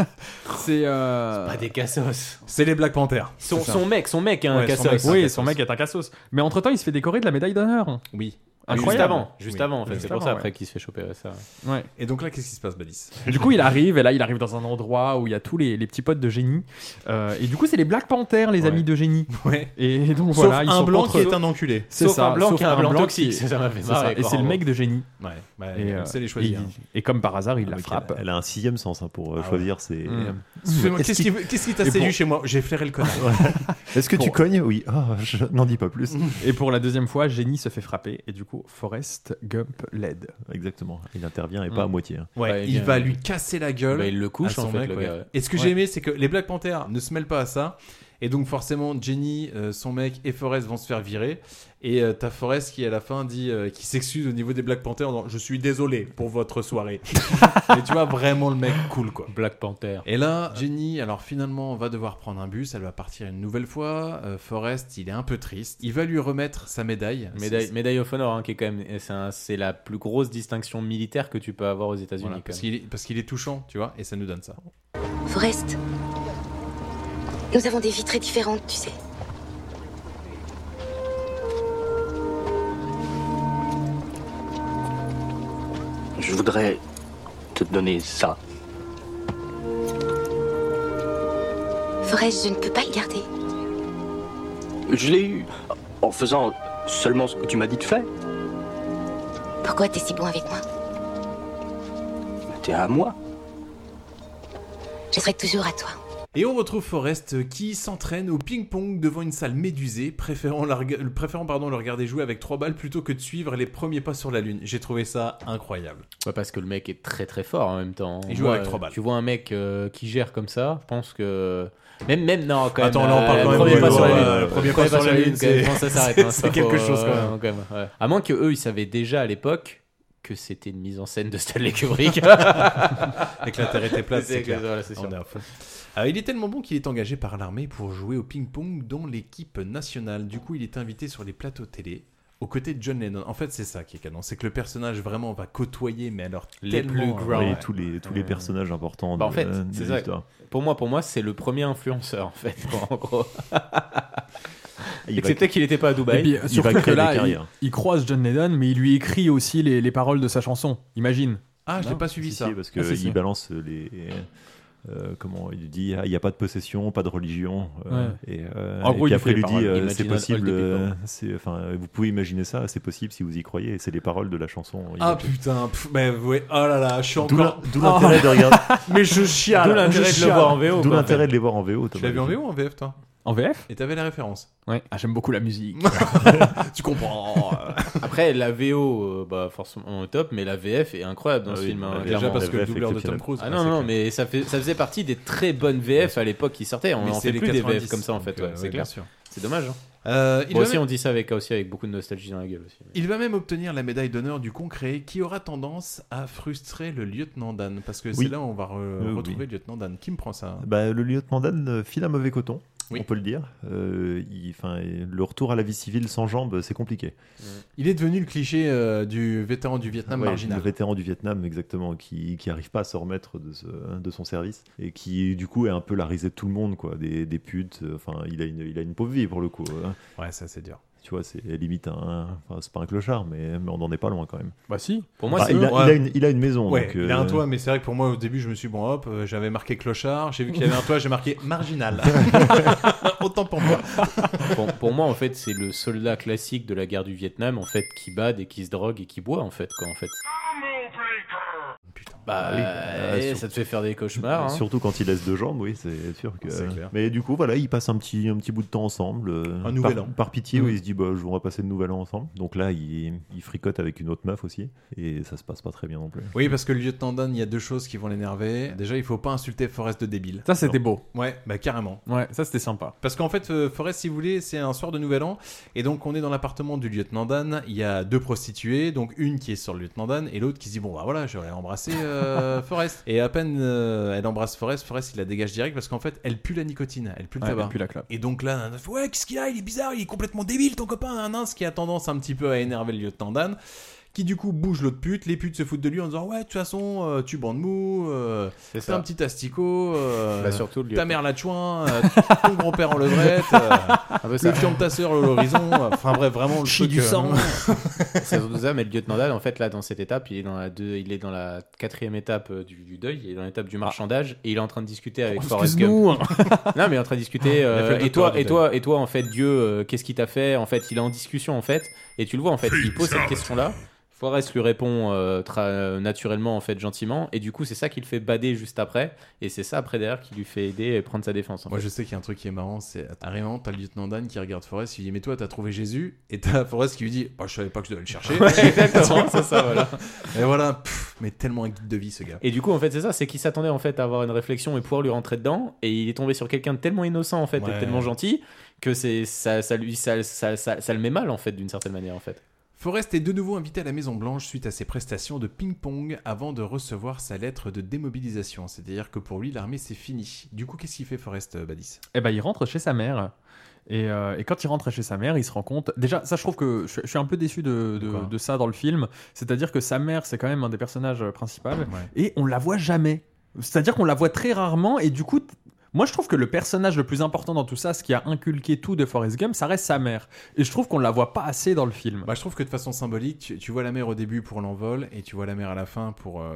c'est. euh, Pas Ah, des cassos. C'est les Black Panthers. Son, C'est ça. son mec, son mec est un Ouais, son cassos. mec, Oui, son mec est un cassos. Mais entre temps, il se fait décorer de la médaille d'honneur. Oui. Incroyable. Ah, Juste avant, juste Oui. avant en fait. Juste C'est pour avant, ça ouais. après qu'il se fait choper. ouais, ça. Ouais. Et donc là, qu'est-ce qui se passe, Badis Et du coup, il arrive, et là, il arrive dans un endroit où il y a tous les, les petits potes de génie. Euh, et du coup, c'est les Black Panthers, les amis de génie. Ouais. Et donc, Sauf voilà. ils un sont blanc contre qui eux. est un enculé. C'est Sauf ça. un blanc sauf qui est un blanc toxique, qui- ça m'a fait c'est marrer, Et par c'est le contre. mec de génie. Ouais, bah, et, elle sait les choisir. Et, et comme par hasard, il la frappe. Elle a un sixième sens hein, pour euh, choisir ses. Mm. Excusez-moi, Est-ce qu'est-ce qui qu'il- qu'est-ce qui t'a Et séduit pour- chez moi J'ai flairé le connard. Est-ce que tu Pour- cognes Oui. Ah, je n'en dis pas plus. Et pour la deuxième fois, Génie se fait frapper. Et du coup, coup Forrest Gump l'aide. Exactement. Il intervient et pas à moitié. hein. Ouais, il va lui casser la gueule. Bah, il le couche, à son en fait, mec, le ouais. gars, ouais. Et ce que Ouais. j'ai aimé, c'est que les Black Panthers ne se mêlent pas à ça. Et donc, forcément, Jenny, euh, son mec et Forrest vont se faire virer. Et euh, t'as Forrest qui, à la fin, dit euh, qui s'excuse au niveau des Black Panthers en disant Je suis désolé pour votre soirée. et tu vois, vraiment le mec cool, quoi. Black Panther. Et là, Jenny, alors finalement, va devoir prendre un bus. Elle va partir une nouvelle fois. Euh, Forrest, il est un peu triste. Il va lui remettre sa médaille. Médaille, médaille of Honor, hein, qui est quand même, c'est un- c'est la plus grosse distinction militaire que tu peux avoir aux États-Unis. Voilà, parce qu'il est, parce qu'il est touchant, tu vois, et ça nous donne ça. Forrest, nous avons des vies très différentes, tu sais. Je voudrais te donner ça. Forrest, je ne peux pas le garder. Je l'ai eu en faisant seulement ce que tu m'as dit de faire. Pourquoi t'es si bon avec moi T'es à moi. Je serai toujours à toi. Et on retrouve Forrest euh, qui s'entraîne au ping-pong devant une salle médusée, préférant, la rega- le- préférant pardon, le regarder jouer avec trois balles plutôt que de suivre les premiers pas sur la lune. J'ai trouvé ça incroyable. Ouais, parce que le mec est très très fort en même temps. Il joue Moi, avec trois balles. Tu vois un mec euh, qui gère comme ça, je pense que. Même, même, non, quand même. Attends, là, on parle euh, quand même premier de pas sur la Gaulois, lune. euh, premier pas sur la lune, quand même, c'est- je pense que ça s'arrête. c'est- hein, c'est pas quelque faux, chose, quand euh, même. ouais. À moins qu'eux, ils savaient déjà à l'époque que c'était une mise en scène de Stanley Kubrick. Et que la Terre était plate, c'est clair. Voilà, c'est sûr. On est à fond. Euh, il est tellement bon qu'il est engagé par l'armée pour jouer au ping-pong dans l'équipe nationale. Du coup, il est invité sur les plateaux télé aux côtés de John Lennon. En fait, c'est ça qui est canon, c'est que le personnage vraiment va côtoyer, mais alors tellement euh, Ouais, et tous les, tous les personnages importants. Bah, en de- fait, de c'est ça. l'histoire. Pour moi, pour moi, c'est le premier influenceur en fait, en gros. Il va- Excepté qu'il n'était pas à Dubaï. Et puis, surtout que là, il, il croise John Lennon, mais il lui écrit aussi les, les paroles de sa chanson. Imagine. Ah, je l'ai pas suivi Si, ça. si, parce que Ah, si, si. il balance les. euh, comment il dit ah, Il n'y a pas de possession, pas de religion. euh, Ouais. Et, euh, En et gros, puis il après, il fait lui les dit paroles. euh, Imagine c'est all the possible. people. euh, c'est- enfin, vous pouvez imaginer ça, c'est possible si vous y croyez. et C'est les paroles de la chanson. Il Ah dit- putain, pff, mais ouais, oh là là, je suis D'où encore. la- d'où l'intérêt de regarder- mais je chiale. D'où l'intérêt je de le voir en chiale. VO, Ah, D'où quoi, en l'intérêt fait. de les voir en VO, Tu Thomas. l'as vu en VO ou en VF, toi En VF Et t'avais la référence. Ouais. Ah, j'aime beaucoup la musique. tu comprends. Après, la VO, euh, bah, forcément au top, mais la VF est incroyable dans Ah ce oui, film. hein, bah, déjà clairement. parce que le La VF doubleur de Tom Cruise, Ah ouais, non, c'est non, mais ça, fait, ça faisait partie des très bonnes VF à l'époque qui sortaient. On Mais en c'est fait les plus des VF 90, comme ça, en fait. donc, euh, ouais, c'est ouais, bien clair. sûr. C'est dommage. hein. Euh, il Bon, va aussi, même- on dit ça avec, aussi avec beaucoup de nostalgie dans la gueule aussi. Il va même obtenir la médaille d'honneur du concret qui aura tendance à frustrer le lieutenant Dan. Parce que Oui. c'est là où on va re- Euh, retrouver le lieutenant Dan. Qui me prend ça hein Bah, le lieutenant Dan euh, file un mauvais coton, Oui. on peut le dire. Euh, il- enfin, le retour à la vie civile sans jambes, c'est compliqué. Il est devenu le cliché euh, du vétéran du Vietnam Ouais, Ah, marginal. Le vétéran du Vietnam, exactement, qui qui arrive pas à se remettre de, ce- de son service et qui du coup est un peu la risée de tout le monde, quoi. Des, des putes. euh, Enfin, il a une il a une pauvre vie pour le coup. hein. Ouais, ça c'est dur. Tu vois, c'est limite un. Enfin, c'est pas un clochard, mais, mais on en est pas loin quand même. Bah si. Pour moi, Enfin, c'est- il, a, ouais. il a une, il a une maison. Ouais, donc, il a un euh, toit, mais c'est vrai que pour moi au début je me suis dit, bon hop, euh, j'avais marqué clochard, j'ai vu qu'il y avait un toit, j'ai marqué marginal. Autant pour moi. pour, pour moi, en fait, c'est le soldat classique de la guerre du Vietnam, en fait, qui bade et qui se drogue et qui boit, en fait, quoi, en fait. Putain. Bah, oui. euh, Ah, ça sur- te fait faire des cauchemars. Ah, hein. Surtout quand il laisse deux jambes, oui, c'est sûr que. C'est clair. Mais du coup, voilà, ils passent un petit, un petit bout de temps ensemble. euh, Un nouvel par, an. Par pitié, Mm. où il se dit, bah, je- on va passer le nouvel an ensemble. Donc là, il, il fricote avec une autre meuf aussi. Et ça se passe pas très bien non plus. Oui, parce que le lieutenant Dan, il y a deux choses qui vont l'énerver. Déjà, il faut pas insulter Forrest de débile. Ça, c'était beau. Ouais, bah carrément. Ouais, ça c'était sympa. Parce qu'en fait, euh, Forrest, si vous voulez, c'est un soir de Nouvel An. Et donc, on est dans l'appartement du lieutenant Dan. Il y a deux prostituées, donc une qui est sur le lieutenant Dan et l'autre qui se dit Bon, bah voilà, je vais embrasser euh, Forrest. Et à peine euh, elle embrasse Forrest, Forrest, il la dégage direct parce qu'en fait, elle pue la nicotine, elle pue le Ouais, tabac. elle pue la clope. Et donc là, Nana fait, ouais, qu'est-ce qu'il a Il est bizarre, il est complètement débile, ton copain, un ce qui a tendance un petit peu à énerver le lieutenant Dan. Qui du coup bouge l'autre pute, les putes se foutent de lui en disant Ouais, de toute façon, euh, tu bandes mou, euh, t'es ça. un petit asticot, euh, Bah, surtout le ta lieutenant. mère la chouin, euh, ton grand-père en levrette, euh, bah, ça- le fion de ta sœur à l'horizon, euh, enfin bref, vraiment le Chie truc, du euh, sang. c'est surtout ça, mais le lieutenant Dan, en fait, là, dans cette étape, il est dans la, deux, il est dans la quatrième étape euh, du, du deuil, il est dans l'étape du marchandage, et il est en train de discuter avec Oh, Forrest Gump. excuse-nous. Ah, non, mais il est en train de discuter. euh, Il a fait le et, toi, doctorat et, du toi, et toi, en fait, Dieu, euh, qu'est-ce qui t'a fait En fait, il est en discussion, en fait, et tu le vois, en fait, il pose cette question-là. Forrest lui répond euh, tra- euh, naturellement, en fait, gentiment, et du coup, c'est ça qui le fait bader juste après, et c'est ça après derrière qui lui fait aider et prendre sa défense. en Moi, fait. je sais qu'il y a un truc qui est marrant, c'est carrément, t'as le lieutenant Dan qui regarde Forrest, il lui dit Mais toi, t'as trouvé Jésus Et t'as Forrest qui lui dit Bah, je savais pas que je devais le chercher. Ouais, exactement, c'est ça, voilà. Et voilà, pff, mais tellement un guide de vie, ce gars. Et du coup, en fait, c'est ça, c'est qu'il s'attendait en fait à avoir une réflexion et pouvoir lui rentrer dedans, et il est tombé sur quelqu'un de tellement innocent en fait Ouais. et tellement gentil que c'est ça, ça lui ça, ça, ça, ça le met mal en fait d'une certaine manière en fait. Forrest est de nouveau invité à la Maison Blanche suite à ses prestations de ping-pong avant de recevoir sa lettre de démobilisation. C'est-à-dire que pour lui, l'armée, c'est fini. Du coup, qu'est-ce qu'il fait, Forrest euh, Badis Eh ben, il rentre chez sa mère. Et, euh, et quand il rentre chez sa mère, il se rend compte. Déjà, ça, je trouve que je, je suis un peu déçu de, de- de ça dans le film. C'est-à-dire que sa mère, c'est quand même un des personnages euh, principaux. Et on la voit jamais. C'est-à-dire qu'on la voit très rarement. Et du coup, t- moi, je trouve que le personnage le plus important dans tout ça, ce qui a inculqué tout de Forrest Gump, ça reste sa mère. Et je trouve qu'on la voit pas assez dans le film. Bah, je trouve que de façon symbolique, tu, tu vois la mer au début pour l'envol et tu vois la mer à la fin pour euh,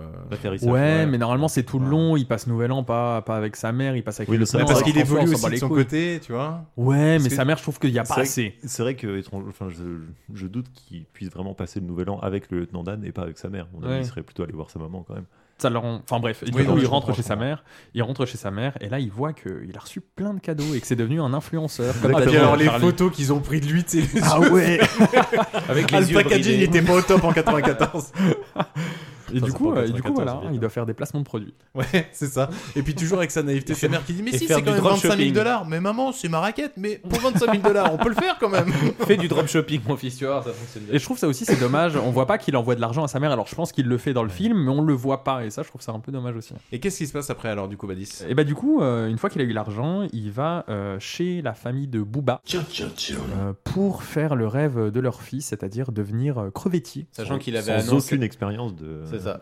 Ouais, mais normalement c'est tout le long. Il passe Nouvel An pas, pas avec sa mère, il passe avec Oui, les le enfants, soir. Parce qu'il les enfants, évolue on s'en aussi bat de les son couilles. côté, tu vois. Ouais, Parce mais que- sa mère, je trouve qu'il y a C'est pas vrai assez. que- C'est vrai que étrange- enfin, je, je doute qu'il puisse vraiment passer le nouvel an avec le lieutenant Dan et pas avec sa mère. On Ouais. il serait plutôt allé voir sa maman quand même. Ça leur en- Enfin bref, du Oui, coup, non, il je rentre comprends, chez je sa mère, il rentre chez sa mère, et là il voit qu'il a reçu plein de cadeaux et que c'est devenu un influenceur. Comme Ah, t'as puis dit, alors les Charlie. photos qu'ils ont pris de lui, c'est les Ah yeux- ouais Ah, le packaging il était pas au top en 94. Et du coup, euh, et du coup 94, voilà, évidemment. il doit faire des placements de produits. Ouais, c'est ça. Et puis toujours avec sa naïveté, sa mère qui dit Mais et si, faire c'est quand même du 25 000 dropshipping. dollars. Mais maman, c'est ma raquette, mais pour 25 000 dollars, on peut le faire quand même. Fais du dropshipping mon fils, tu vois, ça fonctionne bien. Et je trouve ça aussi c'est dommage, on voit pas qu'il envoie de l'argent à sa mère, alors je pense qu'il le fait dans le film, mais on le voit pas, et ça je trouve ça un peu dommage aussi. Et qu'est-ce qui se passe après alors, du coup, Badis Et bah du coup, euh, une fois qu'il a eu l'argent, il va euh, chez la famille de Booba euh, pour faire le rêve de leur fils, c'est-à-dire devenir euh, crevettier. Sachant qu'il avait Sans annoncé- aucune expérience de. C'est ça. de la forêt.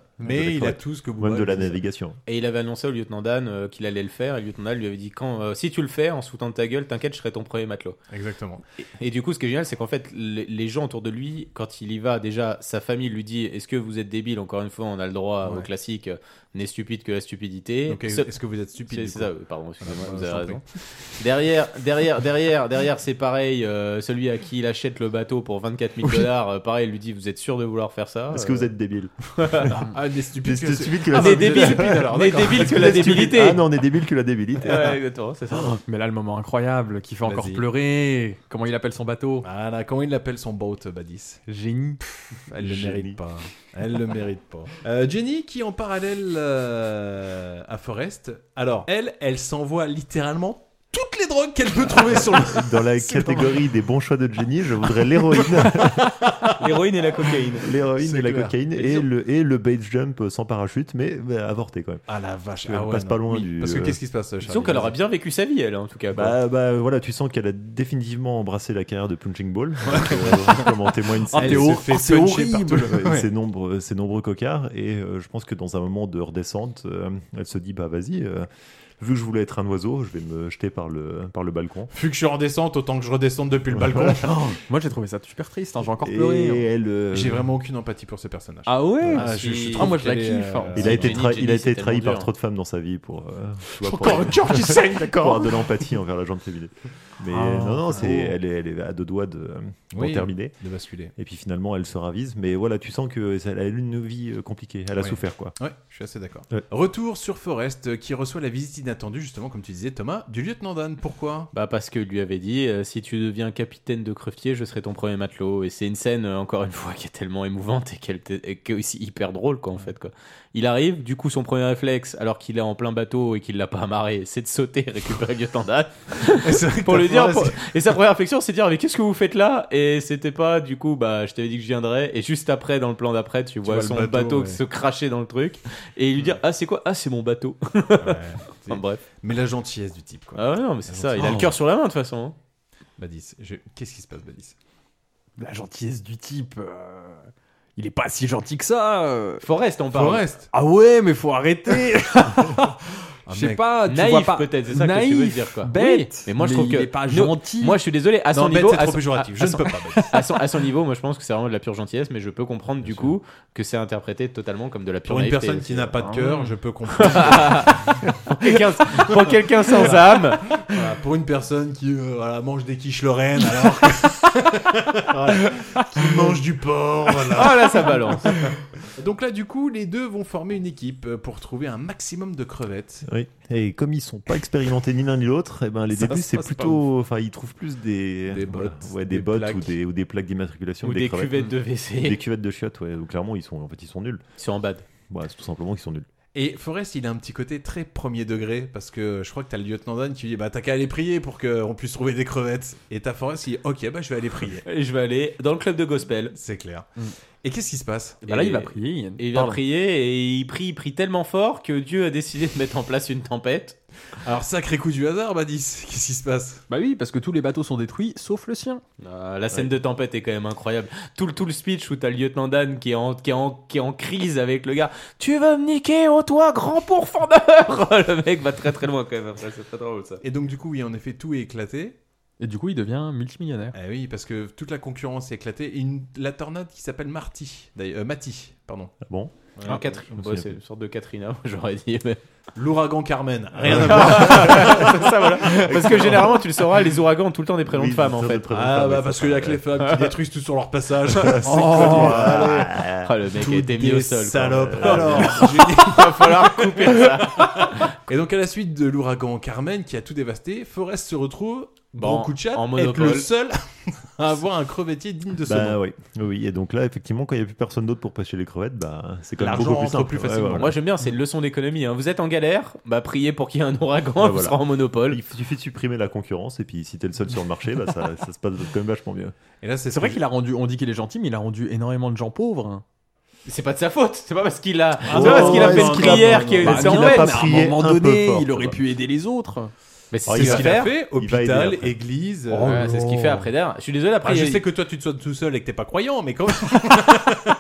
Même de la disait. navigation. Et il avait annoncé au lieutenant Dan euh, qu'il allait le faire. Et le lieutenant Dan lui avait dit quand euh, si tu le fais en sautant de ta gueule, t'inquiète, je serai ton premier matelot. Exactement. Et, et du coup, ce qui est génial, c'est qu'en fait, les, les gens autour de lui, quand il y va, déjà, sa famille lui dit Est-ce que vous êtes débile Encore une fois, on a le droit Ouais. au classique euh, N'est stupide que la stupidité. Donc, Seul- est-ce que vous êtes stupide, C'est- du C'est coup ça. oui, Pardon, excusez-moi, Voilà, vous je avez t'en raison. Derrière, derrière, derrière, derrière, c'est pareil. euh, celui à qui il achète le bateau pour 24 000 dollars, euh, pareil, il lui dit Vous êtes sûr de vouloir faire ça Est-ce que vous êtes débile Ah, des stupides Des que- stupides que Ah, la des débiles. Des débiles que la débilité. Ah non, on est débiles que la débilité. exactement, c'est ça. Ah, Oh, Mais là, le moment incroyable qui fait encore Vas-y. pleurer. Comment il appelle son bateau Voilà, comment il appelle son boat, euh, Badis Génie. Elle le mérite pas. hein. Elle le mérite pas. Euh, Jenny, qui en parallèle euh, à Forrest, alors elle, elle s'envoie littéralement toutes les drogues qu'elle peut trouver sur le. Dans la C'est pas catégorie des bons choix de Jenny, je voudrais l'héroïne. L'héroïne et la cocaïne. L'héroïne C'est et la clair. cocaïne et le, et le base jump sans parachute, mais bah, avorté quand même. Ah la vache, Elle ah ouais, passe non. pas loin Oui, du. parce que euh, qu'est-ce qui se passe, Charlie Disons qu'elle aura bien vécu sa vie, elle, en tout cas. quoi. Bah, bah voilà, tu sens qu'elle a définitivement embrassé la carrière de Punching Ball, Donc, euh, comme en témoigne Ah, ses- t'es hor- ah, c'est horrible. Ouais, Ouais. ses nombreux, ses nombreux cocards. Et euh, je pense que dans un moment de redescente, euh, elle se dit bah vas-y, euh, vu que je voulais être un oiseau, je vais me jeter par le, par le balcon. Vu que je suis en descente, autant que je redescende depuis le balcon. Moi, j'ai trouvé ça super triste. hein, J'ai encore Et pleuré. hein. elle, euh, J'ai vraiment aucune empathie pour ce personnage. Ah ouais Ah, je- je Ah, trouve moi, je la qu'elle est, kiffe. hein. euh, Il a été, Jenny, trahi- Jenny, il a c'est été tellement trahi par dur. trop de femmes dans sa vie pour, euh, tu vois, Encore un cœur qui saigne, d'accord. pour avoir de l'empathie envers la jeune féminine. Mais Ah, non, non, c'est, bravo. elle, est, elle est à deux doigts de, euh, d'en Oui, terminer. de basculer. Et puis finalement, elle se ravise. Mais voilà, tu sens qu'elle a eu une vie euh, compliquée. Elle a Ouais. souffert, quoi. Ouais, je suis assez d'accord. Ouais. Retour sur Forrest euh, qui reçoit la visite inattendue, justement, comme tu disais, Thomas, du lieutenant Dan. Pourquoi Bah parce qu'il lui avait dit euh, si tu deviens capitaine de crevetier, je serai ton premier matelot. Et c'est une scène euh, encore une fois qui est tellement émouvante et qu'elle t- et qui est aussi hyper drôle quoi en fait quoi. Il arrive, du coup son premier réflexe alors qu'il est en plein bateau et qu'il l'a pas amarré, c'est de sauter et récupérer le lieutenant Dan pour lui dire pour- et sa première réflexion c'est de dire mais qu'est-ce que vous faites là Et c'était pas du coup bah je t'avais dit que je viendrais et juste après dans le plan d'après tu vois, vois le son bateau, bateau, ouais. se cracher dans le truc et il lui dire ah c'est quoi Ah c'est mon bateau. Enfin, bref. Mais la gentillesse du type, quoi. Ah ouais, non mais c'est La ça, il a gentillesse. le cœur sur la main de toute façon. hein. Badis, je- qu'est-ce qui se passe, Badis La gentillesse du type. euh, Il est pas si gentil que ça. euh. Forest, on parle. Forrest Ah ouais, mais faut arrêter. Je sais pas, tu vois naïf pas- peut-être, c'est ça que tu veux naïf, dire quoi. bête, Oui, mais moi je mais trouve il que est pas nous- gentil. Moi je suis désolé, à Non, son bête, niveau, c'est à trop son- péjoratif, à- je à ne son- peux pas, bête. À son, à son niveau, moi je pense que c'est vraiment de la pure gentillesse, mais je peux comprendre du coup que c'est interprété totalement comme de la pure Pour une naïveté personne qui aussi. n'a pas de Ah. cœur, je peux comprendre. Pour quelqu'un- pour quelqu'un sans âme. Voilà, pour une personne qui euh, voilà, mange des quiches lorraines, alors. que- Voilà. Qui mange du porc, voilà. Ah, là, ça balance. Donc là, du coup, les deux vont former une équipe euh, pour trouver un maximum de crevettes. Oui. Et comme ils sont pas expérimentés ni l'un ni l'autre, eh ben les Ça débuts se c'est passe pas plutôt, enfin ils trouvent plus des Des bottes, ouais, des, des bottes plaques. ou des ou des plaques d'immatriculation Ou que des crevettes. cuvettes de WC. Ou des cuvettes de chiottes, ouais. Donc, clairement ils sont en fait ils sont nuls. Ils sont en bad. Ouais, c'est tout simplement qu'ils sont nuls. Et Forrest, il a un petit côté très premier degré parce que je crois que t'as le lieutenant Dan qui lui dit Bah, t'as qu'à aller prier pour qu'on puisse trouver des crevettes. Et t'as Forrest qui dit Ok, bah, je vais aller prier. Et je vais aller dans le club de gospel. C'est clair. Et qu'est-ce qui se passe Bah là, il va prier, Ian. Et il va Pardon. prier et il prie, il prie tellement fort que Dieu a décidé de mettre en place une tempête. Alors, sacré coup du hasard, Badis. Qu'est-ce qui se passe Bah oui, parce que tous les bateaux sont détruits, sauf le sien. Euh, la scène de tempête est quand même incroyable. Tout le, tout le speech où t'as le lieutenant Dan qui est, en, qui, est en, qui est en crise avec le gars. Tu vas me niquer, oh toi, grand pourfendeur Le mec va très très loin quand même après, c'est très drôle ça. Et donc, du coup, oui, en effet, tout est éclaté. Et du coup, il devient multimillionnaire. Eh oui, parce que toute la concurrence est éclatée. Et une- la tornade qui s'appelle Marty, d'ailleurs, euh, Matty, pardon. bon En Catherine. Ouais, c'est une sorte de Katrina, moi, j'aurais dit. mais- L'ouragan Carmen, rien à voir. C'est ça, voilà. Parce que généralement, tu le sauras, les ouragans ont tout le temps des prénoms de femmes en fait. Ah bah parce qu'il y a que les femmes qui détruisent tout sur leur passage. C'est Oh, connu. allez. Ah, le mec a Toutes été mis des au sol, quoi. salopes. Euh, Alors, j'ai dit, il va falloir couper ça. Et donc à la suite de l'ouragan Carmen qui a tout dévasté, Forrest se retrouve Bon, bon coup de chat, Bah, en être monopole. le seul à avoir un crevettier digne de ce Bah nom. oui. oui. Et donc là effectivement quand il y a plus personne d'autre pour pêcher les crevettes, bah c'est quand même L'argent beaucoup plus rentre simple. plus Ouais, ouais, facilement. voilà. Moi j'aime bien, c'est une leçon d'économie. hein. Vous êtes en galère, bah priez pour qu'il y ait un ouragan, Bah, vous voilà. serez en monopole. Il suffit de supprimer la concurrence et puis si t'es le seul sur le marché, bah, ça, ça se passe quand même vachement mieux. Et là, C'est vrai qu'il a rendu, on dit qu'il est gentil, mais il a rendu énormément de gens pauvres. hein. C'est pas de sa faute, c'est pas parce qu'il a, Ah c'est pas parce qu'il a ouais, fait non, une non, prière non, qu'il Bah, non, est non, en non, fait. non, mais à un moment donné, il aurait pu aider les autres. Mais c'est Alors, ce qu'il il va va faire. faire. Il va aider Hôpital, après. église. Oh, ouais, c'est ce qu'il fait après derrière. Je suis désolé, après, Ah, je il- sais que toi tu te sois tout seul et que t'es pas croyant, mais quand même.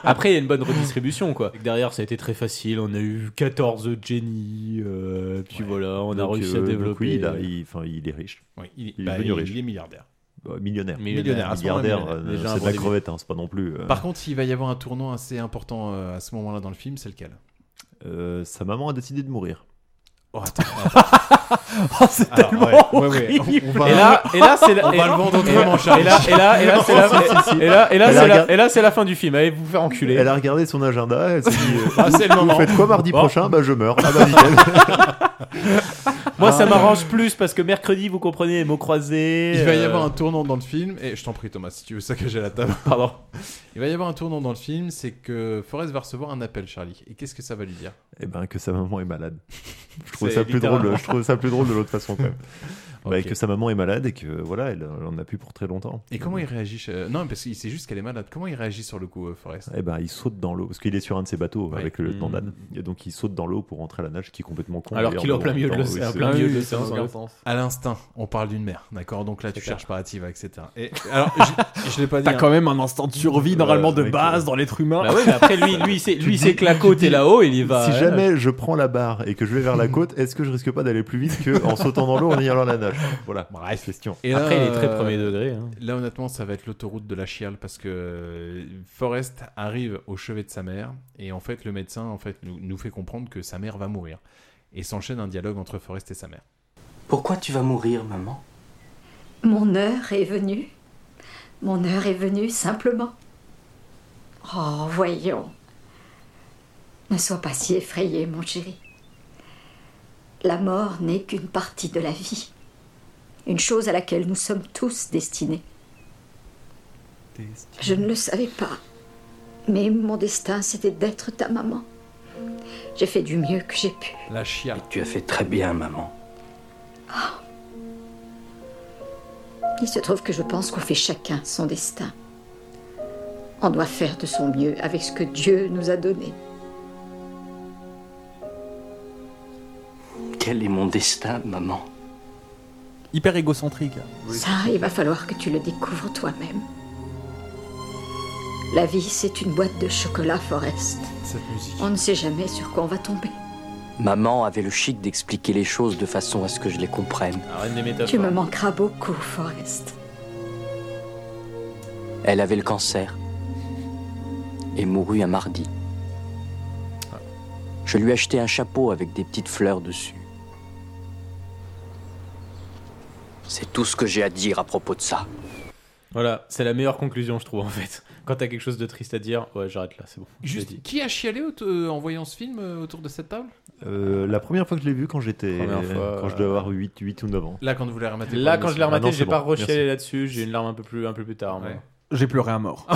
Après, il y a une bonne redistribution, quoi. Derrière, ça a été très facile. On a eu 14 Jenny, euh, puis voilà, on a Donc, réussi euh, à donc développer. oui, il, a- il- enfin, il est riche. Oui, il, Il est bah, devenu riche. il est milliardaire. Euh, Millionnaire. Millionnaire, à ce moment-là, Milliardaire, millionnaire. euh, Déjà un c'est de bon la début. crevette, hein, c'est pas non plus. euh, Par contre, il va y avoir un tournant assez important euh, à ce moment-là dans le film, c'est lequel euh, sa maman a décidé de mourir. Oh, attends. Ah, c'est Alors, tellement ouais, ouais, ouais, horrible. on- on va- Et là, et là, c'est la- On et- va le vendre et- autrement, Charlie. et là, et là, et là, c'est la, Si, si. et là, et là, Elle a c'est la, regardé- et là, c'est la fin du film. Allez vous faire enculer. Elle a regardé son agenda, elle s'est dit euh, Ah, c'est le Vous moment. faites quoi mardi Bon. prochain Bah je meurs. Ah bah nickel. Moi, ça m'arrange plus parce que mercredi, vous comprenez les mots croisés. Il va y euh, avoir un tournant dans le film, et je t'en prie Thomas, si tu veux saccager la table. Pardon. Il va y avoir un tournant dans le film, c'est que Forrest va recevoir un appel, Charlie. Et qu'est-ce que ça va lui dire Eh ben que sa maman est malade. Je trouve C'est ça plus littéralement- drôle. Je trouve ça plus drôle de l'autre façon quand même. Bah, Ok. que sa maman est malade et que voilà, elle euh, en a plus pour très longtemps. Et comment il réagit chez- Non, parce qu'il sait juste qu'elle est malade. Comment il réagit sur le coup, euh, Forrest Eh ben, il saute dans l'eau parce qu'il est sur un de ses bateaux Ouais. avec le lieutenant Mm. Dan. Et donc il saute dans l'eau pour rentrer à la nage, qui est complètement con. Alors d'ailleurs, qu'il est en dans- plein milieu de dans- oui, l'océan. c'est- plein milieu de oui, l'océan, c'est sans un doute. sens. À l'instinct, on parle d'une mère, d'accord Donc là, tu clair. cherches pas à Tiva, etc. Et alors, je, je l'ai pas dit. T'as hein. quand même un instant de survie normalement de mec, base dans l'être humain. Bah oui, mais après, lui, lui, c'est, lui, c'est que la côte est là-haut, il y va. si hein. jamais je prends la barre et que je vais vers la côte, est-ce que je risque pas d'aller plus vite que en sautant dans l'eau en y allant à la nage Voilà. Bref. question. Et là, Après, il est très Ah. euh, premier degré. hein. Là, honnêtement, ça va être l'autoroute de la chiale parce que euh, Forrest arrive au chevet de sa mère et en fait, le médecin en fait, nous, nous fait comprendre que sa mère va mourir. Et s'enchaîne un dialogue entre Forrest et sa mère. Pourquoi tu vas mourir, maman Mon heure est venue. Mon heure est venue simplement. Oh, voyons. Ne sois pas si effrayé, mon chéri. La mort n'est qu'une partie de la vie. Une chose à laquelle nous sommes tous destinés. Je ne le savais pas. Mais mon destin, c'était d'être ta maman. J'ai fait du mieux que j'ai pu. La chiale. Tu as fait très bien, maman. Il se trouve que je pense qu'on fait chacun son destin. On doit faire de son mieux avec ce que Dieu nous a donné. Quel est mon destin, maman Hyper égocentrique. Ça, il va falloir que tu le découvres toi-même. La vie, c'est une boîte de chocolat, Forest. Cette musique. On ne sait jamais sur quoi on va tomber. Maman avait le chic d'expliquer les choses de façon à ce que je les comprenne. Tu me manqueras beaucoup, Forrest. Elle avait le cancer et mourut un mardi. Je lui achetais un chapeau avec des petites fleurs dessus. C'est tout ce que j'ai à dire à propos de ça. Voilà, c'est la meilleure conclusion, je trouve, en fait. Quand t'as quelque chose de triste à dire, ouais, j'arrête là, c'est bon. je l'ai dit. Juste, qui a chialé aut- euh, en voyant ce film euh, autour de cette table Euh, la première fois que je l'ai vu, quand j'étais. euh, Première fois, quand je devais avoir 8, 8 ou 9 ans. Là, quand vous l'avez rematé Là, quand je l'ai Ah non, rematé, c'est j'ai bon, pas merci. rechialé là-dessus, j'ai une larme un peu plus, un peu plus tard. moi. J'ai pleuré à mort.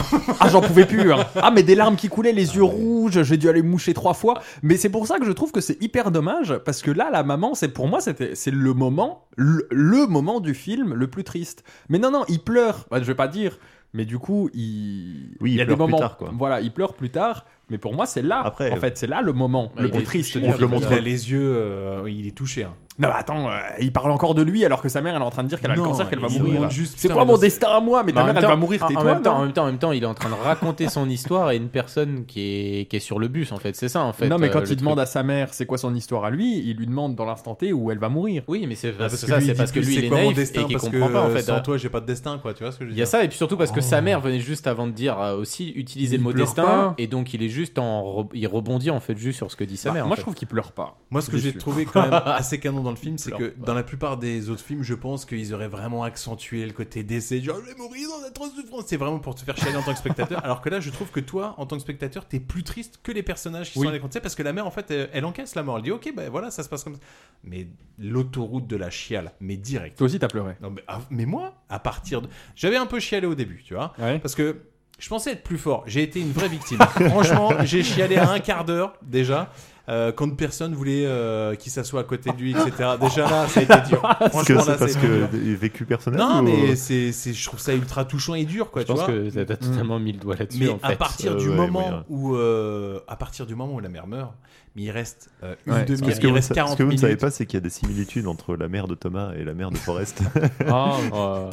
ah, j'en pouvais plus. hein. Ah, mais des larmes qui coulaient, les yeux rouges, j'ai dû aller me moucher trois fois. Mais c'est pour ça que je trouve que c'est hyper dommage, parce que là, la maman, c'est pour moi, c'était, c'est le moment, le, le moment du film le plus triste. Mais non, non, il pleure. Bah, je vais pas dire, mais du coup, il. Oui, il y a pleure des plus moments. tard, quoi. Voilà, il pleure plus tard. Mais pour moi, c'est là. en fait, c'est là le moment Bah, le il plus est triste. touché, du on te le film. montre. Il a les yeux, euh, il est touché. hein. Ah, Non, mais attends, euh, il parle encore de lui alors que sa mère, elle est en train de dire qu'elle a le Non, cancer, qu'elle va ils mourir. montrent juste, C'est putain, pas mais mon non, c'est- destin à moi, mais en ta mère, même elle temps- va mourir. en- tais-toi, En même temps, non en même temps, en même temps, il est en train de raconter son histoire à une personne qui est, qui est sur le bus, en fait. C'est ça, en fait. non, mais euh, quand le il truc. demande à sa mère c'est quoi son histoire à lui, il lui demande dans l'instant T où elle va mourir. Oui, mais c'est Ah, parce c'est que ça, lui, c'est il parce dit que plus lui, c'est il est quoi mon naïf destin, et qu'il parce comprend que, pas, en euh, fait. hein. sans Toi, j'ai pas de destin, quoi. Tu vois ce que je veux Il y a dire ça, et puis surtout parce que sa mère venait juste avant de dire euh, aussi utiliser Il le mot pleure destin, pas. et donc il est juste en. re- Il rebondit en fait juste sur ce que dit sa Bah, mère. en moi, fait. je trouve qu'il pleure pas. Moi, ce que j'ai Déçu. trouvé quand même assez canon dans le film, c'est que Pleure dans la plupart des autres films, je pense qu'ils auraient vraiment accentué le côté décès, genre je vais mourir dans d'atroces souffrances. C'est vraiment pour te faire chialer en tant que spectateur. Alors que là, je trouve que toi, en tant que spectateur, t'es plus triste que les personnages qui Oui. sont à l'écran. Tu sais, parce que la mère, en fait, elle, elle encaisse la mort. Elle dit, ok, ben voilà, ça se passe comme ça. Mais l'autoroute de la chiale, mais direct. Toi aussi, t'as pleuré. Non, mais, ah, mais moi, à partir de. J'avais un peu chialé au début, tu vois. Parce que je pensais être plus fort. J'ai été une vraie victime. Franchement, j'ai chialé à un quart d'heure déjà. euh, quand personne voulait euh, qu'il s'assoie à côté de lui, etc. Déjà là, ça a été dur. Parce que Franchement, là, c'est parce ça a été que euh, dur. des- vécu personnel. Non, ou- mais c'est, c'est- je trouve ça ultra touchant et dur, quoi. Je tu pense vois. que t'as- t'as totalement mis le doigt là-dessus, Mais en à fait. partir Euh, du ouais, moment ouais, ouais. où, euh, à partir du moment où la mère meurt, mais il reste euh, une Ouais, demi, parce que il vous, reste ce 40 que vous ne savez minutes. pas, c'est qu'il y a des similitudes entre la mère de Thomas et la mère de Forrest. Ah, euh,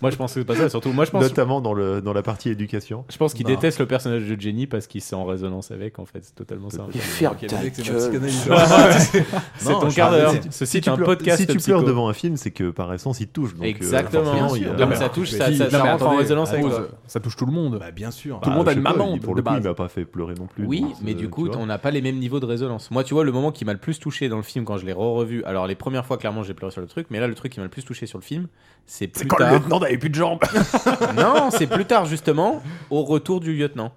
Moi, je pense que c'est pas ça, surtout. Moi, je pense. Notamment dans, le, dans la partie éducation. Je pense qu'il Non. déteste le personnage de Jenny parce qu'il s'est en résonance avec, en fait. C'est totalement ça. Mais ferme Ok, ta mec, c'est gueule. ma psychanalyse. C'est Non, ton je quart parle- d'heure. si tu- Ceci si est tu un pleures- podcast. Si tu pleures psycho. devant un film, c'est que par essence, il te touche. Donc, euh, Exactement. forcément, il y a- Donc ça touche, ça, Qui- ça, non, ça mais rentre en attendez, résonance avec Rose, toi. Ça touche tout le monde. Bah, bien sûr. Tout le monde a je une sais pas, maman, il- Pour de le coup, il base. m'a pas fait pleurer non plus. Oui, donc, mais euh, du tu coup, vois. on n'a pas les mêmes niveaux de résonance. Moi, tu vois, le moment qui m'a le plus touché dans le film quand je l'ai re-revu, alors les premières fois, clairement, j'ai pleuré sur le truc, mais là, le truc qui m'a le plus touché sur le film, c'est plus quand le tard. lieutenant n'avait plus de Ah, jambes. non, c'est plus tard, justement, au retour du lieutenant,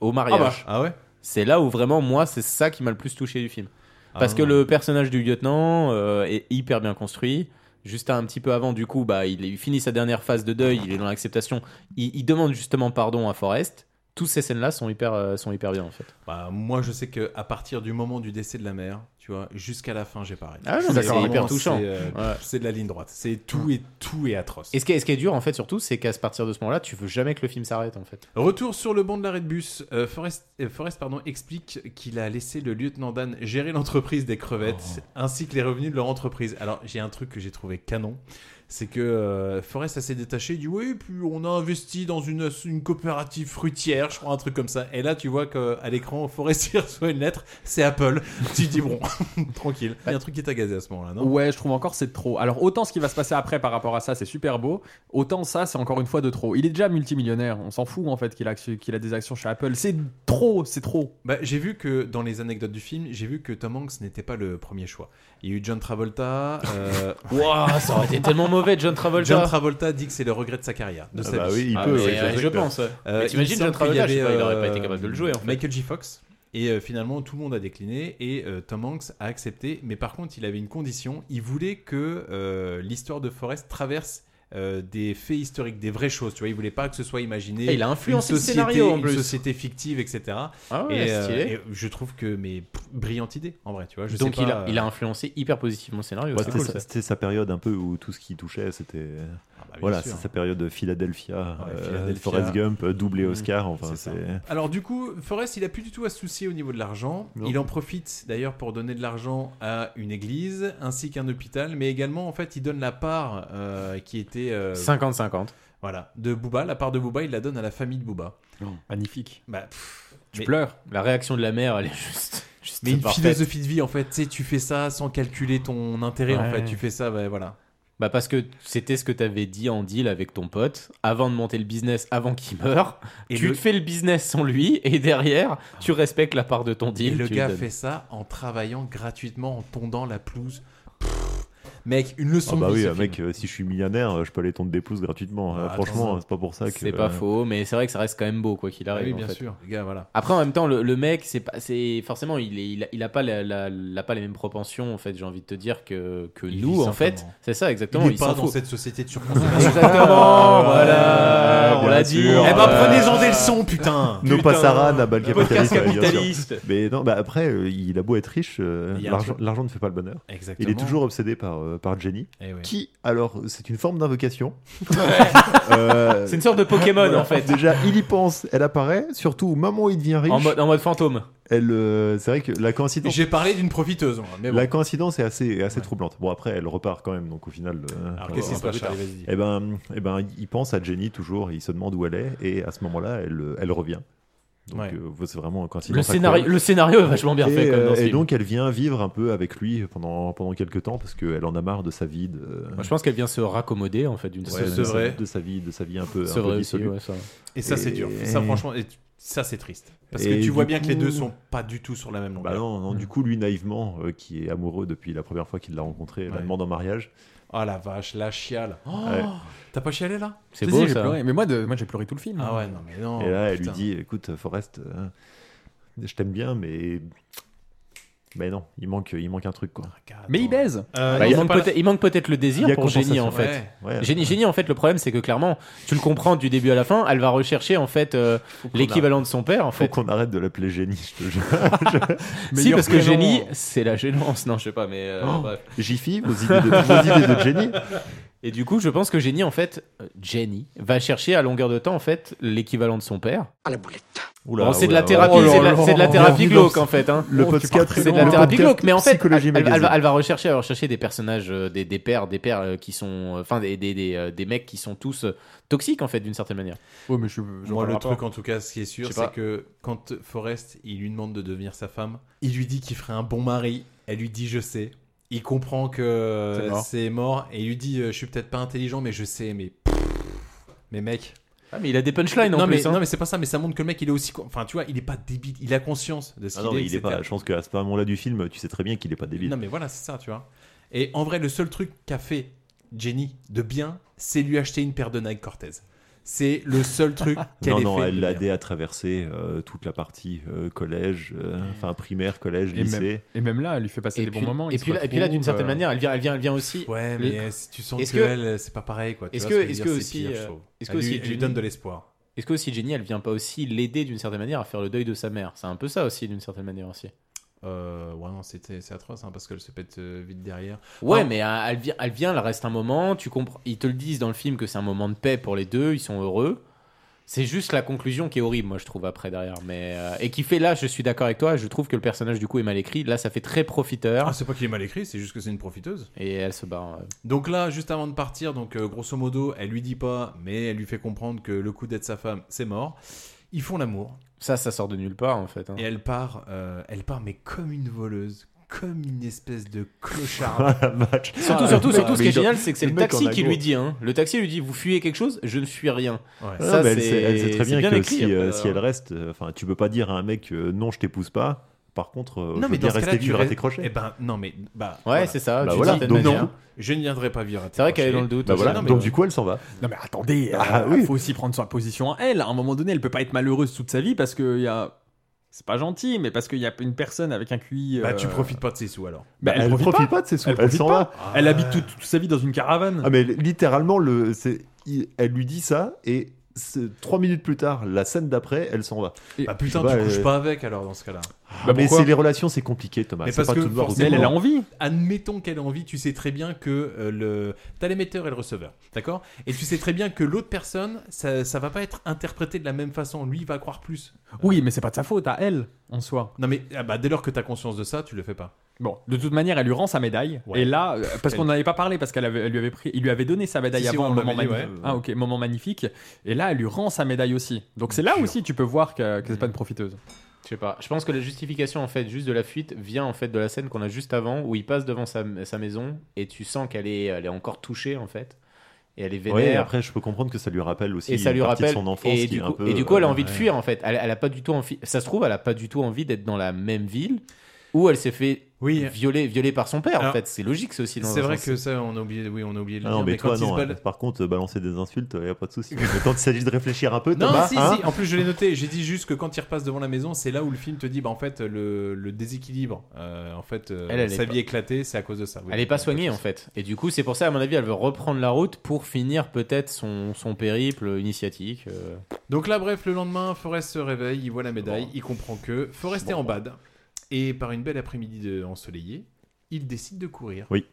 au mariage. Ah ouais C'est là où vraiment, moi, c'est ça qui m'a le plus touché du film. Ah Parce que ouais. le personnage du lieutenant euh, est hyper bien construit. Juste un petit peu avant, du coup, bah, il, il finit sa dernière phase de deuil, il est dans l'acceptation. Il, il demande justement pardon à Forrest. Toutes ces scènes-là sont hyper, euh, sont hyper bien, en fait. Bah, moi, je sais que à partir du moment du décès de la mère, tu vois, jusqu'à la fin, j'ai pareil. Ah non, mais c'est hyper touchant. C'est euh, Ouais. c'est de la ligne droite. C'est tout et tout est atroce. Et ce qui est, ce qui est dur, en fait, surtout, c'est qu'à partir de ce moment-là, tu veux jamais que le film s'arrête, en fait. Retour sur le banc de l'arrêt de bus. Euh, Forrest, euh, Forrest, pardon, explique qu'il a laissé le lieutenant Dan gérer l'entreprise des Oh. crevettes ainsi que les revenus de leur entreprise. Alors, j'ai un truc que j'ai trouvé canon. C'est que euh, Forrest a s'est détaché, il dit oui, puis on a investi dans une, une coopérative fruitière, je crois, un truc comme ça. Et là, tu vois qu'à l'écran, Forrest il reçoit une lettre, c'est Apple. tu te dis bon, tranquille. Il y a un truc qui t'a gazé à ce moment-là, non Ouais, je trouve encore c'est de trop. Alors autant ce qui va se passer après par rapport à ça, c'est super beau, autant ça c'est encore une fois de trop. Il est déjà multimillionnaire, on s'en fout en fait qu'il a, qu'il a des actions chez Apple, c'est trop, c'est trop. Bah, j'ai vu que dans les anecdotes du film, j'ai vu que Tom Hanks n'était pas le premier choix. Il y a eu John Travolta. Euh... Ouah, Ah, ça aurait été tellement mauvais, John Travolta. John Travolta dit que c'est le regret de sa carrière, de Ah sa bah vie. oui, il Ah, peut, mais, oui, euh, c'est je vrai pense, que- ouais. Mais il t'imagines me John semble qu'il y Travolta, je sais avait, pas, il aurait pas été euh, capable de le jouer, en fait. Michael J. Fox. Et euh, finalement, tout le monde a décliné et euh, Tom Hanks a accepté. Mais par contre, il avait une condition. Il voulait que euh, l'histoire de Forrest traverse euh, des faits historiques, des vraies choses. Tu vois, il voulait pas que ce soit imaginé. Et il a influencé une le société, scénario, en une plus. société fictive, etc. Ah ouais, et, euh, stylé. et je trouve que mais pff, brillante idée en vrai. Tu vois, je Donc, sais il, pas, a, euh, il a influencé hyper positivement le scénario. Ouais, c'est c'était cool, sa- ça. C'était sa période un peu où tout ce qui touchait, c'était. Ah, bah, bien voilà, sûr. c'est sa période de Philadelphia, Ouais, euh, Philadelphia. Forrest Gump, euh, doublé Mmh, Oscar, enfin, c'est. Ah Alors du coup, Forrest, il a plus du tout à se soucier au niveau de l'argent. Non. Il en profite d'ailleurs pour donner de l'argent à une église ainsi qu'un hôpital, mais également en fait, il donne la part euh, qui était euh, 50-50. Voilà, de Booba, la part de Booba, il la donne à la famille de Booba. Magnifique. Bah, pff, Tu mais- pleures. La réaction de la mère, elle est juste. Mais une parfaite. philosophie de vie, en fait. Tu sais, tu fais ça sans calculer ton intérêt, en Ouais. fait. Tu fais ça, bah, voilà. Bah parce que c'était ce que t'avais dit en deal avec ton pote avant de monter le business, avant qu'il meure. Et tu le- te fais le business sans lui et derrière tu respectes la part de ton Et deal. le tu gars lui donnes. fait ça en travaillant gratuitement, en tondant la pelouse. Pfff. Mec, une Ah leçon bah de vie, oui, ce euh, film. mec, euh, si je suis millionnaire, euh, je peux aller tondre des pelouses gratuitement. Euh, Ah, Franchement, attends, euh, c'est pas pour ça que. C'est pas euh, faux, mais c'est vrai que ça reste quand même beau quoi qu'il arrive. Ah oui, en bien fait. sûr. Les gars, voilà. Après, en même temps, le, le mec, c'est pas, c'est forcément, il, est, il, a, il a pas la, la- la- pas les mêmes propensions en fait. J'ai envie de te dire que, que nous, en fait, c'est ça exactement. Il est pas s'en dans fout. cette société de surconsommation. Exactement, Ah, voilà, bien on l'a dit. sûr. Eh ben, Euh, prenez-en des leçons, putain. Nos Putain. passaran à bal Podcast capitaliste. ouais, bien sûr. capitaliste. Mais non, bah après, euh, il a beau être riche, euh, Il y a un l'argent truc. l'argent ne fait pas le bonheur. Exactement. Il est toujours obsédé par, euh, par Jenny, Eh oui. qui, alors, c'est une forme d'invocation. Euh, C'est une sorte de Pokémon, en fait. Déjà, il y pense, elle apparaît, surtout au moment où il devient riche. En mode, en mode fantôme. Elle, euh, c'est vrai que la coïncidence. J'ai parlé d'une profiteuse, moi, mais bon. La coïncidence est assez, est assez troublante. Bon, après, elle repart quand même, donc au final. euh, Ah, Alors, euh, qu'est-ce qui se un peu passe, plus tard. Charlie Vas-y. Eh ben, eh ben, il pense à Jenny toujours, et il se demande où elle est, et à ce moment-là, elle, euh, elle revient. Donc, Ouais. euh, c'est vraiment une Le coïncidence. scénario, incroyable. le scénario est vachement bien et, fait. Comme dans euh, ce et film. donc, elle vient vivre un peu avec lui pendant, pendant quelques temps, parce qu'elle en a marre de sa vie. De, Moi, je pense qu'elle vient se raccommoder en fait d'une Ouais, certaine de, manière. sa, de sa vie, de sa vie un peu, C'est un peu vrai aussi, dissolue. ouais, ça. Et ça, c'est dur. Ça, franchement, et tu- ça, c'est triste. Parce que Et tu vois du bien que les deux coup- sont pas du tout sur la même longueur. Bah non, non, du coup, lui, naïvement, euh, qui est amoureux depuis la première fois qu'il l'a rencontrée, elle la Ouais. demande en mariage. Oh la vache, la chiale. Oh, Ouais. T'as pas chialé là C'est Si, beau, si, j'ai ça. pleuré. Mais moi, de- moi j'ai pleuré tout le film. Ah ouais, non, mais non. Et là, elle putain. lui dit écoute, Forrest, euh, je t'aime bien, mais. Mais non, il manque, il manque un truc, quoi. Mais il baise. Bah, il, manque peut-être- il manque peut-être le désir Il y a pour Génie en compensation. fait. Ouais. Ouais. Génie, Génie, en fait, le problème c'est que clairement, tu le comprends du début à la fin, elle va rechercher en fait euh, l'équivalent de son père en Faut fait. qu'on arrête de l'appeler Génie, je te jure. si, Meilleur parce que prénom. Génie, c'est la gênance. Non, je sais pas, mais. euh, Oh, bref. Jiffy, vos idées de- vos idées de Jenny. Et du coup, je pense que Génie, en fait, euh, Jenny, va chercher à longueur de temps, en fait, l'équivalent de son père. À la boulette. Oula, Bon, c'est de oula, Ah la thérapie, oula, c'est de la- oula, c'est de la oula, thérapie oula. glauque en fait. hein. Le podcast, c'est de la le thérapie podcast glauque, mais en fait, elle, Psychologie elle- elle Magazine. va, elle va rechercher, elle va rechercher des personnages, euh, des, des pères, des pères euh, qui sont, euh, enfin, des, des, des, euh, des mecs qui sont tous euh, toxiques en fait, d'une certaine manière. Ouais, Oh, mais je, Moi, le truc, en tout cas, ce qui est sûr, Je sais pas. c'est que quand Forrest, il lui demande de devenir sa femme, il lui dit qu'il ferait un bon mari. Elle lui dit, je sais. Il comprend C'est que mort. c'est mort. Et il lui dit, euh, je suis peut-être pas intelligent, mais je sais, mais. pfff. Mais mec. Ah, mais il a des punchlines en non, plus, Mais, hein. Non, mais c'est pas ça, mais ça montre que le mec, il est aussi. con- Enfin, tu vois, il est pas débile. Il a conscience de ce Ah qu'il non, est. il est etc. pas. Je pense qu'à ce moment-là du film, tu sais très bien qu'il est pas débile. Non, mais voilà, c'est ça, tu vois. Et en vrai, le seul truc qu'a fait Jenny de bien, c'est lui acheter une paire de Nike Cortez. C'est le seul truc qu'elle Non, ait non, fait. elle de l'a bien. aidé à traverser euh, toute la partie euh, collège, euh, enfin primaire, collège, Et lycée. même, et même là, elle lui fait passer Et des puis, bons moments. et ils se puis là, et puis là, d'une retrouvent, certaine euh, manière, elle vient, elle vient, elle vient aussi. Ouais, mais euh, si tu sens Est-ce que, elle, euh, c'est pas pareil, quoi. Tu Est-ce vois que, ce que je veux est-ce dire, c'est que aussi, pire, je euh, trouve. est-ce que Elle lui- aussi elle lui Jenny- donne de l'espoir. Est-ce que aussi Jenny, elle vient pas aussi l'aider d'une certaine manière à faire le deuil de sa mère C'est un peu ça aussi, d'une certaine manière aussi. Euh, ouais, non, c'était, c'est atroce, hein, parce qu'elle se pète euh, vite derrière. Ouais, Non, mais euh, elle vient, elle vient, elle reste un moment. Tu comprends Ils te le disent dans le film que c'est un moment de paix pour les deux. Ils sont heureux. C'est juste la conclusion qui est horrible, moi je trouve après derrière, mais euh, et qui fait là, je suis d'accord avec toi. Je trouve que le personnage du coup est mal écrit. Là, ça fait très profiteur. Ah, c'est pas qu'il est mal écrit, c'est juste que c'est une profiteuse. Et elle se barre. euh, Donc là, juste avant de partir, donc euh, grosso modo, elle lui dit pas, mais elle lui fait comprendre que le coup d'être sa femme, c'est mort. Ils font l'amour. Ça, ça sort de nulle part en fait. hein. Et elle part, euh, elle part, mais comme une voleuse, comme une espèce de clocharde. Surtout, surtout, surtout, ce qui est génial, c'est que c'est Ah, le, mec en taxi a qui gros. lui dit. hein. Le taxi lui dit Vous fuyez quelque chose Je ne fuis rien. Ouais. Ah non, mais elle, c'est- sait, elle sait c'est très bien, que écrit, si, hein, après, euh, derrière. si elle reste, euh, enfin, tu peux pas dire à un mec euh, non, je t'épouse pas. Par contre, euh, je Non, mais veux bien dans ce rester cas-là, tu vivre à restes. tes crochets. Eh ben, non, mais. Bah, Ouais, c'est ça, Bah d'une voilà, certaine donc manière. non. Je ne viendrai pas vivre à tes C'est vrai qu'elle est crochets. dans le doute. Bah voilà, Non, mais donc ouais. du coup, elle s'en va. Non mais attendez, Bah, Ah euh, oui. faut aussi prendre sa position à elle. À un moment donné, elle peut pas être malheureuse toute sa vie parce que y a, c'est pas gentil, mais parce qu'il y a une personne avec un QI. Bah, euh, tu profites pas de ses sous alors. Bah, elle, profite, pas. de ses sous. Elle, Elle profite s'en pas. va. Elle Ah. habite toute, toute sa vie dans une caravane. Ah, mais littéralement, le, c'est- il- elle lui dit ça et c'est- trois minutes plus tard, la scène d'après, elle s'en va. Bah, Je sais euh, putain, tu elle- couches pas avec alors dans ce cas-là. Ah, mais c'est les relations, c'est compliqué, Thomas. Mais C'est parce pas que tout noir ou forcément- blanc. Elle, elle a envie. Admettons qu'elle a envie, tu sais très bien que euh, le t'as l'émetteur et le receveur, d'accord Et tu sais très bien que l'autre personne, ça, ça va pas être interprété de la même façon. Lui, il va croire plus. Oui, mais c'est pas de sa faute à elle en soi. Non mais ah bah, dès lors que t'as conscience de ça, tu le fais pas. Bon, de toute manière, elle lui rend sa médaille. Ouais. Et là, euh, parce qu'on Elle- n'en avait pas parlé, parce qu'elle avait- elle lui avait pris, il lui avait donné sa médaille Si, si, avant ouais, un on moment, l'avait dit, magnifique. ouais. Ah, ok, moment magnifique. Et là, elle lui rend sa médaille aussi. Donc c'est là aussi, tu peux voir que, que c'est pas une profiteuse. Je sais pas. Je pense que la justification en fait juste de la fuite vient en fait de la scène qu'on a juste avant où il passe devant sa, sa maison et tu sens qu'elle est, elle est encore touchée en fait. Et elle est vénère. Ouais, et après, je peux comprendre que ça lui rappelle aussi et ça une lui partie de rappelle son enfance et, qui du est un coup, peu, et du coup elle a euh, envie de ouais. fuir en fait elle, elle a pas du tout envie ça se trouve elle a pas du tout envie d'être dans la même ville où elle s'est fait violer violer par son père en Alors, fait c'est logique c'est aussi dans C'est un vrai sens. que ça, on a oublié, oui, on a oublié de Ah le non, dire. mais, quand toi, il se non. balade- hein. Par contre, euh, balancer des insultes, il a pas de souci. mais quand il s'agit de réfléchir un peu, Non, Thomas, si, hein si. En plus, je l'ai noté. J'ai dit juste que quand il repasse devant la maison, c'est là où le film te dit, bah, en fait, le, le déséquilibre, euh, en fait, euh, Elle, elle est sa pas- vie éclatée, c'est à cause de ça. oui. Elle n'est pas soignée en fait. Et du coup, c'est pour ça, à mon avis, elle veut reprendre la route pour finir peut-être son, son périple initiatique. euh. Donc là, bref, le lendemain, Forrest se réveille, il voit la médaille, il comprend que Forrest est en bad. Et par une belle après-midi de- ensoleillée, il décide de courir. Oui.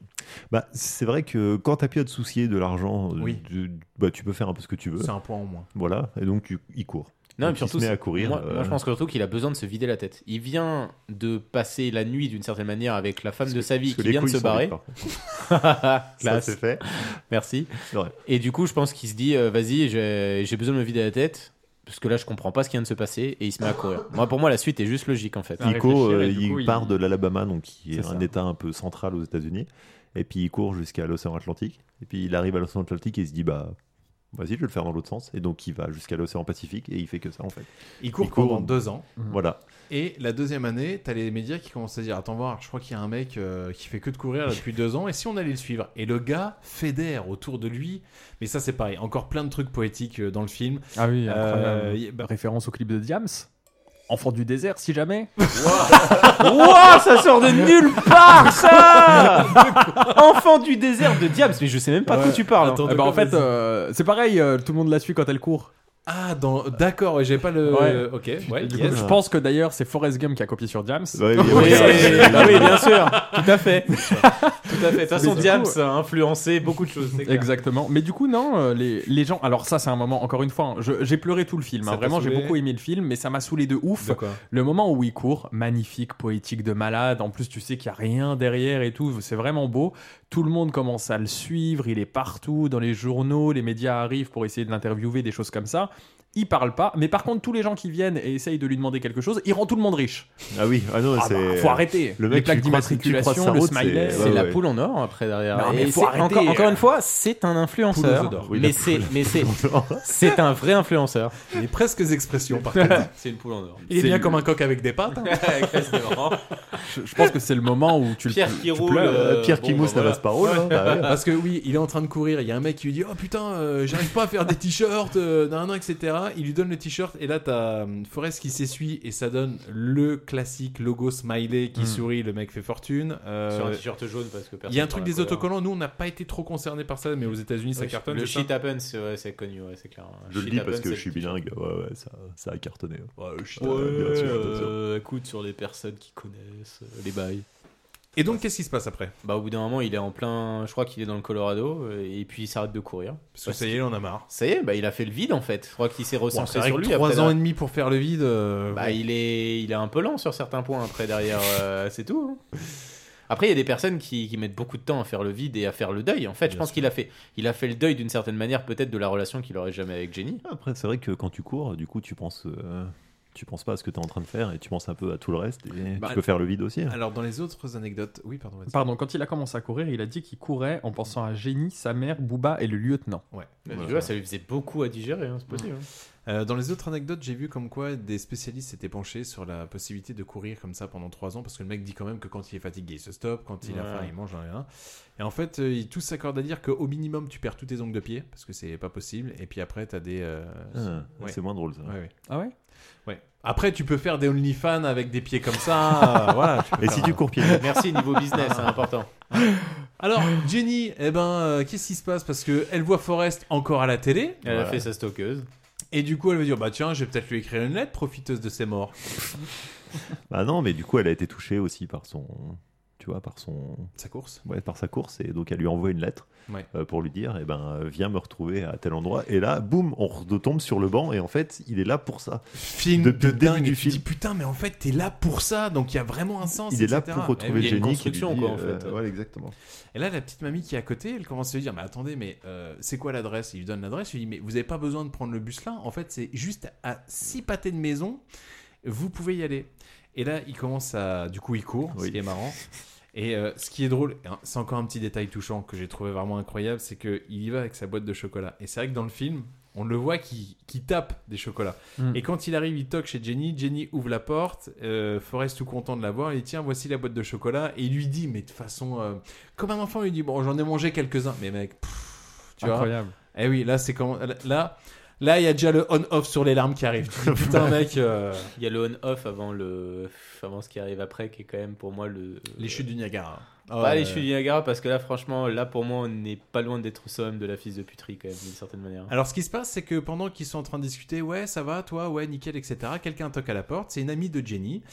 Bah, c'est vrai que quand t'as plus à te soucier de l'argent, euh, Oui. du- bah, tu peux faire un peu ce que tu veux. C'est un point en moins. Voilà, et donc tu, il court. Non, Donc, et puis surtout, il se met à c'est- courir. moi, moi, euh, je pense que surtout qu'il a besoin de se vider la tête. Il vient de passer la nuit d'une certaine manière avec la femme de sa vie parce que qui les vient de couilles se sont barrer. vides, par contre. Ça, Classe. c'est fait. Merci. Ouais. Et du coup, je pense qu'il se dit, euh, vas-y, j'ai j'ai besoin de me vider la tête. Parce que là, je comprends pas ce qui vient de se passer et il se met à courir. Moi, pour moi, la suite est juste logique en fait. Ico, euh, du il coup, part de l'Alabama, donc qui est, C'est un ça. état un peu central aux États-Unis, et puis il court jusqu'à l'océan Atlantique, et puis il arrive à l'océan Atlantique et il se dit bah vas-y, je vais le faire dans l'autre sens, et donc il va jusqu'à l'océan Pacifique et il fait que ça en fait. Il court pendant deux ans. Voilà. Et la deuxième année, t'as les médias qui commencent à dire Attends, voir, je crois qu'il y a un mec euh, qui fait que de courir là, depuis deux ans, et si on allait le suivre Et le gars fédère autour de lui, mais ça c'est pareil, encore plein de trucs poétiques euh, dans le film. Ah oui, Euh, incroyable. y- bah, référence au clip de Diams. Enfant du désert, si jamais. Wouah, ça sort de nulle part, ça Enfant du désert de Diams, mais je sais même pas de quoi tu parles. hein. Eh ben, en fait, euh, c'est pareil, euh, tout le monde la suit quand elle court. Ah, dans... d'accord, ouais, j'ai pas le. Ouais. Ok, ouais, Du yes. coup, je pense que d'ailleurs, c'est Forrest Gump qui a copié sur Diams. Ouais, bien Oui, sûr. Eh, bah oui, bien sûr, tout à fait. Tout à fait. De toute façon, Mais du Diams coup- a influencé beaucoup de choses. c'est clair. Exactement. Mais du coup, non, euh, les, les gens. Alors, ça, c'est un moment, encore une fois, hein, je- j'ai pleuré tout le film. hein. Ça t'a Vraiment, j'ai saoulé beaucoup aimé le film, mais ça m'a saoulé de ouf. De quoi le moment où il court, magnifique, poétique de malade. En plus, tu sais qu'il n'y a rien derrière et tout. C'est vraiment beau. Tout le monde commence à le suivre. Il est partout, dans les journaux. Les médias arrivent pour essayer de l'interviewer, des choses comme ça. Il parle pas. Mais par contre, tous les gens qui viennent et essayent de lui demander quelque chose, il rend tout le monde riche. Ah oui, ah non, Ah c'est. bah, faut arrêter. Le Les mec plaques tu crois- tu crois d'immatriculation, sa le route, smiley. C'est ouais, la ouais. poule en or après derrière. Non, mais Et faut c'est- arrêter. encore, encore euh, une fois, c'est un Poule influenceur. aux odeurs. Oui, la mais c'est, poule. mais c'est, c'est un vrai influenceur. Les presque expressions, par contre. C'est une poule en or. Il est C'est bien lui. comme un coq avec des pattes. hein. Je, je pense que c'est le moment où tu le Pierre tu- qui tu roule, pleures. euh, Pierre bon, qui mousse bah, la voilà. Vasparole, hein, bah ouais. Parce que oui, il est en train de courir, il y a un mec qui lui dit Oh putain, euh, j'arrive pas à faire des t-shirts, euh, nan, nan, etc. Il lui donne le t-shirt et là t'as hum, Forrest qui s'essuie et ça donne le classique logo smiley qui Mm. sourit, le mec fait fortune. Euh, Sur un t-shirt jaune parce que personne il y a un truc parle à des couleur. autocollants, nous on n'a pas été trop concernés par ça, mais aux États-Unis ça Ouais, cartonne. Le c'est ça shit happens, ouais, c'est connu, ouais, c'est clair. Je le Shit dis parce happens, que c'est je suis le t-shirt. bilingue. Ouais, ouais, ça, ça a cartonné. Ouais, je suis Ouais, Bah, bien sûr, bien sûr. euh, écoute, sur les personnes qui connaissent euh, les bails. Et donc qu'est-ce qui se passe après Bah, au bout d'un moment, il est en plein. Je crois qu'il est dans le Colorado euh, et puis il s'arrête de courir. Parce que ça y est, on en a marre. Ça y est, bah, il a fait le vide en fait. Je crois qu'il s'est Bon, recentré c'est vrai sur que lui. après, 3 ans là. et demi pour faire le vide. euh, Bah, bon. il est, il est un peu lent sur certains points après derrière, euh, c'est tout. hein. Après, il y a des personnes qui, qui mettent beaucoup de temps à faire le vide et à faire le deuil. En fait, je Bien pense sûr. qu'il a fait, il a fait le deuil d'une certaine manière, peut-être de la relation qu'il aurait jamais avec Jenny. Après, c'est vrai que quand tu cours, du coup, tu penses, euh, tu penses pas à ce que tu es en train de faire et tu penses un peu à tout le reste. Et Bah, tu peux faire le vide aussi. Alors dans les autres anecdotes, oui pardon. vas-y. Pardon, quand il a commencé à courir, il a dit qu'il courait en pensant à Génie, sa mère, Booba et le lieutenant. Ouais. Tu vois, ça lui faisait beaucoup à digérer, hein, c'est possible. hein. Euh, dans les autres anecdotes, j'ai vu comme quoi des spécialistes s'étaient penchés sur la possibilité de courir comme ça pendant 3 ans, parce que le mec dit quand même que quand il est fatigué, il se stoppe, quand il a Ouais. faim, il mange rien. Et en fait, euh, ils tous s'accordent à dire qu'au minimum, tu perds tous tes ongles de pied, parce que c'est pas possible, et puis après, t'as des... euh, Ah, ouais. C'est moins drôle ça. Ouais, ouais. Ah ouais Ouais. Après, tu peux faire des OnlyFans avec des pieds comme ça, euh, voilà. tu peux Et faire si un- tu cours pied hein. Merci niveau business, c'est important. Alors, Jenny, eh ben, euh, qu'est-ce qui se passe Parce que elle voit Forrest encore à la télé, Elle a Voilà. fait sa stockeuse. et du coup, elle va dire, bah tiens, je vais peut-être lui écrire une lettre, profiteuse de ses morts. Bah non, mais du coup, elle a été touchée aussi par son, tu vois, par son, Sa course ouais, par sa course et donc elle lui envoie une lettre Ouais. euh, pour lui dire, eh ben, euh, viens me retrouver à tel endroit. Et là, boum, on retombe sur le banc et en fait, il est là pour ça. film de, Depuis le début dingue. du et tu film. dis putain, mais en fait, t'es là pour ça, donc il y a vraiment un sens. Il est là etc. pour Eh retrouver oui. il y a une Jenny qui lui construction, dit, quoi, en euh, fait. ouais, exactement. Et là, la petite mamie qui est à côté, elle commence à se dire Mais attendez, mais euh, c'est quoi l'adresse Il lui donne l'adresse, il lui dit Mais vous avez pas besoin de prendre le bus là, en fait, c'est juste à six pâtés de maison. vous pouvez y aller. Et là, il commence à. Du coup, il court, ce qui est marrant. Et euh, ce qui est drôle, et, hein, c'est encore un petit détail touchant que j'ai trouvé vraiment incroyable, c'est qu'il y va avec sa boîte de chocolat. Et c'est vrai que dans le film, on le voit qui tape des chocolats. Mm. Et quand il arrive, il toque chez Jenny. Jenny ouvre la porte. euh, Forrest, tout content de la voir, il dit Tiens, voici la boîte de chocolat. Et il lui dit Mais de façon. euh, comme un enfant, il lui dit Bon, j'en ai mangé quelques-uns. Mais mec, pff, tu vois. Incroyable. Eh oui, là, c'est comment. Là. Là, il y a déjà le on-off sur les larmes qui arrivent. Tu dis, Putain, mec. euh, Il y a le on-off avant, le... avant ce qui arrive après, qui est quand même pour moi le. Les chutes du Niagara. Pas Ouais. les chutes du Niagara, parce que là, franchement, là pour moi, on n'est pas loin d'être au somme de la fils de puterie, quand même, d'une certaine manière. Alors, ce qui se passe, c'est que pendant qu'ils sont en train de discuter, ouais, ça va, toi, ouais, nickel, etc., quelqu'un toque à la porte, c'est une amie de Jenny,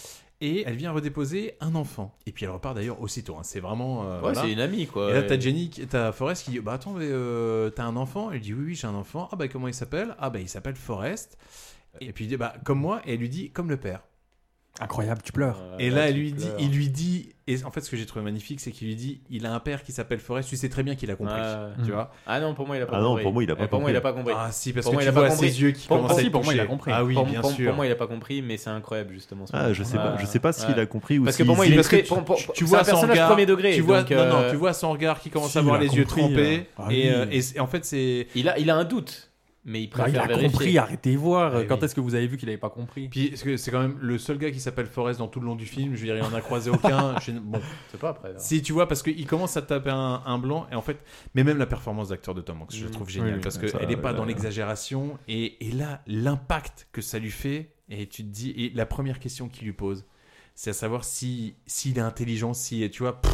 et elle vient redéposer un enfant. Et puis elle repart d'ailleurs aussitôt, hein, c'est vraiment. euh, Ouais, voilà. c'est une amie, quoi. Et là, Ouais. t'as Jenny, qui- t'as Forrest qui dit, bah attends, mais, euh, t'as un enfant Elle dit, oui, oui, j'ai un enfant. Ah, bah comment il s'appelle Ah, bah il s'appelle Forrest. Et puis il dit, bah comme moi, et elle lui dit, comme le père. Incroyable, tu pleures. Ah, Et là, elle lui dit, il lui dit, et en fait, ce que j'ai trouvé magnifique, c'est qu'il lui dit, il a un père qui s'appelle Forrest, tu sais très bien qu'il a compris. Ouais. Tu vois Ah non, pour moi, il a pas Ah non, compris. pour moi, il a Eh, pas pour moi, compris. il a pas compris. Ah, si, parce Pour que moi, tu il a pas vois compris. ses yeux qui Pour- commencent à si, être pour moi, il a touchés. compris. Ah oui, Pour- bien pour- sûr. Pour moi, il a pas compris, mais c'est incroyable, justement. ce Ah, moment. je sais pas- Ouais. je sais pas s'il a compris ou Parce que si- pour moi, il Parce que est tu- pour- pour- tu- pour- tu c'est vois un son personnage regard, premier degré. Tu vois, donc, non, non, euh, tu vois son regard qui commence Si, à avoir il a les yeux compris, trempés. là. Ah et, oui. euh, et c'est- en fait, c'est. Il a, il a un doute, mais il Bah, préfère il a vérifier. Ah compris, arrêtez voir. Quand est-ce que vous avez vu qu'il n'avait pas compris Puis est-ce que c'est quand même le seul gars qui s'appelle Forrest dans tout le long du film. Je veux dire, il en a croisé aucun. Je- Bon, C'est pas après, hein. là. Si tu vois, parce qu'il commence à taper un, un blanc et en fait, mais même la performance d'acteur de Tom Hanks, je la Mm. trouve géniale Oui, parce oui, ça, qu'elle n'est ouais, pas là, dans là. l'exagération et, et là, l'impact que ça lui fait et tu te dis et la première question qu'il lui pose, c'est à savoir si s'il est intelligent, si tu vois, pff,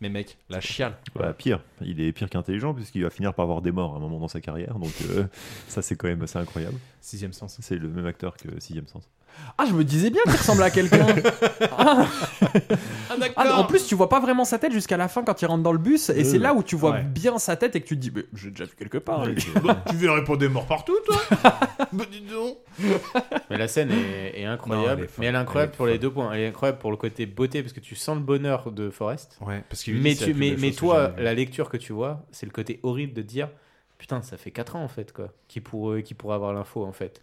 mais mec, la chiale. Bah, pire, il est pire qu'intelligent puisqu'il va finir par avoir des morts à un moment dans sa carrière, donc euh, ça c'est quand même assez incroyable. Sixième sens. C'est le même acteur que Sixième sens. Ah, je me disais bien qu'il ressemble à quelqu'un. Ah. Ah, en plus, tu vois pas vraiment sa tête jusqu'à la fin quand il rentre dans le bus, et Euh, c'est là où tu vois ouais. bien sa tête et que tu te dis, mais j'ai déjà vu quelque Ah, part. lui. tu verrais pour des morts partout, toi Mais la scène est, est incroyable. Non, elle est folle. mais elle est incroyable Elle est pour les deux points. Elle est incroyable pour le côté beauté parce que tu sens le bonheur de Forrest. Ouais, parce qu'il lui mais dit, c'est tu, la plus mais, belle mais chose que toi, j'ai jamais la lecture que tu vois, c'est le côté horrible de dire putain, ça fait 4 ans en fait quoi, qui pour qui pourrait avoir l'info en fait.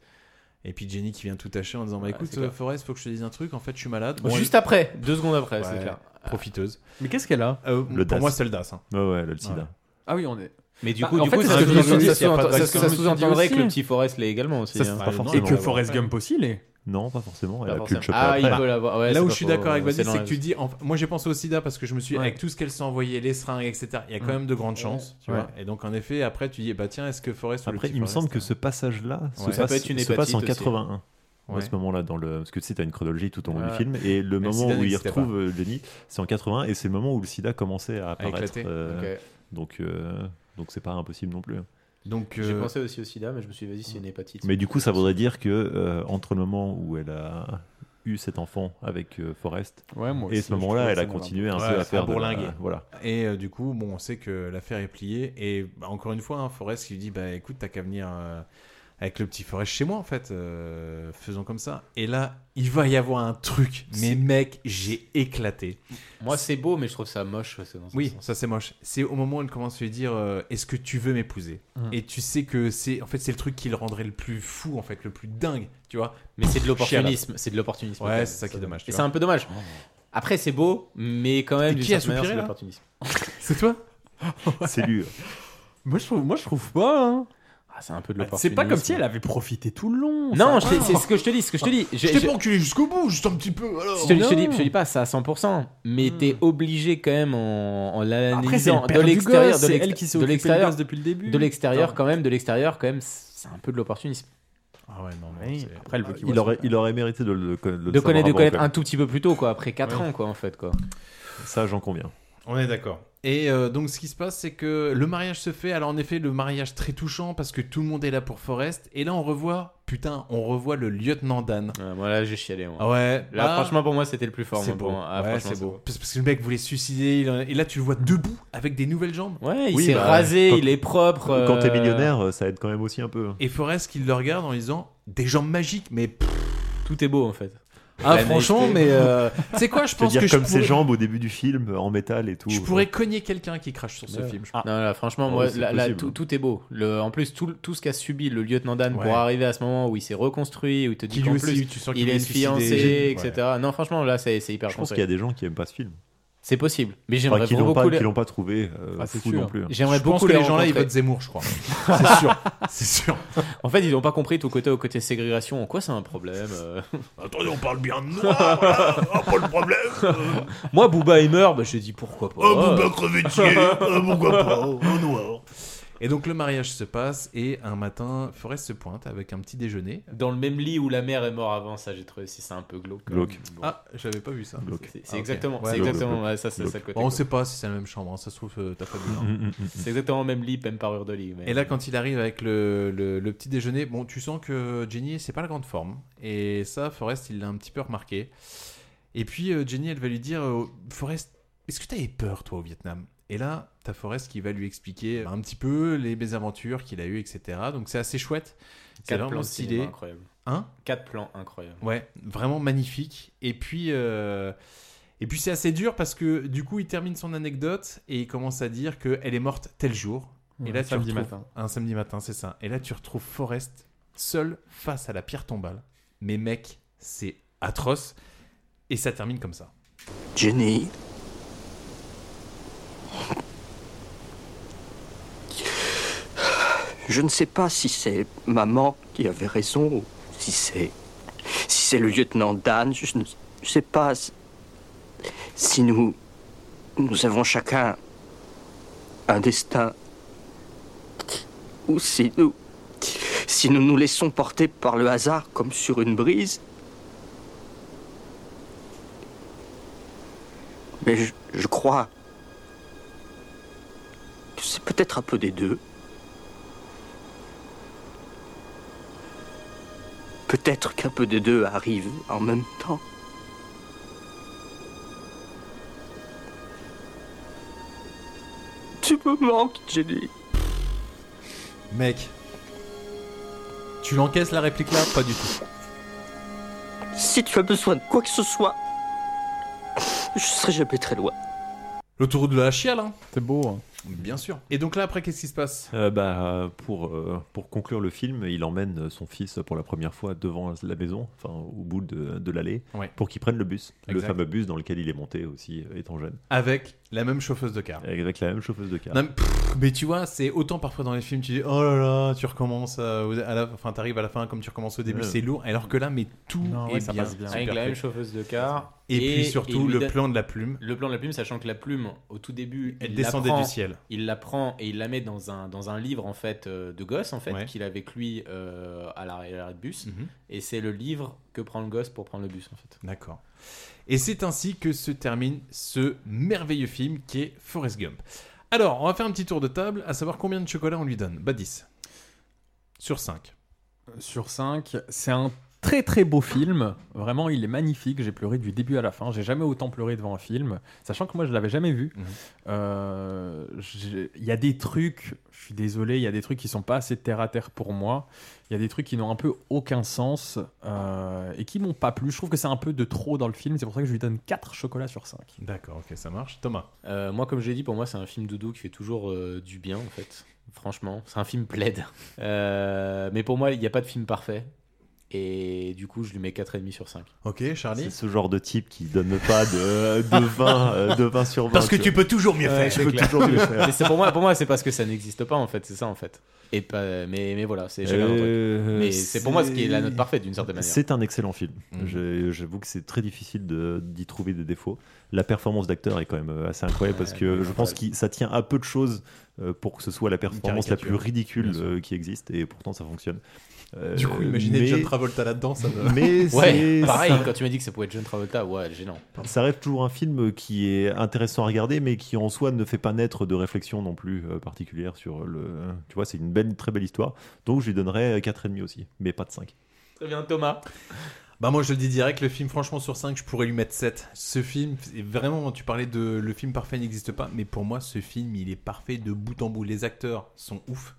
Et puis Jenny qui vient tout tâcher en disant bah Ouais, écoute c'est clair. euh, Forrest, faut que je te dise un truc. En fait, je suis malade. Bon, Juste elle- après, deux secondes après, Ouais, c'est clair. Profiteuse. Mais qu'est-ce qu'elle a Euh, Pour Le DAS. moi, c'est le DAS. hein. Ouais, ouais, le sida. Ah oui, on est. Mais du Bah, coup, en du fait, coup, c'est ça, ce que je me suis dit, ça- s'il y a ça- pas de ça- vaccin, ça je me suis dit sous-entendrait que aussi. hein. le petit Forrest l'est également aussi. Ça, c'est hein. pas forcément Et que vrai. Forrest Gump aussi l'est. Non, pas forcément. Elle Pas a plus forcément. le chocolat. Ah, il après. peut l'avoir. Ouais, c'est Là où pas je suis faux, d'accord avec ouais, Basile, c'est c'est que dans tu dis. en- Moi, j'ai pensé au sida parce que je me suis. Ouais. Avec tout ce qu'elle s'est envoyé, les seringues, etc., il y a quand Mm. même de grandes chances. Tu Ouais. vois et donc, en effet, après, tu dis bah tiens, est-ce que Forrest. ou le Après, petit il me Forrest, semble que ce passage-là se, Ouais. Ça passe, peut être une se passe en hépatite aussi. 81. Ouais. À ce moment-là, dans le... parce que tu sais, t'as une chronologie tout au long Ouais. du film, et Mais le le moment sida où il n'existait retrouve euh, Denis, c'est en 80, et c'est le moment où le sida commençait à apparaître. éclater. euh, Ok. Donc, euh, donc c'est pas impossible non plus. Donc, J'ai euh, pensé aussi au sida, mais je me suis dit, vas-y, c'est une hépatite. Mais du coup, ça voudrait dire que euh, entre le moment où elle a eu cet enfant avec euh, Forrest Ouais, moi et aussi, ce je moment-là, trouve elle que a ça continué m'a un pas- peu Ouais, à ça faire a de la- bourlingué. voilà. Et euh, du coup, bon, on sait que l'affaire est pliée. Et bah, encore une fois, hein, Forrest qui lui dit Bah écoute, t'as qu'à venir euh, avec le petit Forrest chez moi, en fait. euh, faisons comme ça. Et là, il va y avoir un truc. Mais mec, j'ai éclaté. Moi, c'est beau, mais je trouve ça moche. c'est dans un Oui, sens. ça c'est moche. C'est au moment où elle commence à lui dire euh, Est-ce que tu veux m'épouser Mm. Et tu sais que c'est en fait c'est le truc qui le rendrait le plus fou, en fait, le plus dingue, tu vois. Mais c'est de l'opportunisme. Chialade. C'est de l'opportunisme. Ouais, c'est ça qui est dommage. tu Et vois. c'est un peu dommage. Après, c'est beau, mais quand même, Et d'une qui a certaine manière, soupiré, c'est de là l'opportunisme. C'est toi C'est lui. Moi, je trouve, moi, je trouve pas. hein. Ah, c'est un peu de C'est l'opportunisme. pas comme si elle avait profité tout le long. Non, ça je t'ai- va. c'est ce que je te dis, ce que je te dis. J'ai- Oh. t'ai j'ai- pas enculé jusqu'au bout, juste un petit peu. alors. Je te, je te dis, Non. je te dis pas ça à 100%, mais t'es obligé quand même en, en Après, c'est le l'analysant père de du l'extérieur, gosse, de c'est l'ex- elle qui s'est de occupée du l'extérieur- gosse depuis le début. De l'extérieur Putain. quand même, de l'extérieur quand même, c'est un peu de l'opportunisme. Ah ouais, non, Après, elle veut qu'il Il voit aurait, il aurait mérité de le, de le son- de savoir connaître, de avant, connaître quand un même. tout petit peu plus tôt, quoi. Après 4 Ouais. ans, quoi, en fait, quoi. Ça, j'en conviens. On est d'accord. Et euh, donc ce qui se passe, c'est que le mariage se fait. Alors en effet, le mariage très touchant parce que tout le monde est là pour Forrest. Et là, on revoit, putain, on revoit le lieutenant Dan. Ouais, moi, là, j'ai chialé, moi. Ouais. Là, bah, franchement, pour moi, c'était le plus fort. C'est moi, pour beau. moi. Ah, Ouais, franchement, c'est beau. Parce, parce que le mec voulait se suicider. il en- Et là, tu le vois debout avec des nouvelles jambes. Ouais, il Oui, s'est bah, rasé, quand- il est propre. Quand t'es euh, millionnaire, euh, ça aide quand même aussi un peu. Et Forrest qui le regarde en lui disant des jambes magiques, mais pff, Tout est beau, en fait. Ah, franchement, mais euh, tu sais quoi, je pense dire que je comme ses pourrais- jambes au début du film euh, en métal et tout. Je pourrais cogner quelqu'un qui crache sur ce Ouais. film. je Non, là, franchement, Ah moi, ouais, c'est là, là, possible. tout, tout est beau. Le, en plus, tout, le- tout ce qu'a subi le lieutenant Dan Ouais. pour arriver à ce moment où il s'est reconstruit, où il te Qui dit lui qu'en aussi, plus, tu sens qu'il il est est suicidé. fiancé, etc. Non, franchement, là, c'est c'est hyper Je pense complet. qu'il y a des gens qui aiment pas ce film. C'est possible. Mais Enfin, j'aimerais qui l'ont beaucoup pas, les- qui l'ont pas trouvé euh, Ah, c'est fou sûr. non plus. J'aimerais pense beaucoup que les, les gens là, ils rencontrer. votent Zemmour, je crois. C'est sûr. C'est sûr. En fait, ils n'ont pas compris tout côté au côté ségrégation. En quoi c'est un problème euh. Attendez, on parle bien de noir, voilà. Ah, pas le problème. Euh, Moi, Booba il meurt, bah, je dis pourquoi pas. Oh, Ah, Booba crevé de pied. Ah, pourquoi pas En noir. Et donc le mariage se passe et un matin, Forrest se pointe avec un petit déjeuner. Dans le même lit où la mère est morte avant, ça, j'ai trouvé si c'est un peu glauque. quand Glauque. même. Bon. Ah, j'avais pas vu ça. Glauque. C'est- c'est Ah, ok. exactement- c'est glauque, exactement, glauque. ouais, ça, c'est- Glauque. ça, le côté Bon, on glauque. sait pas si c'est la même chambre, hein, ça se trouve euh, t'as pas vu. hein. C'est exactement le même lit, même parure de lit. mais- Et là, quand il arrive avec le, le- le petit déjeuner, bon, tu sens que Jenny, c'est pas la grande forme. Et ça, Forrest, il l'a un petit peu remarqué. Et puis, euh, Jenny, elle va lui dire euh, Forrest, est-ce que t'avais peur, toi, au Vietnam Et là, t'as Forrest qui va lui expliquer un petit peu les mésaventures qu'il a eues, etc. Donc, c'est assez chouette. C'est Quatre vraiment plans de stylé. cinéma incroyables. Hein Quatre plans incroyables. Ouais, vraiment magnifique. Et puis, euh, et puis c'est assez dur parce que du coup, il termine son anecdote et il commence à dire qu'elle est morte tel jour. Ouais, et là, un tu samedi retrouves- matin. Un samedi matin, c'est ça. Et là, tu retrouves Forrest seul face à la pierre tombale. Mais mec, c'est atroce. Et ça termine comme ça. Jenny. Je ne sais pas si c'est maman qui avait raison ou si c'est. si c'est le lieutenant Dan. Je ne sais pas si- si nous. nous avons chacun un destin. Ou si nous. si nous nous laissons porter par le hasard comme sur une brise. Mais je, je crois que c'est peut-être un peu des deux. Peut-être qu'un peu des deux arrive en même temps. Tu me manques, Jenny. Mec, tu l'encaisses la réplique là Pas du tout. Si tu as besoin de quoi que ce soit, je serai jamais très loin. L'autoroute de la chiale, hein C'est beau. hein. Bien sûr. Et donc là, après, qu'est-ce qui se passe Euh, bah, euh, pour, euh, pour conclure le film, il emmène son fils pour la première fois devant la maison, enfin au bout de, de l'allée, Ouais. pour qu'il prenne le bus, le Exact. fameux bus dans lequel il est monté aussi euh, étant jeune, Avec la même chauffeuse de car. avec la même chauffeuse de car. Non, mais, pff, mais tu vois, c'est autant parfois dans les films, tu dis oh là là, tu recommences à, à la, enfin t'arrives à la fin comme tu recommences au début, Ouais. c'est lourd. Alors que là, mais tout Non, est ouais, ça bien, passe bien. super Avec la fait. même chauffeuse de car. Et, puis surtout il lui le donne- plan de la plume. Le plan de la plume, sachant que la plume, au tout début, Elle il descendait la prend- du ciel. Il la prend et il la met dans un, dans un livre en fait euh, de gosse en fait Ouais. qu'il a avec lui euh, à l'arrêt à l'arrêt de bus. Mhm. Et c'est le livre que prend le gosse pour prendre le bus en fait. D'accord. Et c'est ainsi que se termine ce merveilleux film qui est Forrest Gump. Alors, on va faire un petit tour de table, à savoir combien de chocolat on lui donne. Bah 10. Sur 5. Euh, Sur 5, c'est un très très beau film. Vraiment, il est magnifique. J'ai pleuré du début à la fin. J'ai jamais autant pleuré devant un film, sachant que moi je l'avais jamais vu. Mhm. Euh, j'ai- Il y a des trucs, je suis désolé, il y a des trucs qui sont pas assez terre à terre pour moi. Il y a des trucs qui n'ont un peu aucun sens euh, et qui m'ont pas plu. Je trouve que c'est un peu de trop dans le film. C'est pour ça que je lui donne 4 chocolats sur 5. D'accord, ok, ça marche. Thomas. Euh, moi, comme je l'ai dit, pour moi, c'est un film doudou qui fait toujours euh, du bien, en fait. Franchement, c'est un film plaid. Euh, mais pour moi, il n'y a pas de film parfait. Et du coup, je lui mets 4,5 sur 5. Ok, Charlie. C'est ce genre de type qui donne pas de, de, 20, euh, de 20 sur 20. Parce que tu vois. peux toujours mieux Euh, faire. Tu C'est peux clair. toujours mieux faire. Mais c'est pour moi, pour moi, c'est parce que ça n'existe pas en fait, c'est ça en fait. Et pas, mais, mais voilà, c'est chacun Euh, notre truc. Mais c'est pour moi ce qui est la note parfaite d'une certaine manière. C'est un excellent film. Mhm. Je- J'avoue que c'est très difficile de- d'y trouver des défauts. La performance d'acteur est quand même euh, assez incroyable parce que je pense que ça tient à peu de choses euh, pour que ce soit la performance la caricature, plus ridicule bien sûr. euh, qui existe et pourtant ça fonctionne. Euh, Du coup, imaginez mais- John Travolta là-dedans, ça me- Mais Ouais, c'est- pareil, ça- quand tu m'as dit que ça pouvait être John Travolta, ouais, gênant. ça reste toujours un film qui est intéressant à regarder, mais qui en soi ne fait pas naître de réflexion non plus euh, particulière sur le. Tu vois, c'est une belle, très belle histoire. Donc je lui donnerais 4,5 aussi, mais pas de 5. Très bien, Thomas. Bah moi je le dis direct, le film franchement sur 5 je pourrais lui mettre 7. Ce film, c'est vraiment, tu parlais de le film parfait n'existe pas, mais pour moi ce film il est parfait de bout en bout. Les acteurs sont ouf,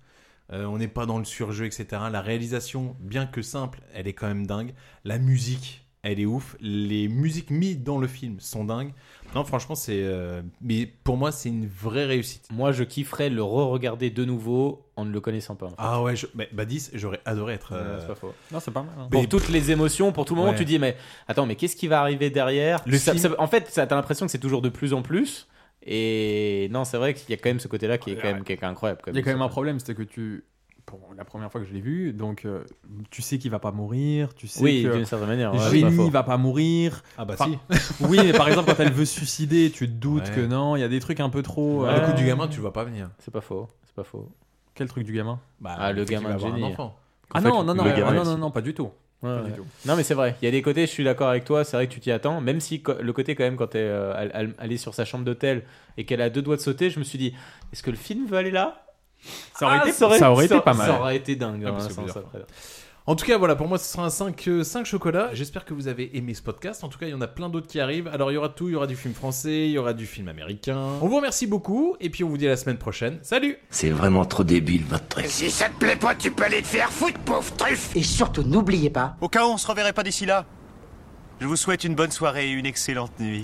Euh, on n'est pas dans le surjeu etc. La réalisation, bien que simple, elle est quand même dingue. La musique, elle est ouf. Les musiques mises dans le film sont dingues. Non, franchement, c'est. euh, mais pour moi, c'est une vraie réussite. Moi, je kifferais le re-regarder de nouveau en ne le connaissant pas. en fait. Ah ouais, je, mais Badis, j'aurais adoré être. euh, Ouais, c'est pas faux. Non, c'est pas mal. hein. Pour Mais- toutes les émotions, pour tout le moment, Ouais. tu dis mais attends, mais qu'est-ce qui va arriver derrière Le Ça- film- ça- En fait, ça- t'as l'impression que c'est toujours de plus en plus. Et non, c'est vrai qu'il y a quand même ce côté-là qui est quand même, qui est incroyable. Il y a quand même un problème, c'était que tu. Pour la première fois que je l'ai vu, donc euh, tu sais qu'il va pas mourir, tu sais Oui, que d'une certaine manière, ouais, c'est pas Jenny faux. va pas mourir. Ah bah Enfin, si. oui, mais par exemple quand elle veut se suicider, tu te doutes Ouais. que non, il y a des trucs un peu trop. euh, Ouais, le coup du gamin, tu le vois pas venir. C'est pas faux, c'est pas faux. Quel truc du gamin Bah, Ah, le c'est qu'il gamin va de avoir un génie. enfant. Ah En fait, non, non, le non, gamin, ah non, non, si. non, pas du tout. Ouais, Pas du ouais. tout. Non mais c'est vrai, il y a des côtés, je suis d'accord avec toi, c'est vrai que tu t'y attends, même si co- le côté quand même quand t'es, euh, elle, elle- elle est sur sa chambre d'hôtel et qu'elle a deux doigts de sauter, je me suis dit, est-ce que le film veut aller là Ça aurait été- Ah, ça aurait été pas mal. Ça aurait été dingue. Ah, hein, parce que sans- plusieurs sans- fois. En tout cas, voilà, pour moi, ce sera un 5, euh, 5 chocolats. J'espère que vous avez aimé ce podcast. En tout cas, il y en a plein d'autres qui arrivent. Alors, il y aura tout. Il y aura du film français, il y aura du film américain. On vous remercie beaucoup. Et puis, on vous dit à la semaine prochaine. Salut C'est vraiment trop débile votre truc. Si ça te plaît pas, tu peux aller te faire foutre, pauvre truffe Et surtout, n'oubliez pas. Au cas où on se reverrait pas d'ici là, je vous souhaite une bonne soirée et une excellente nuit.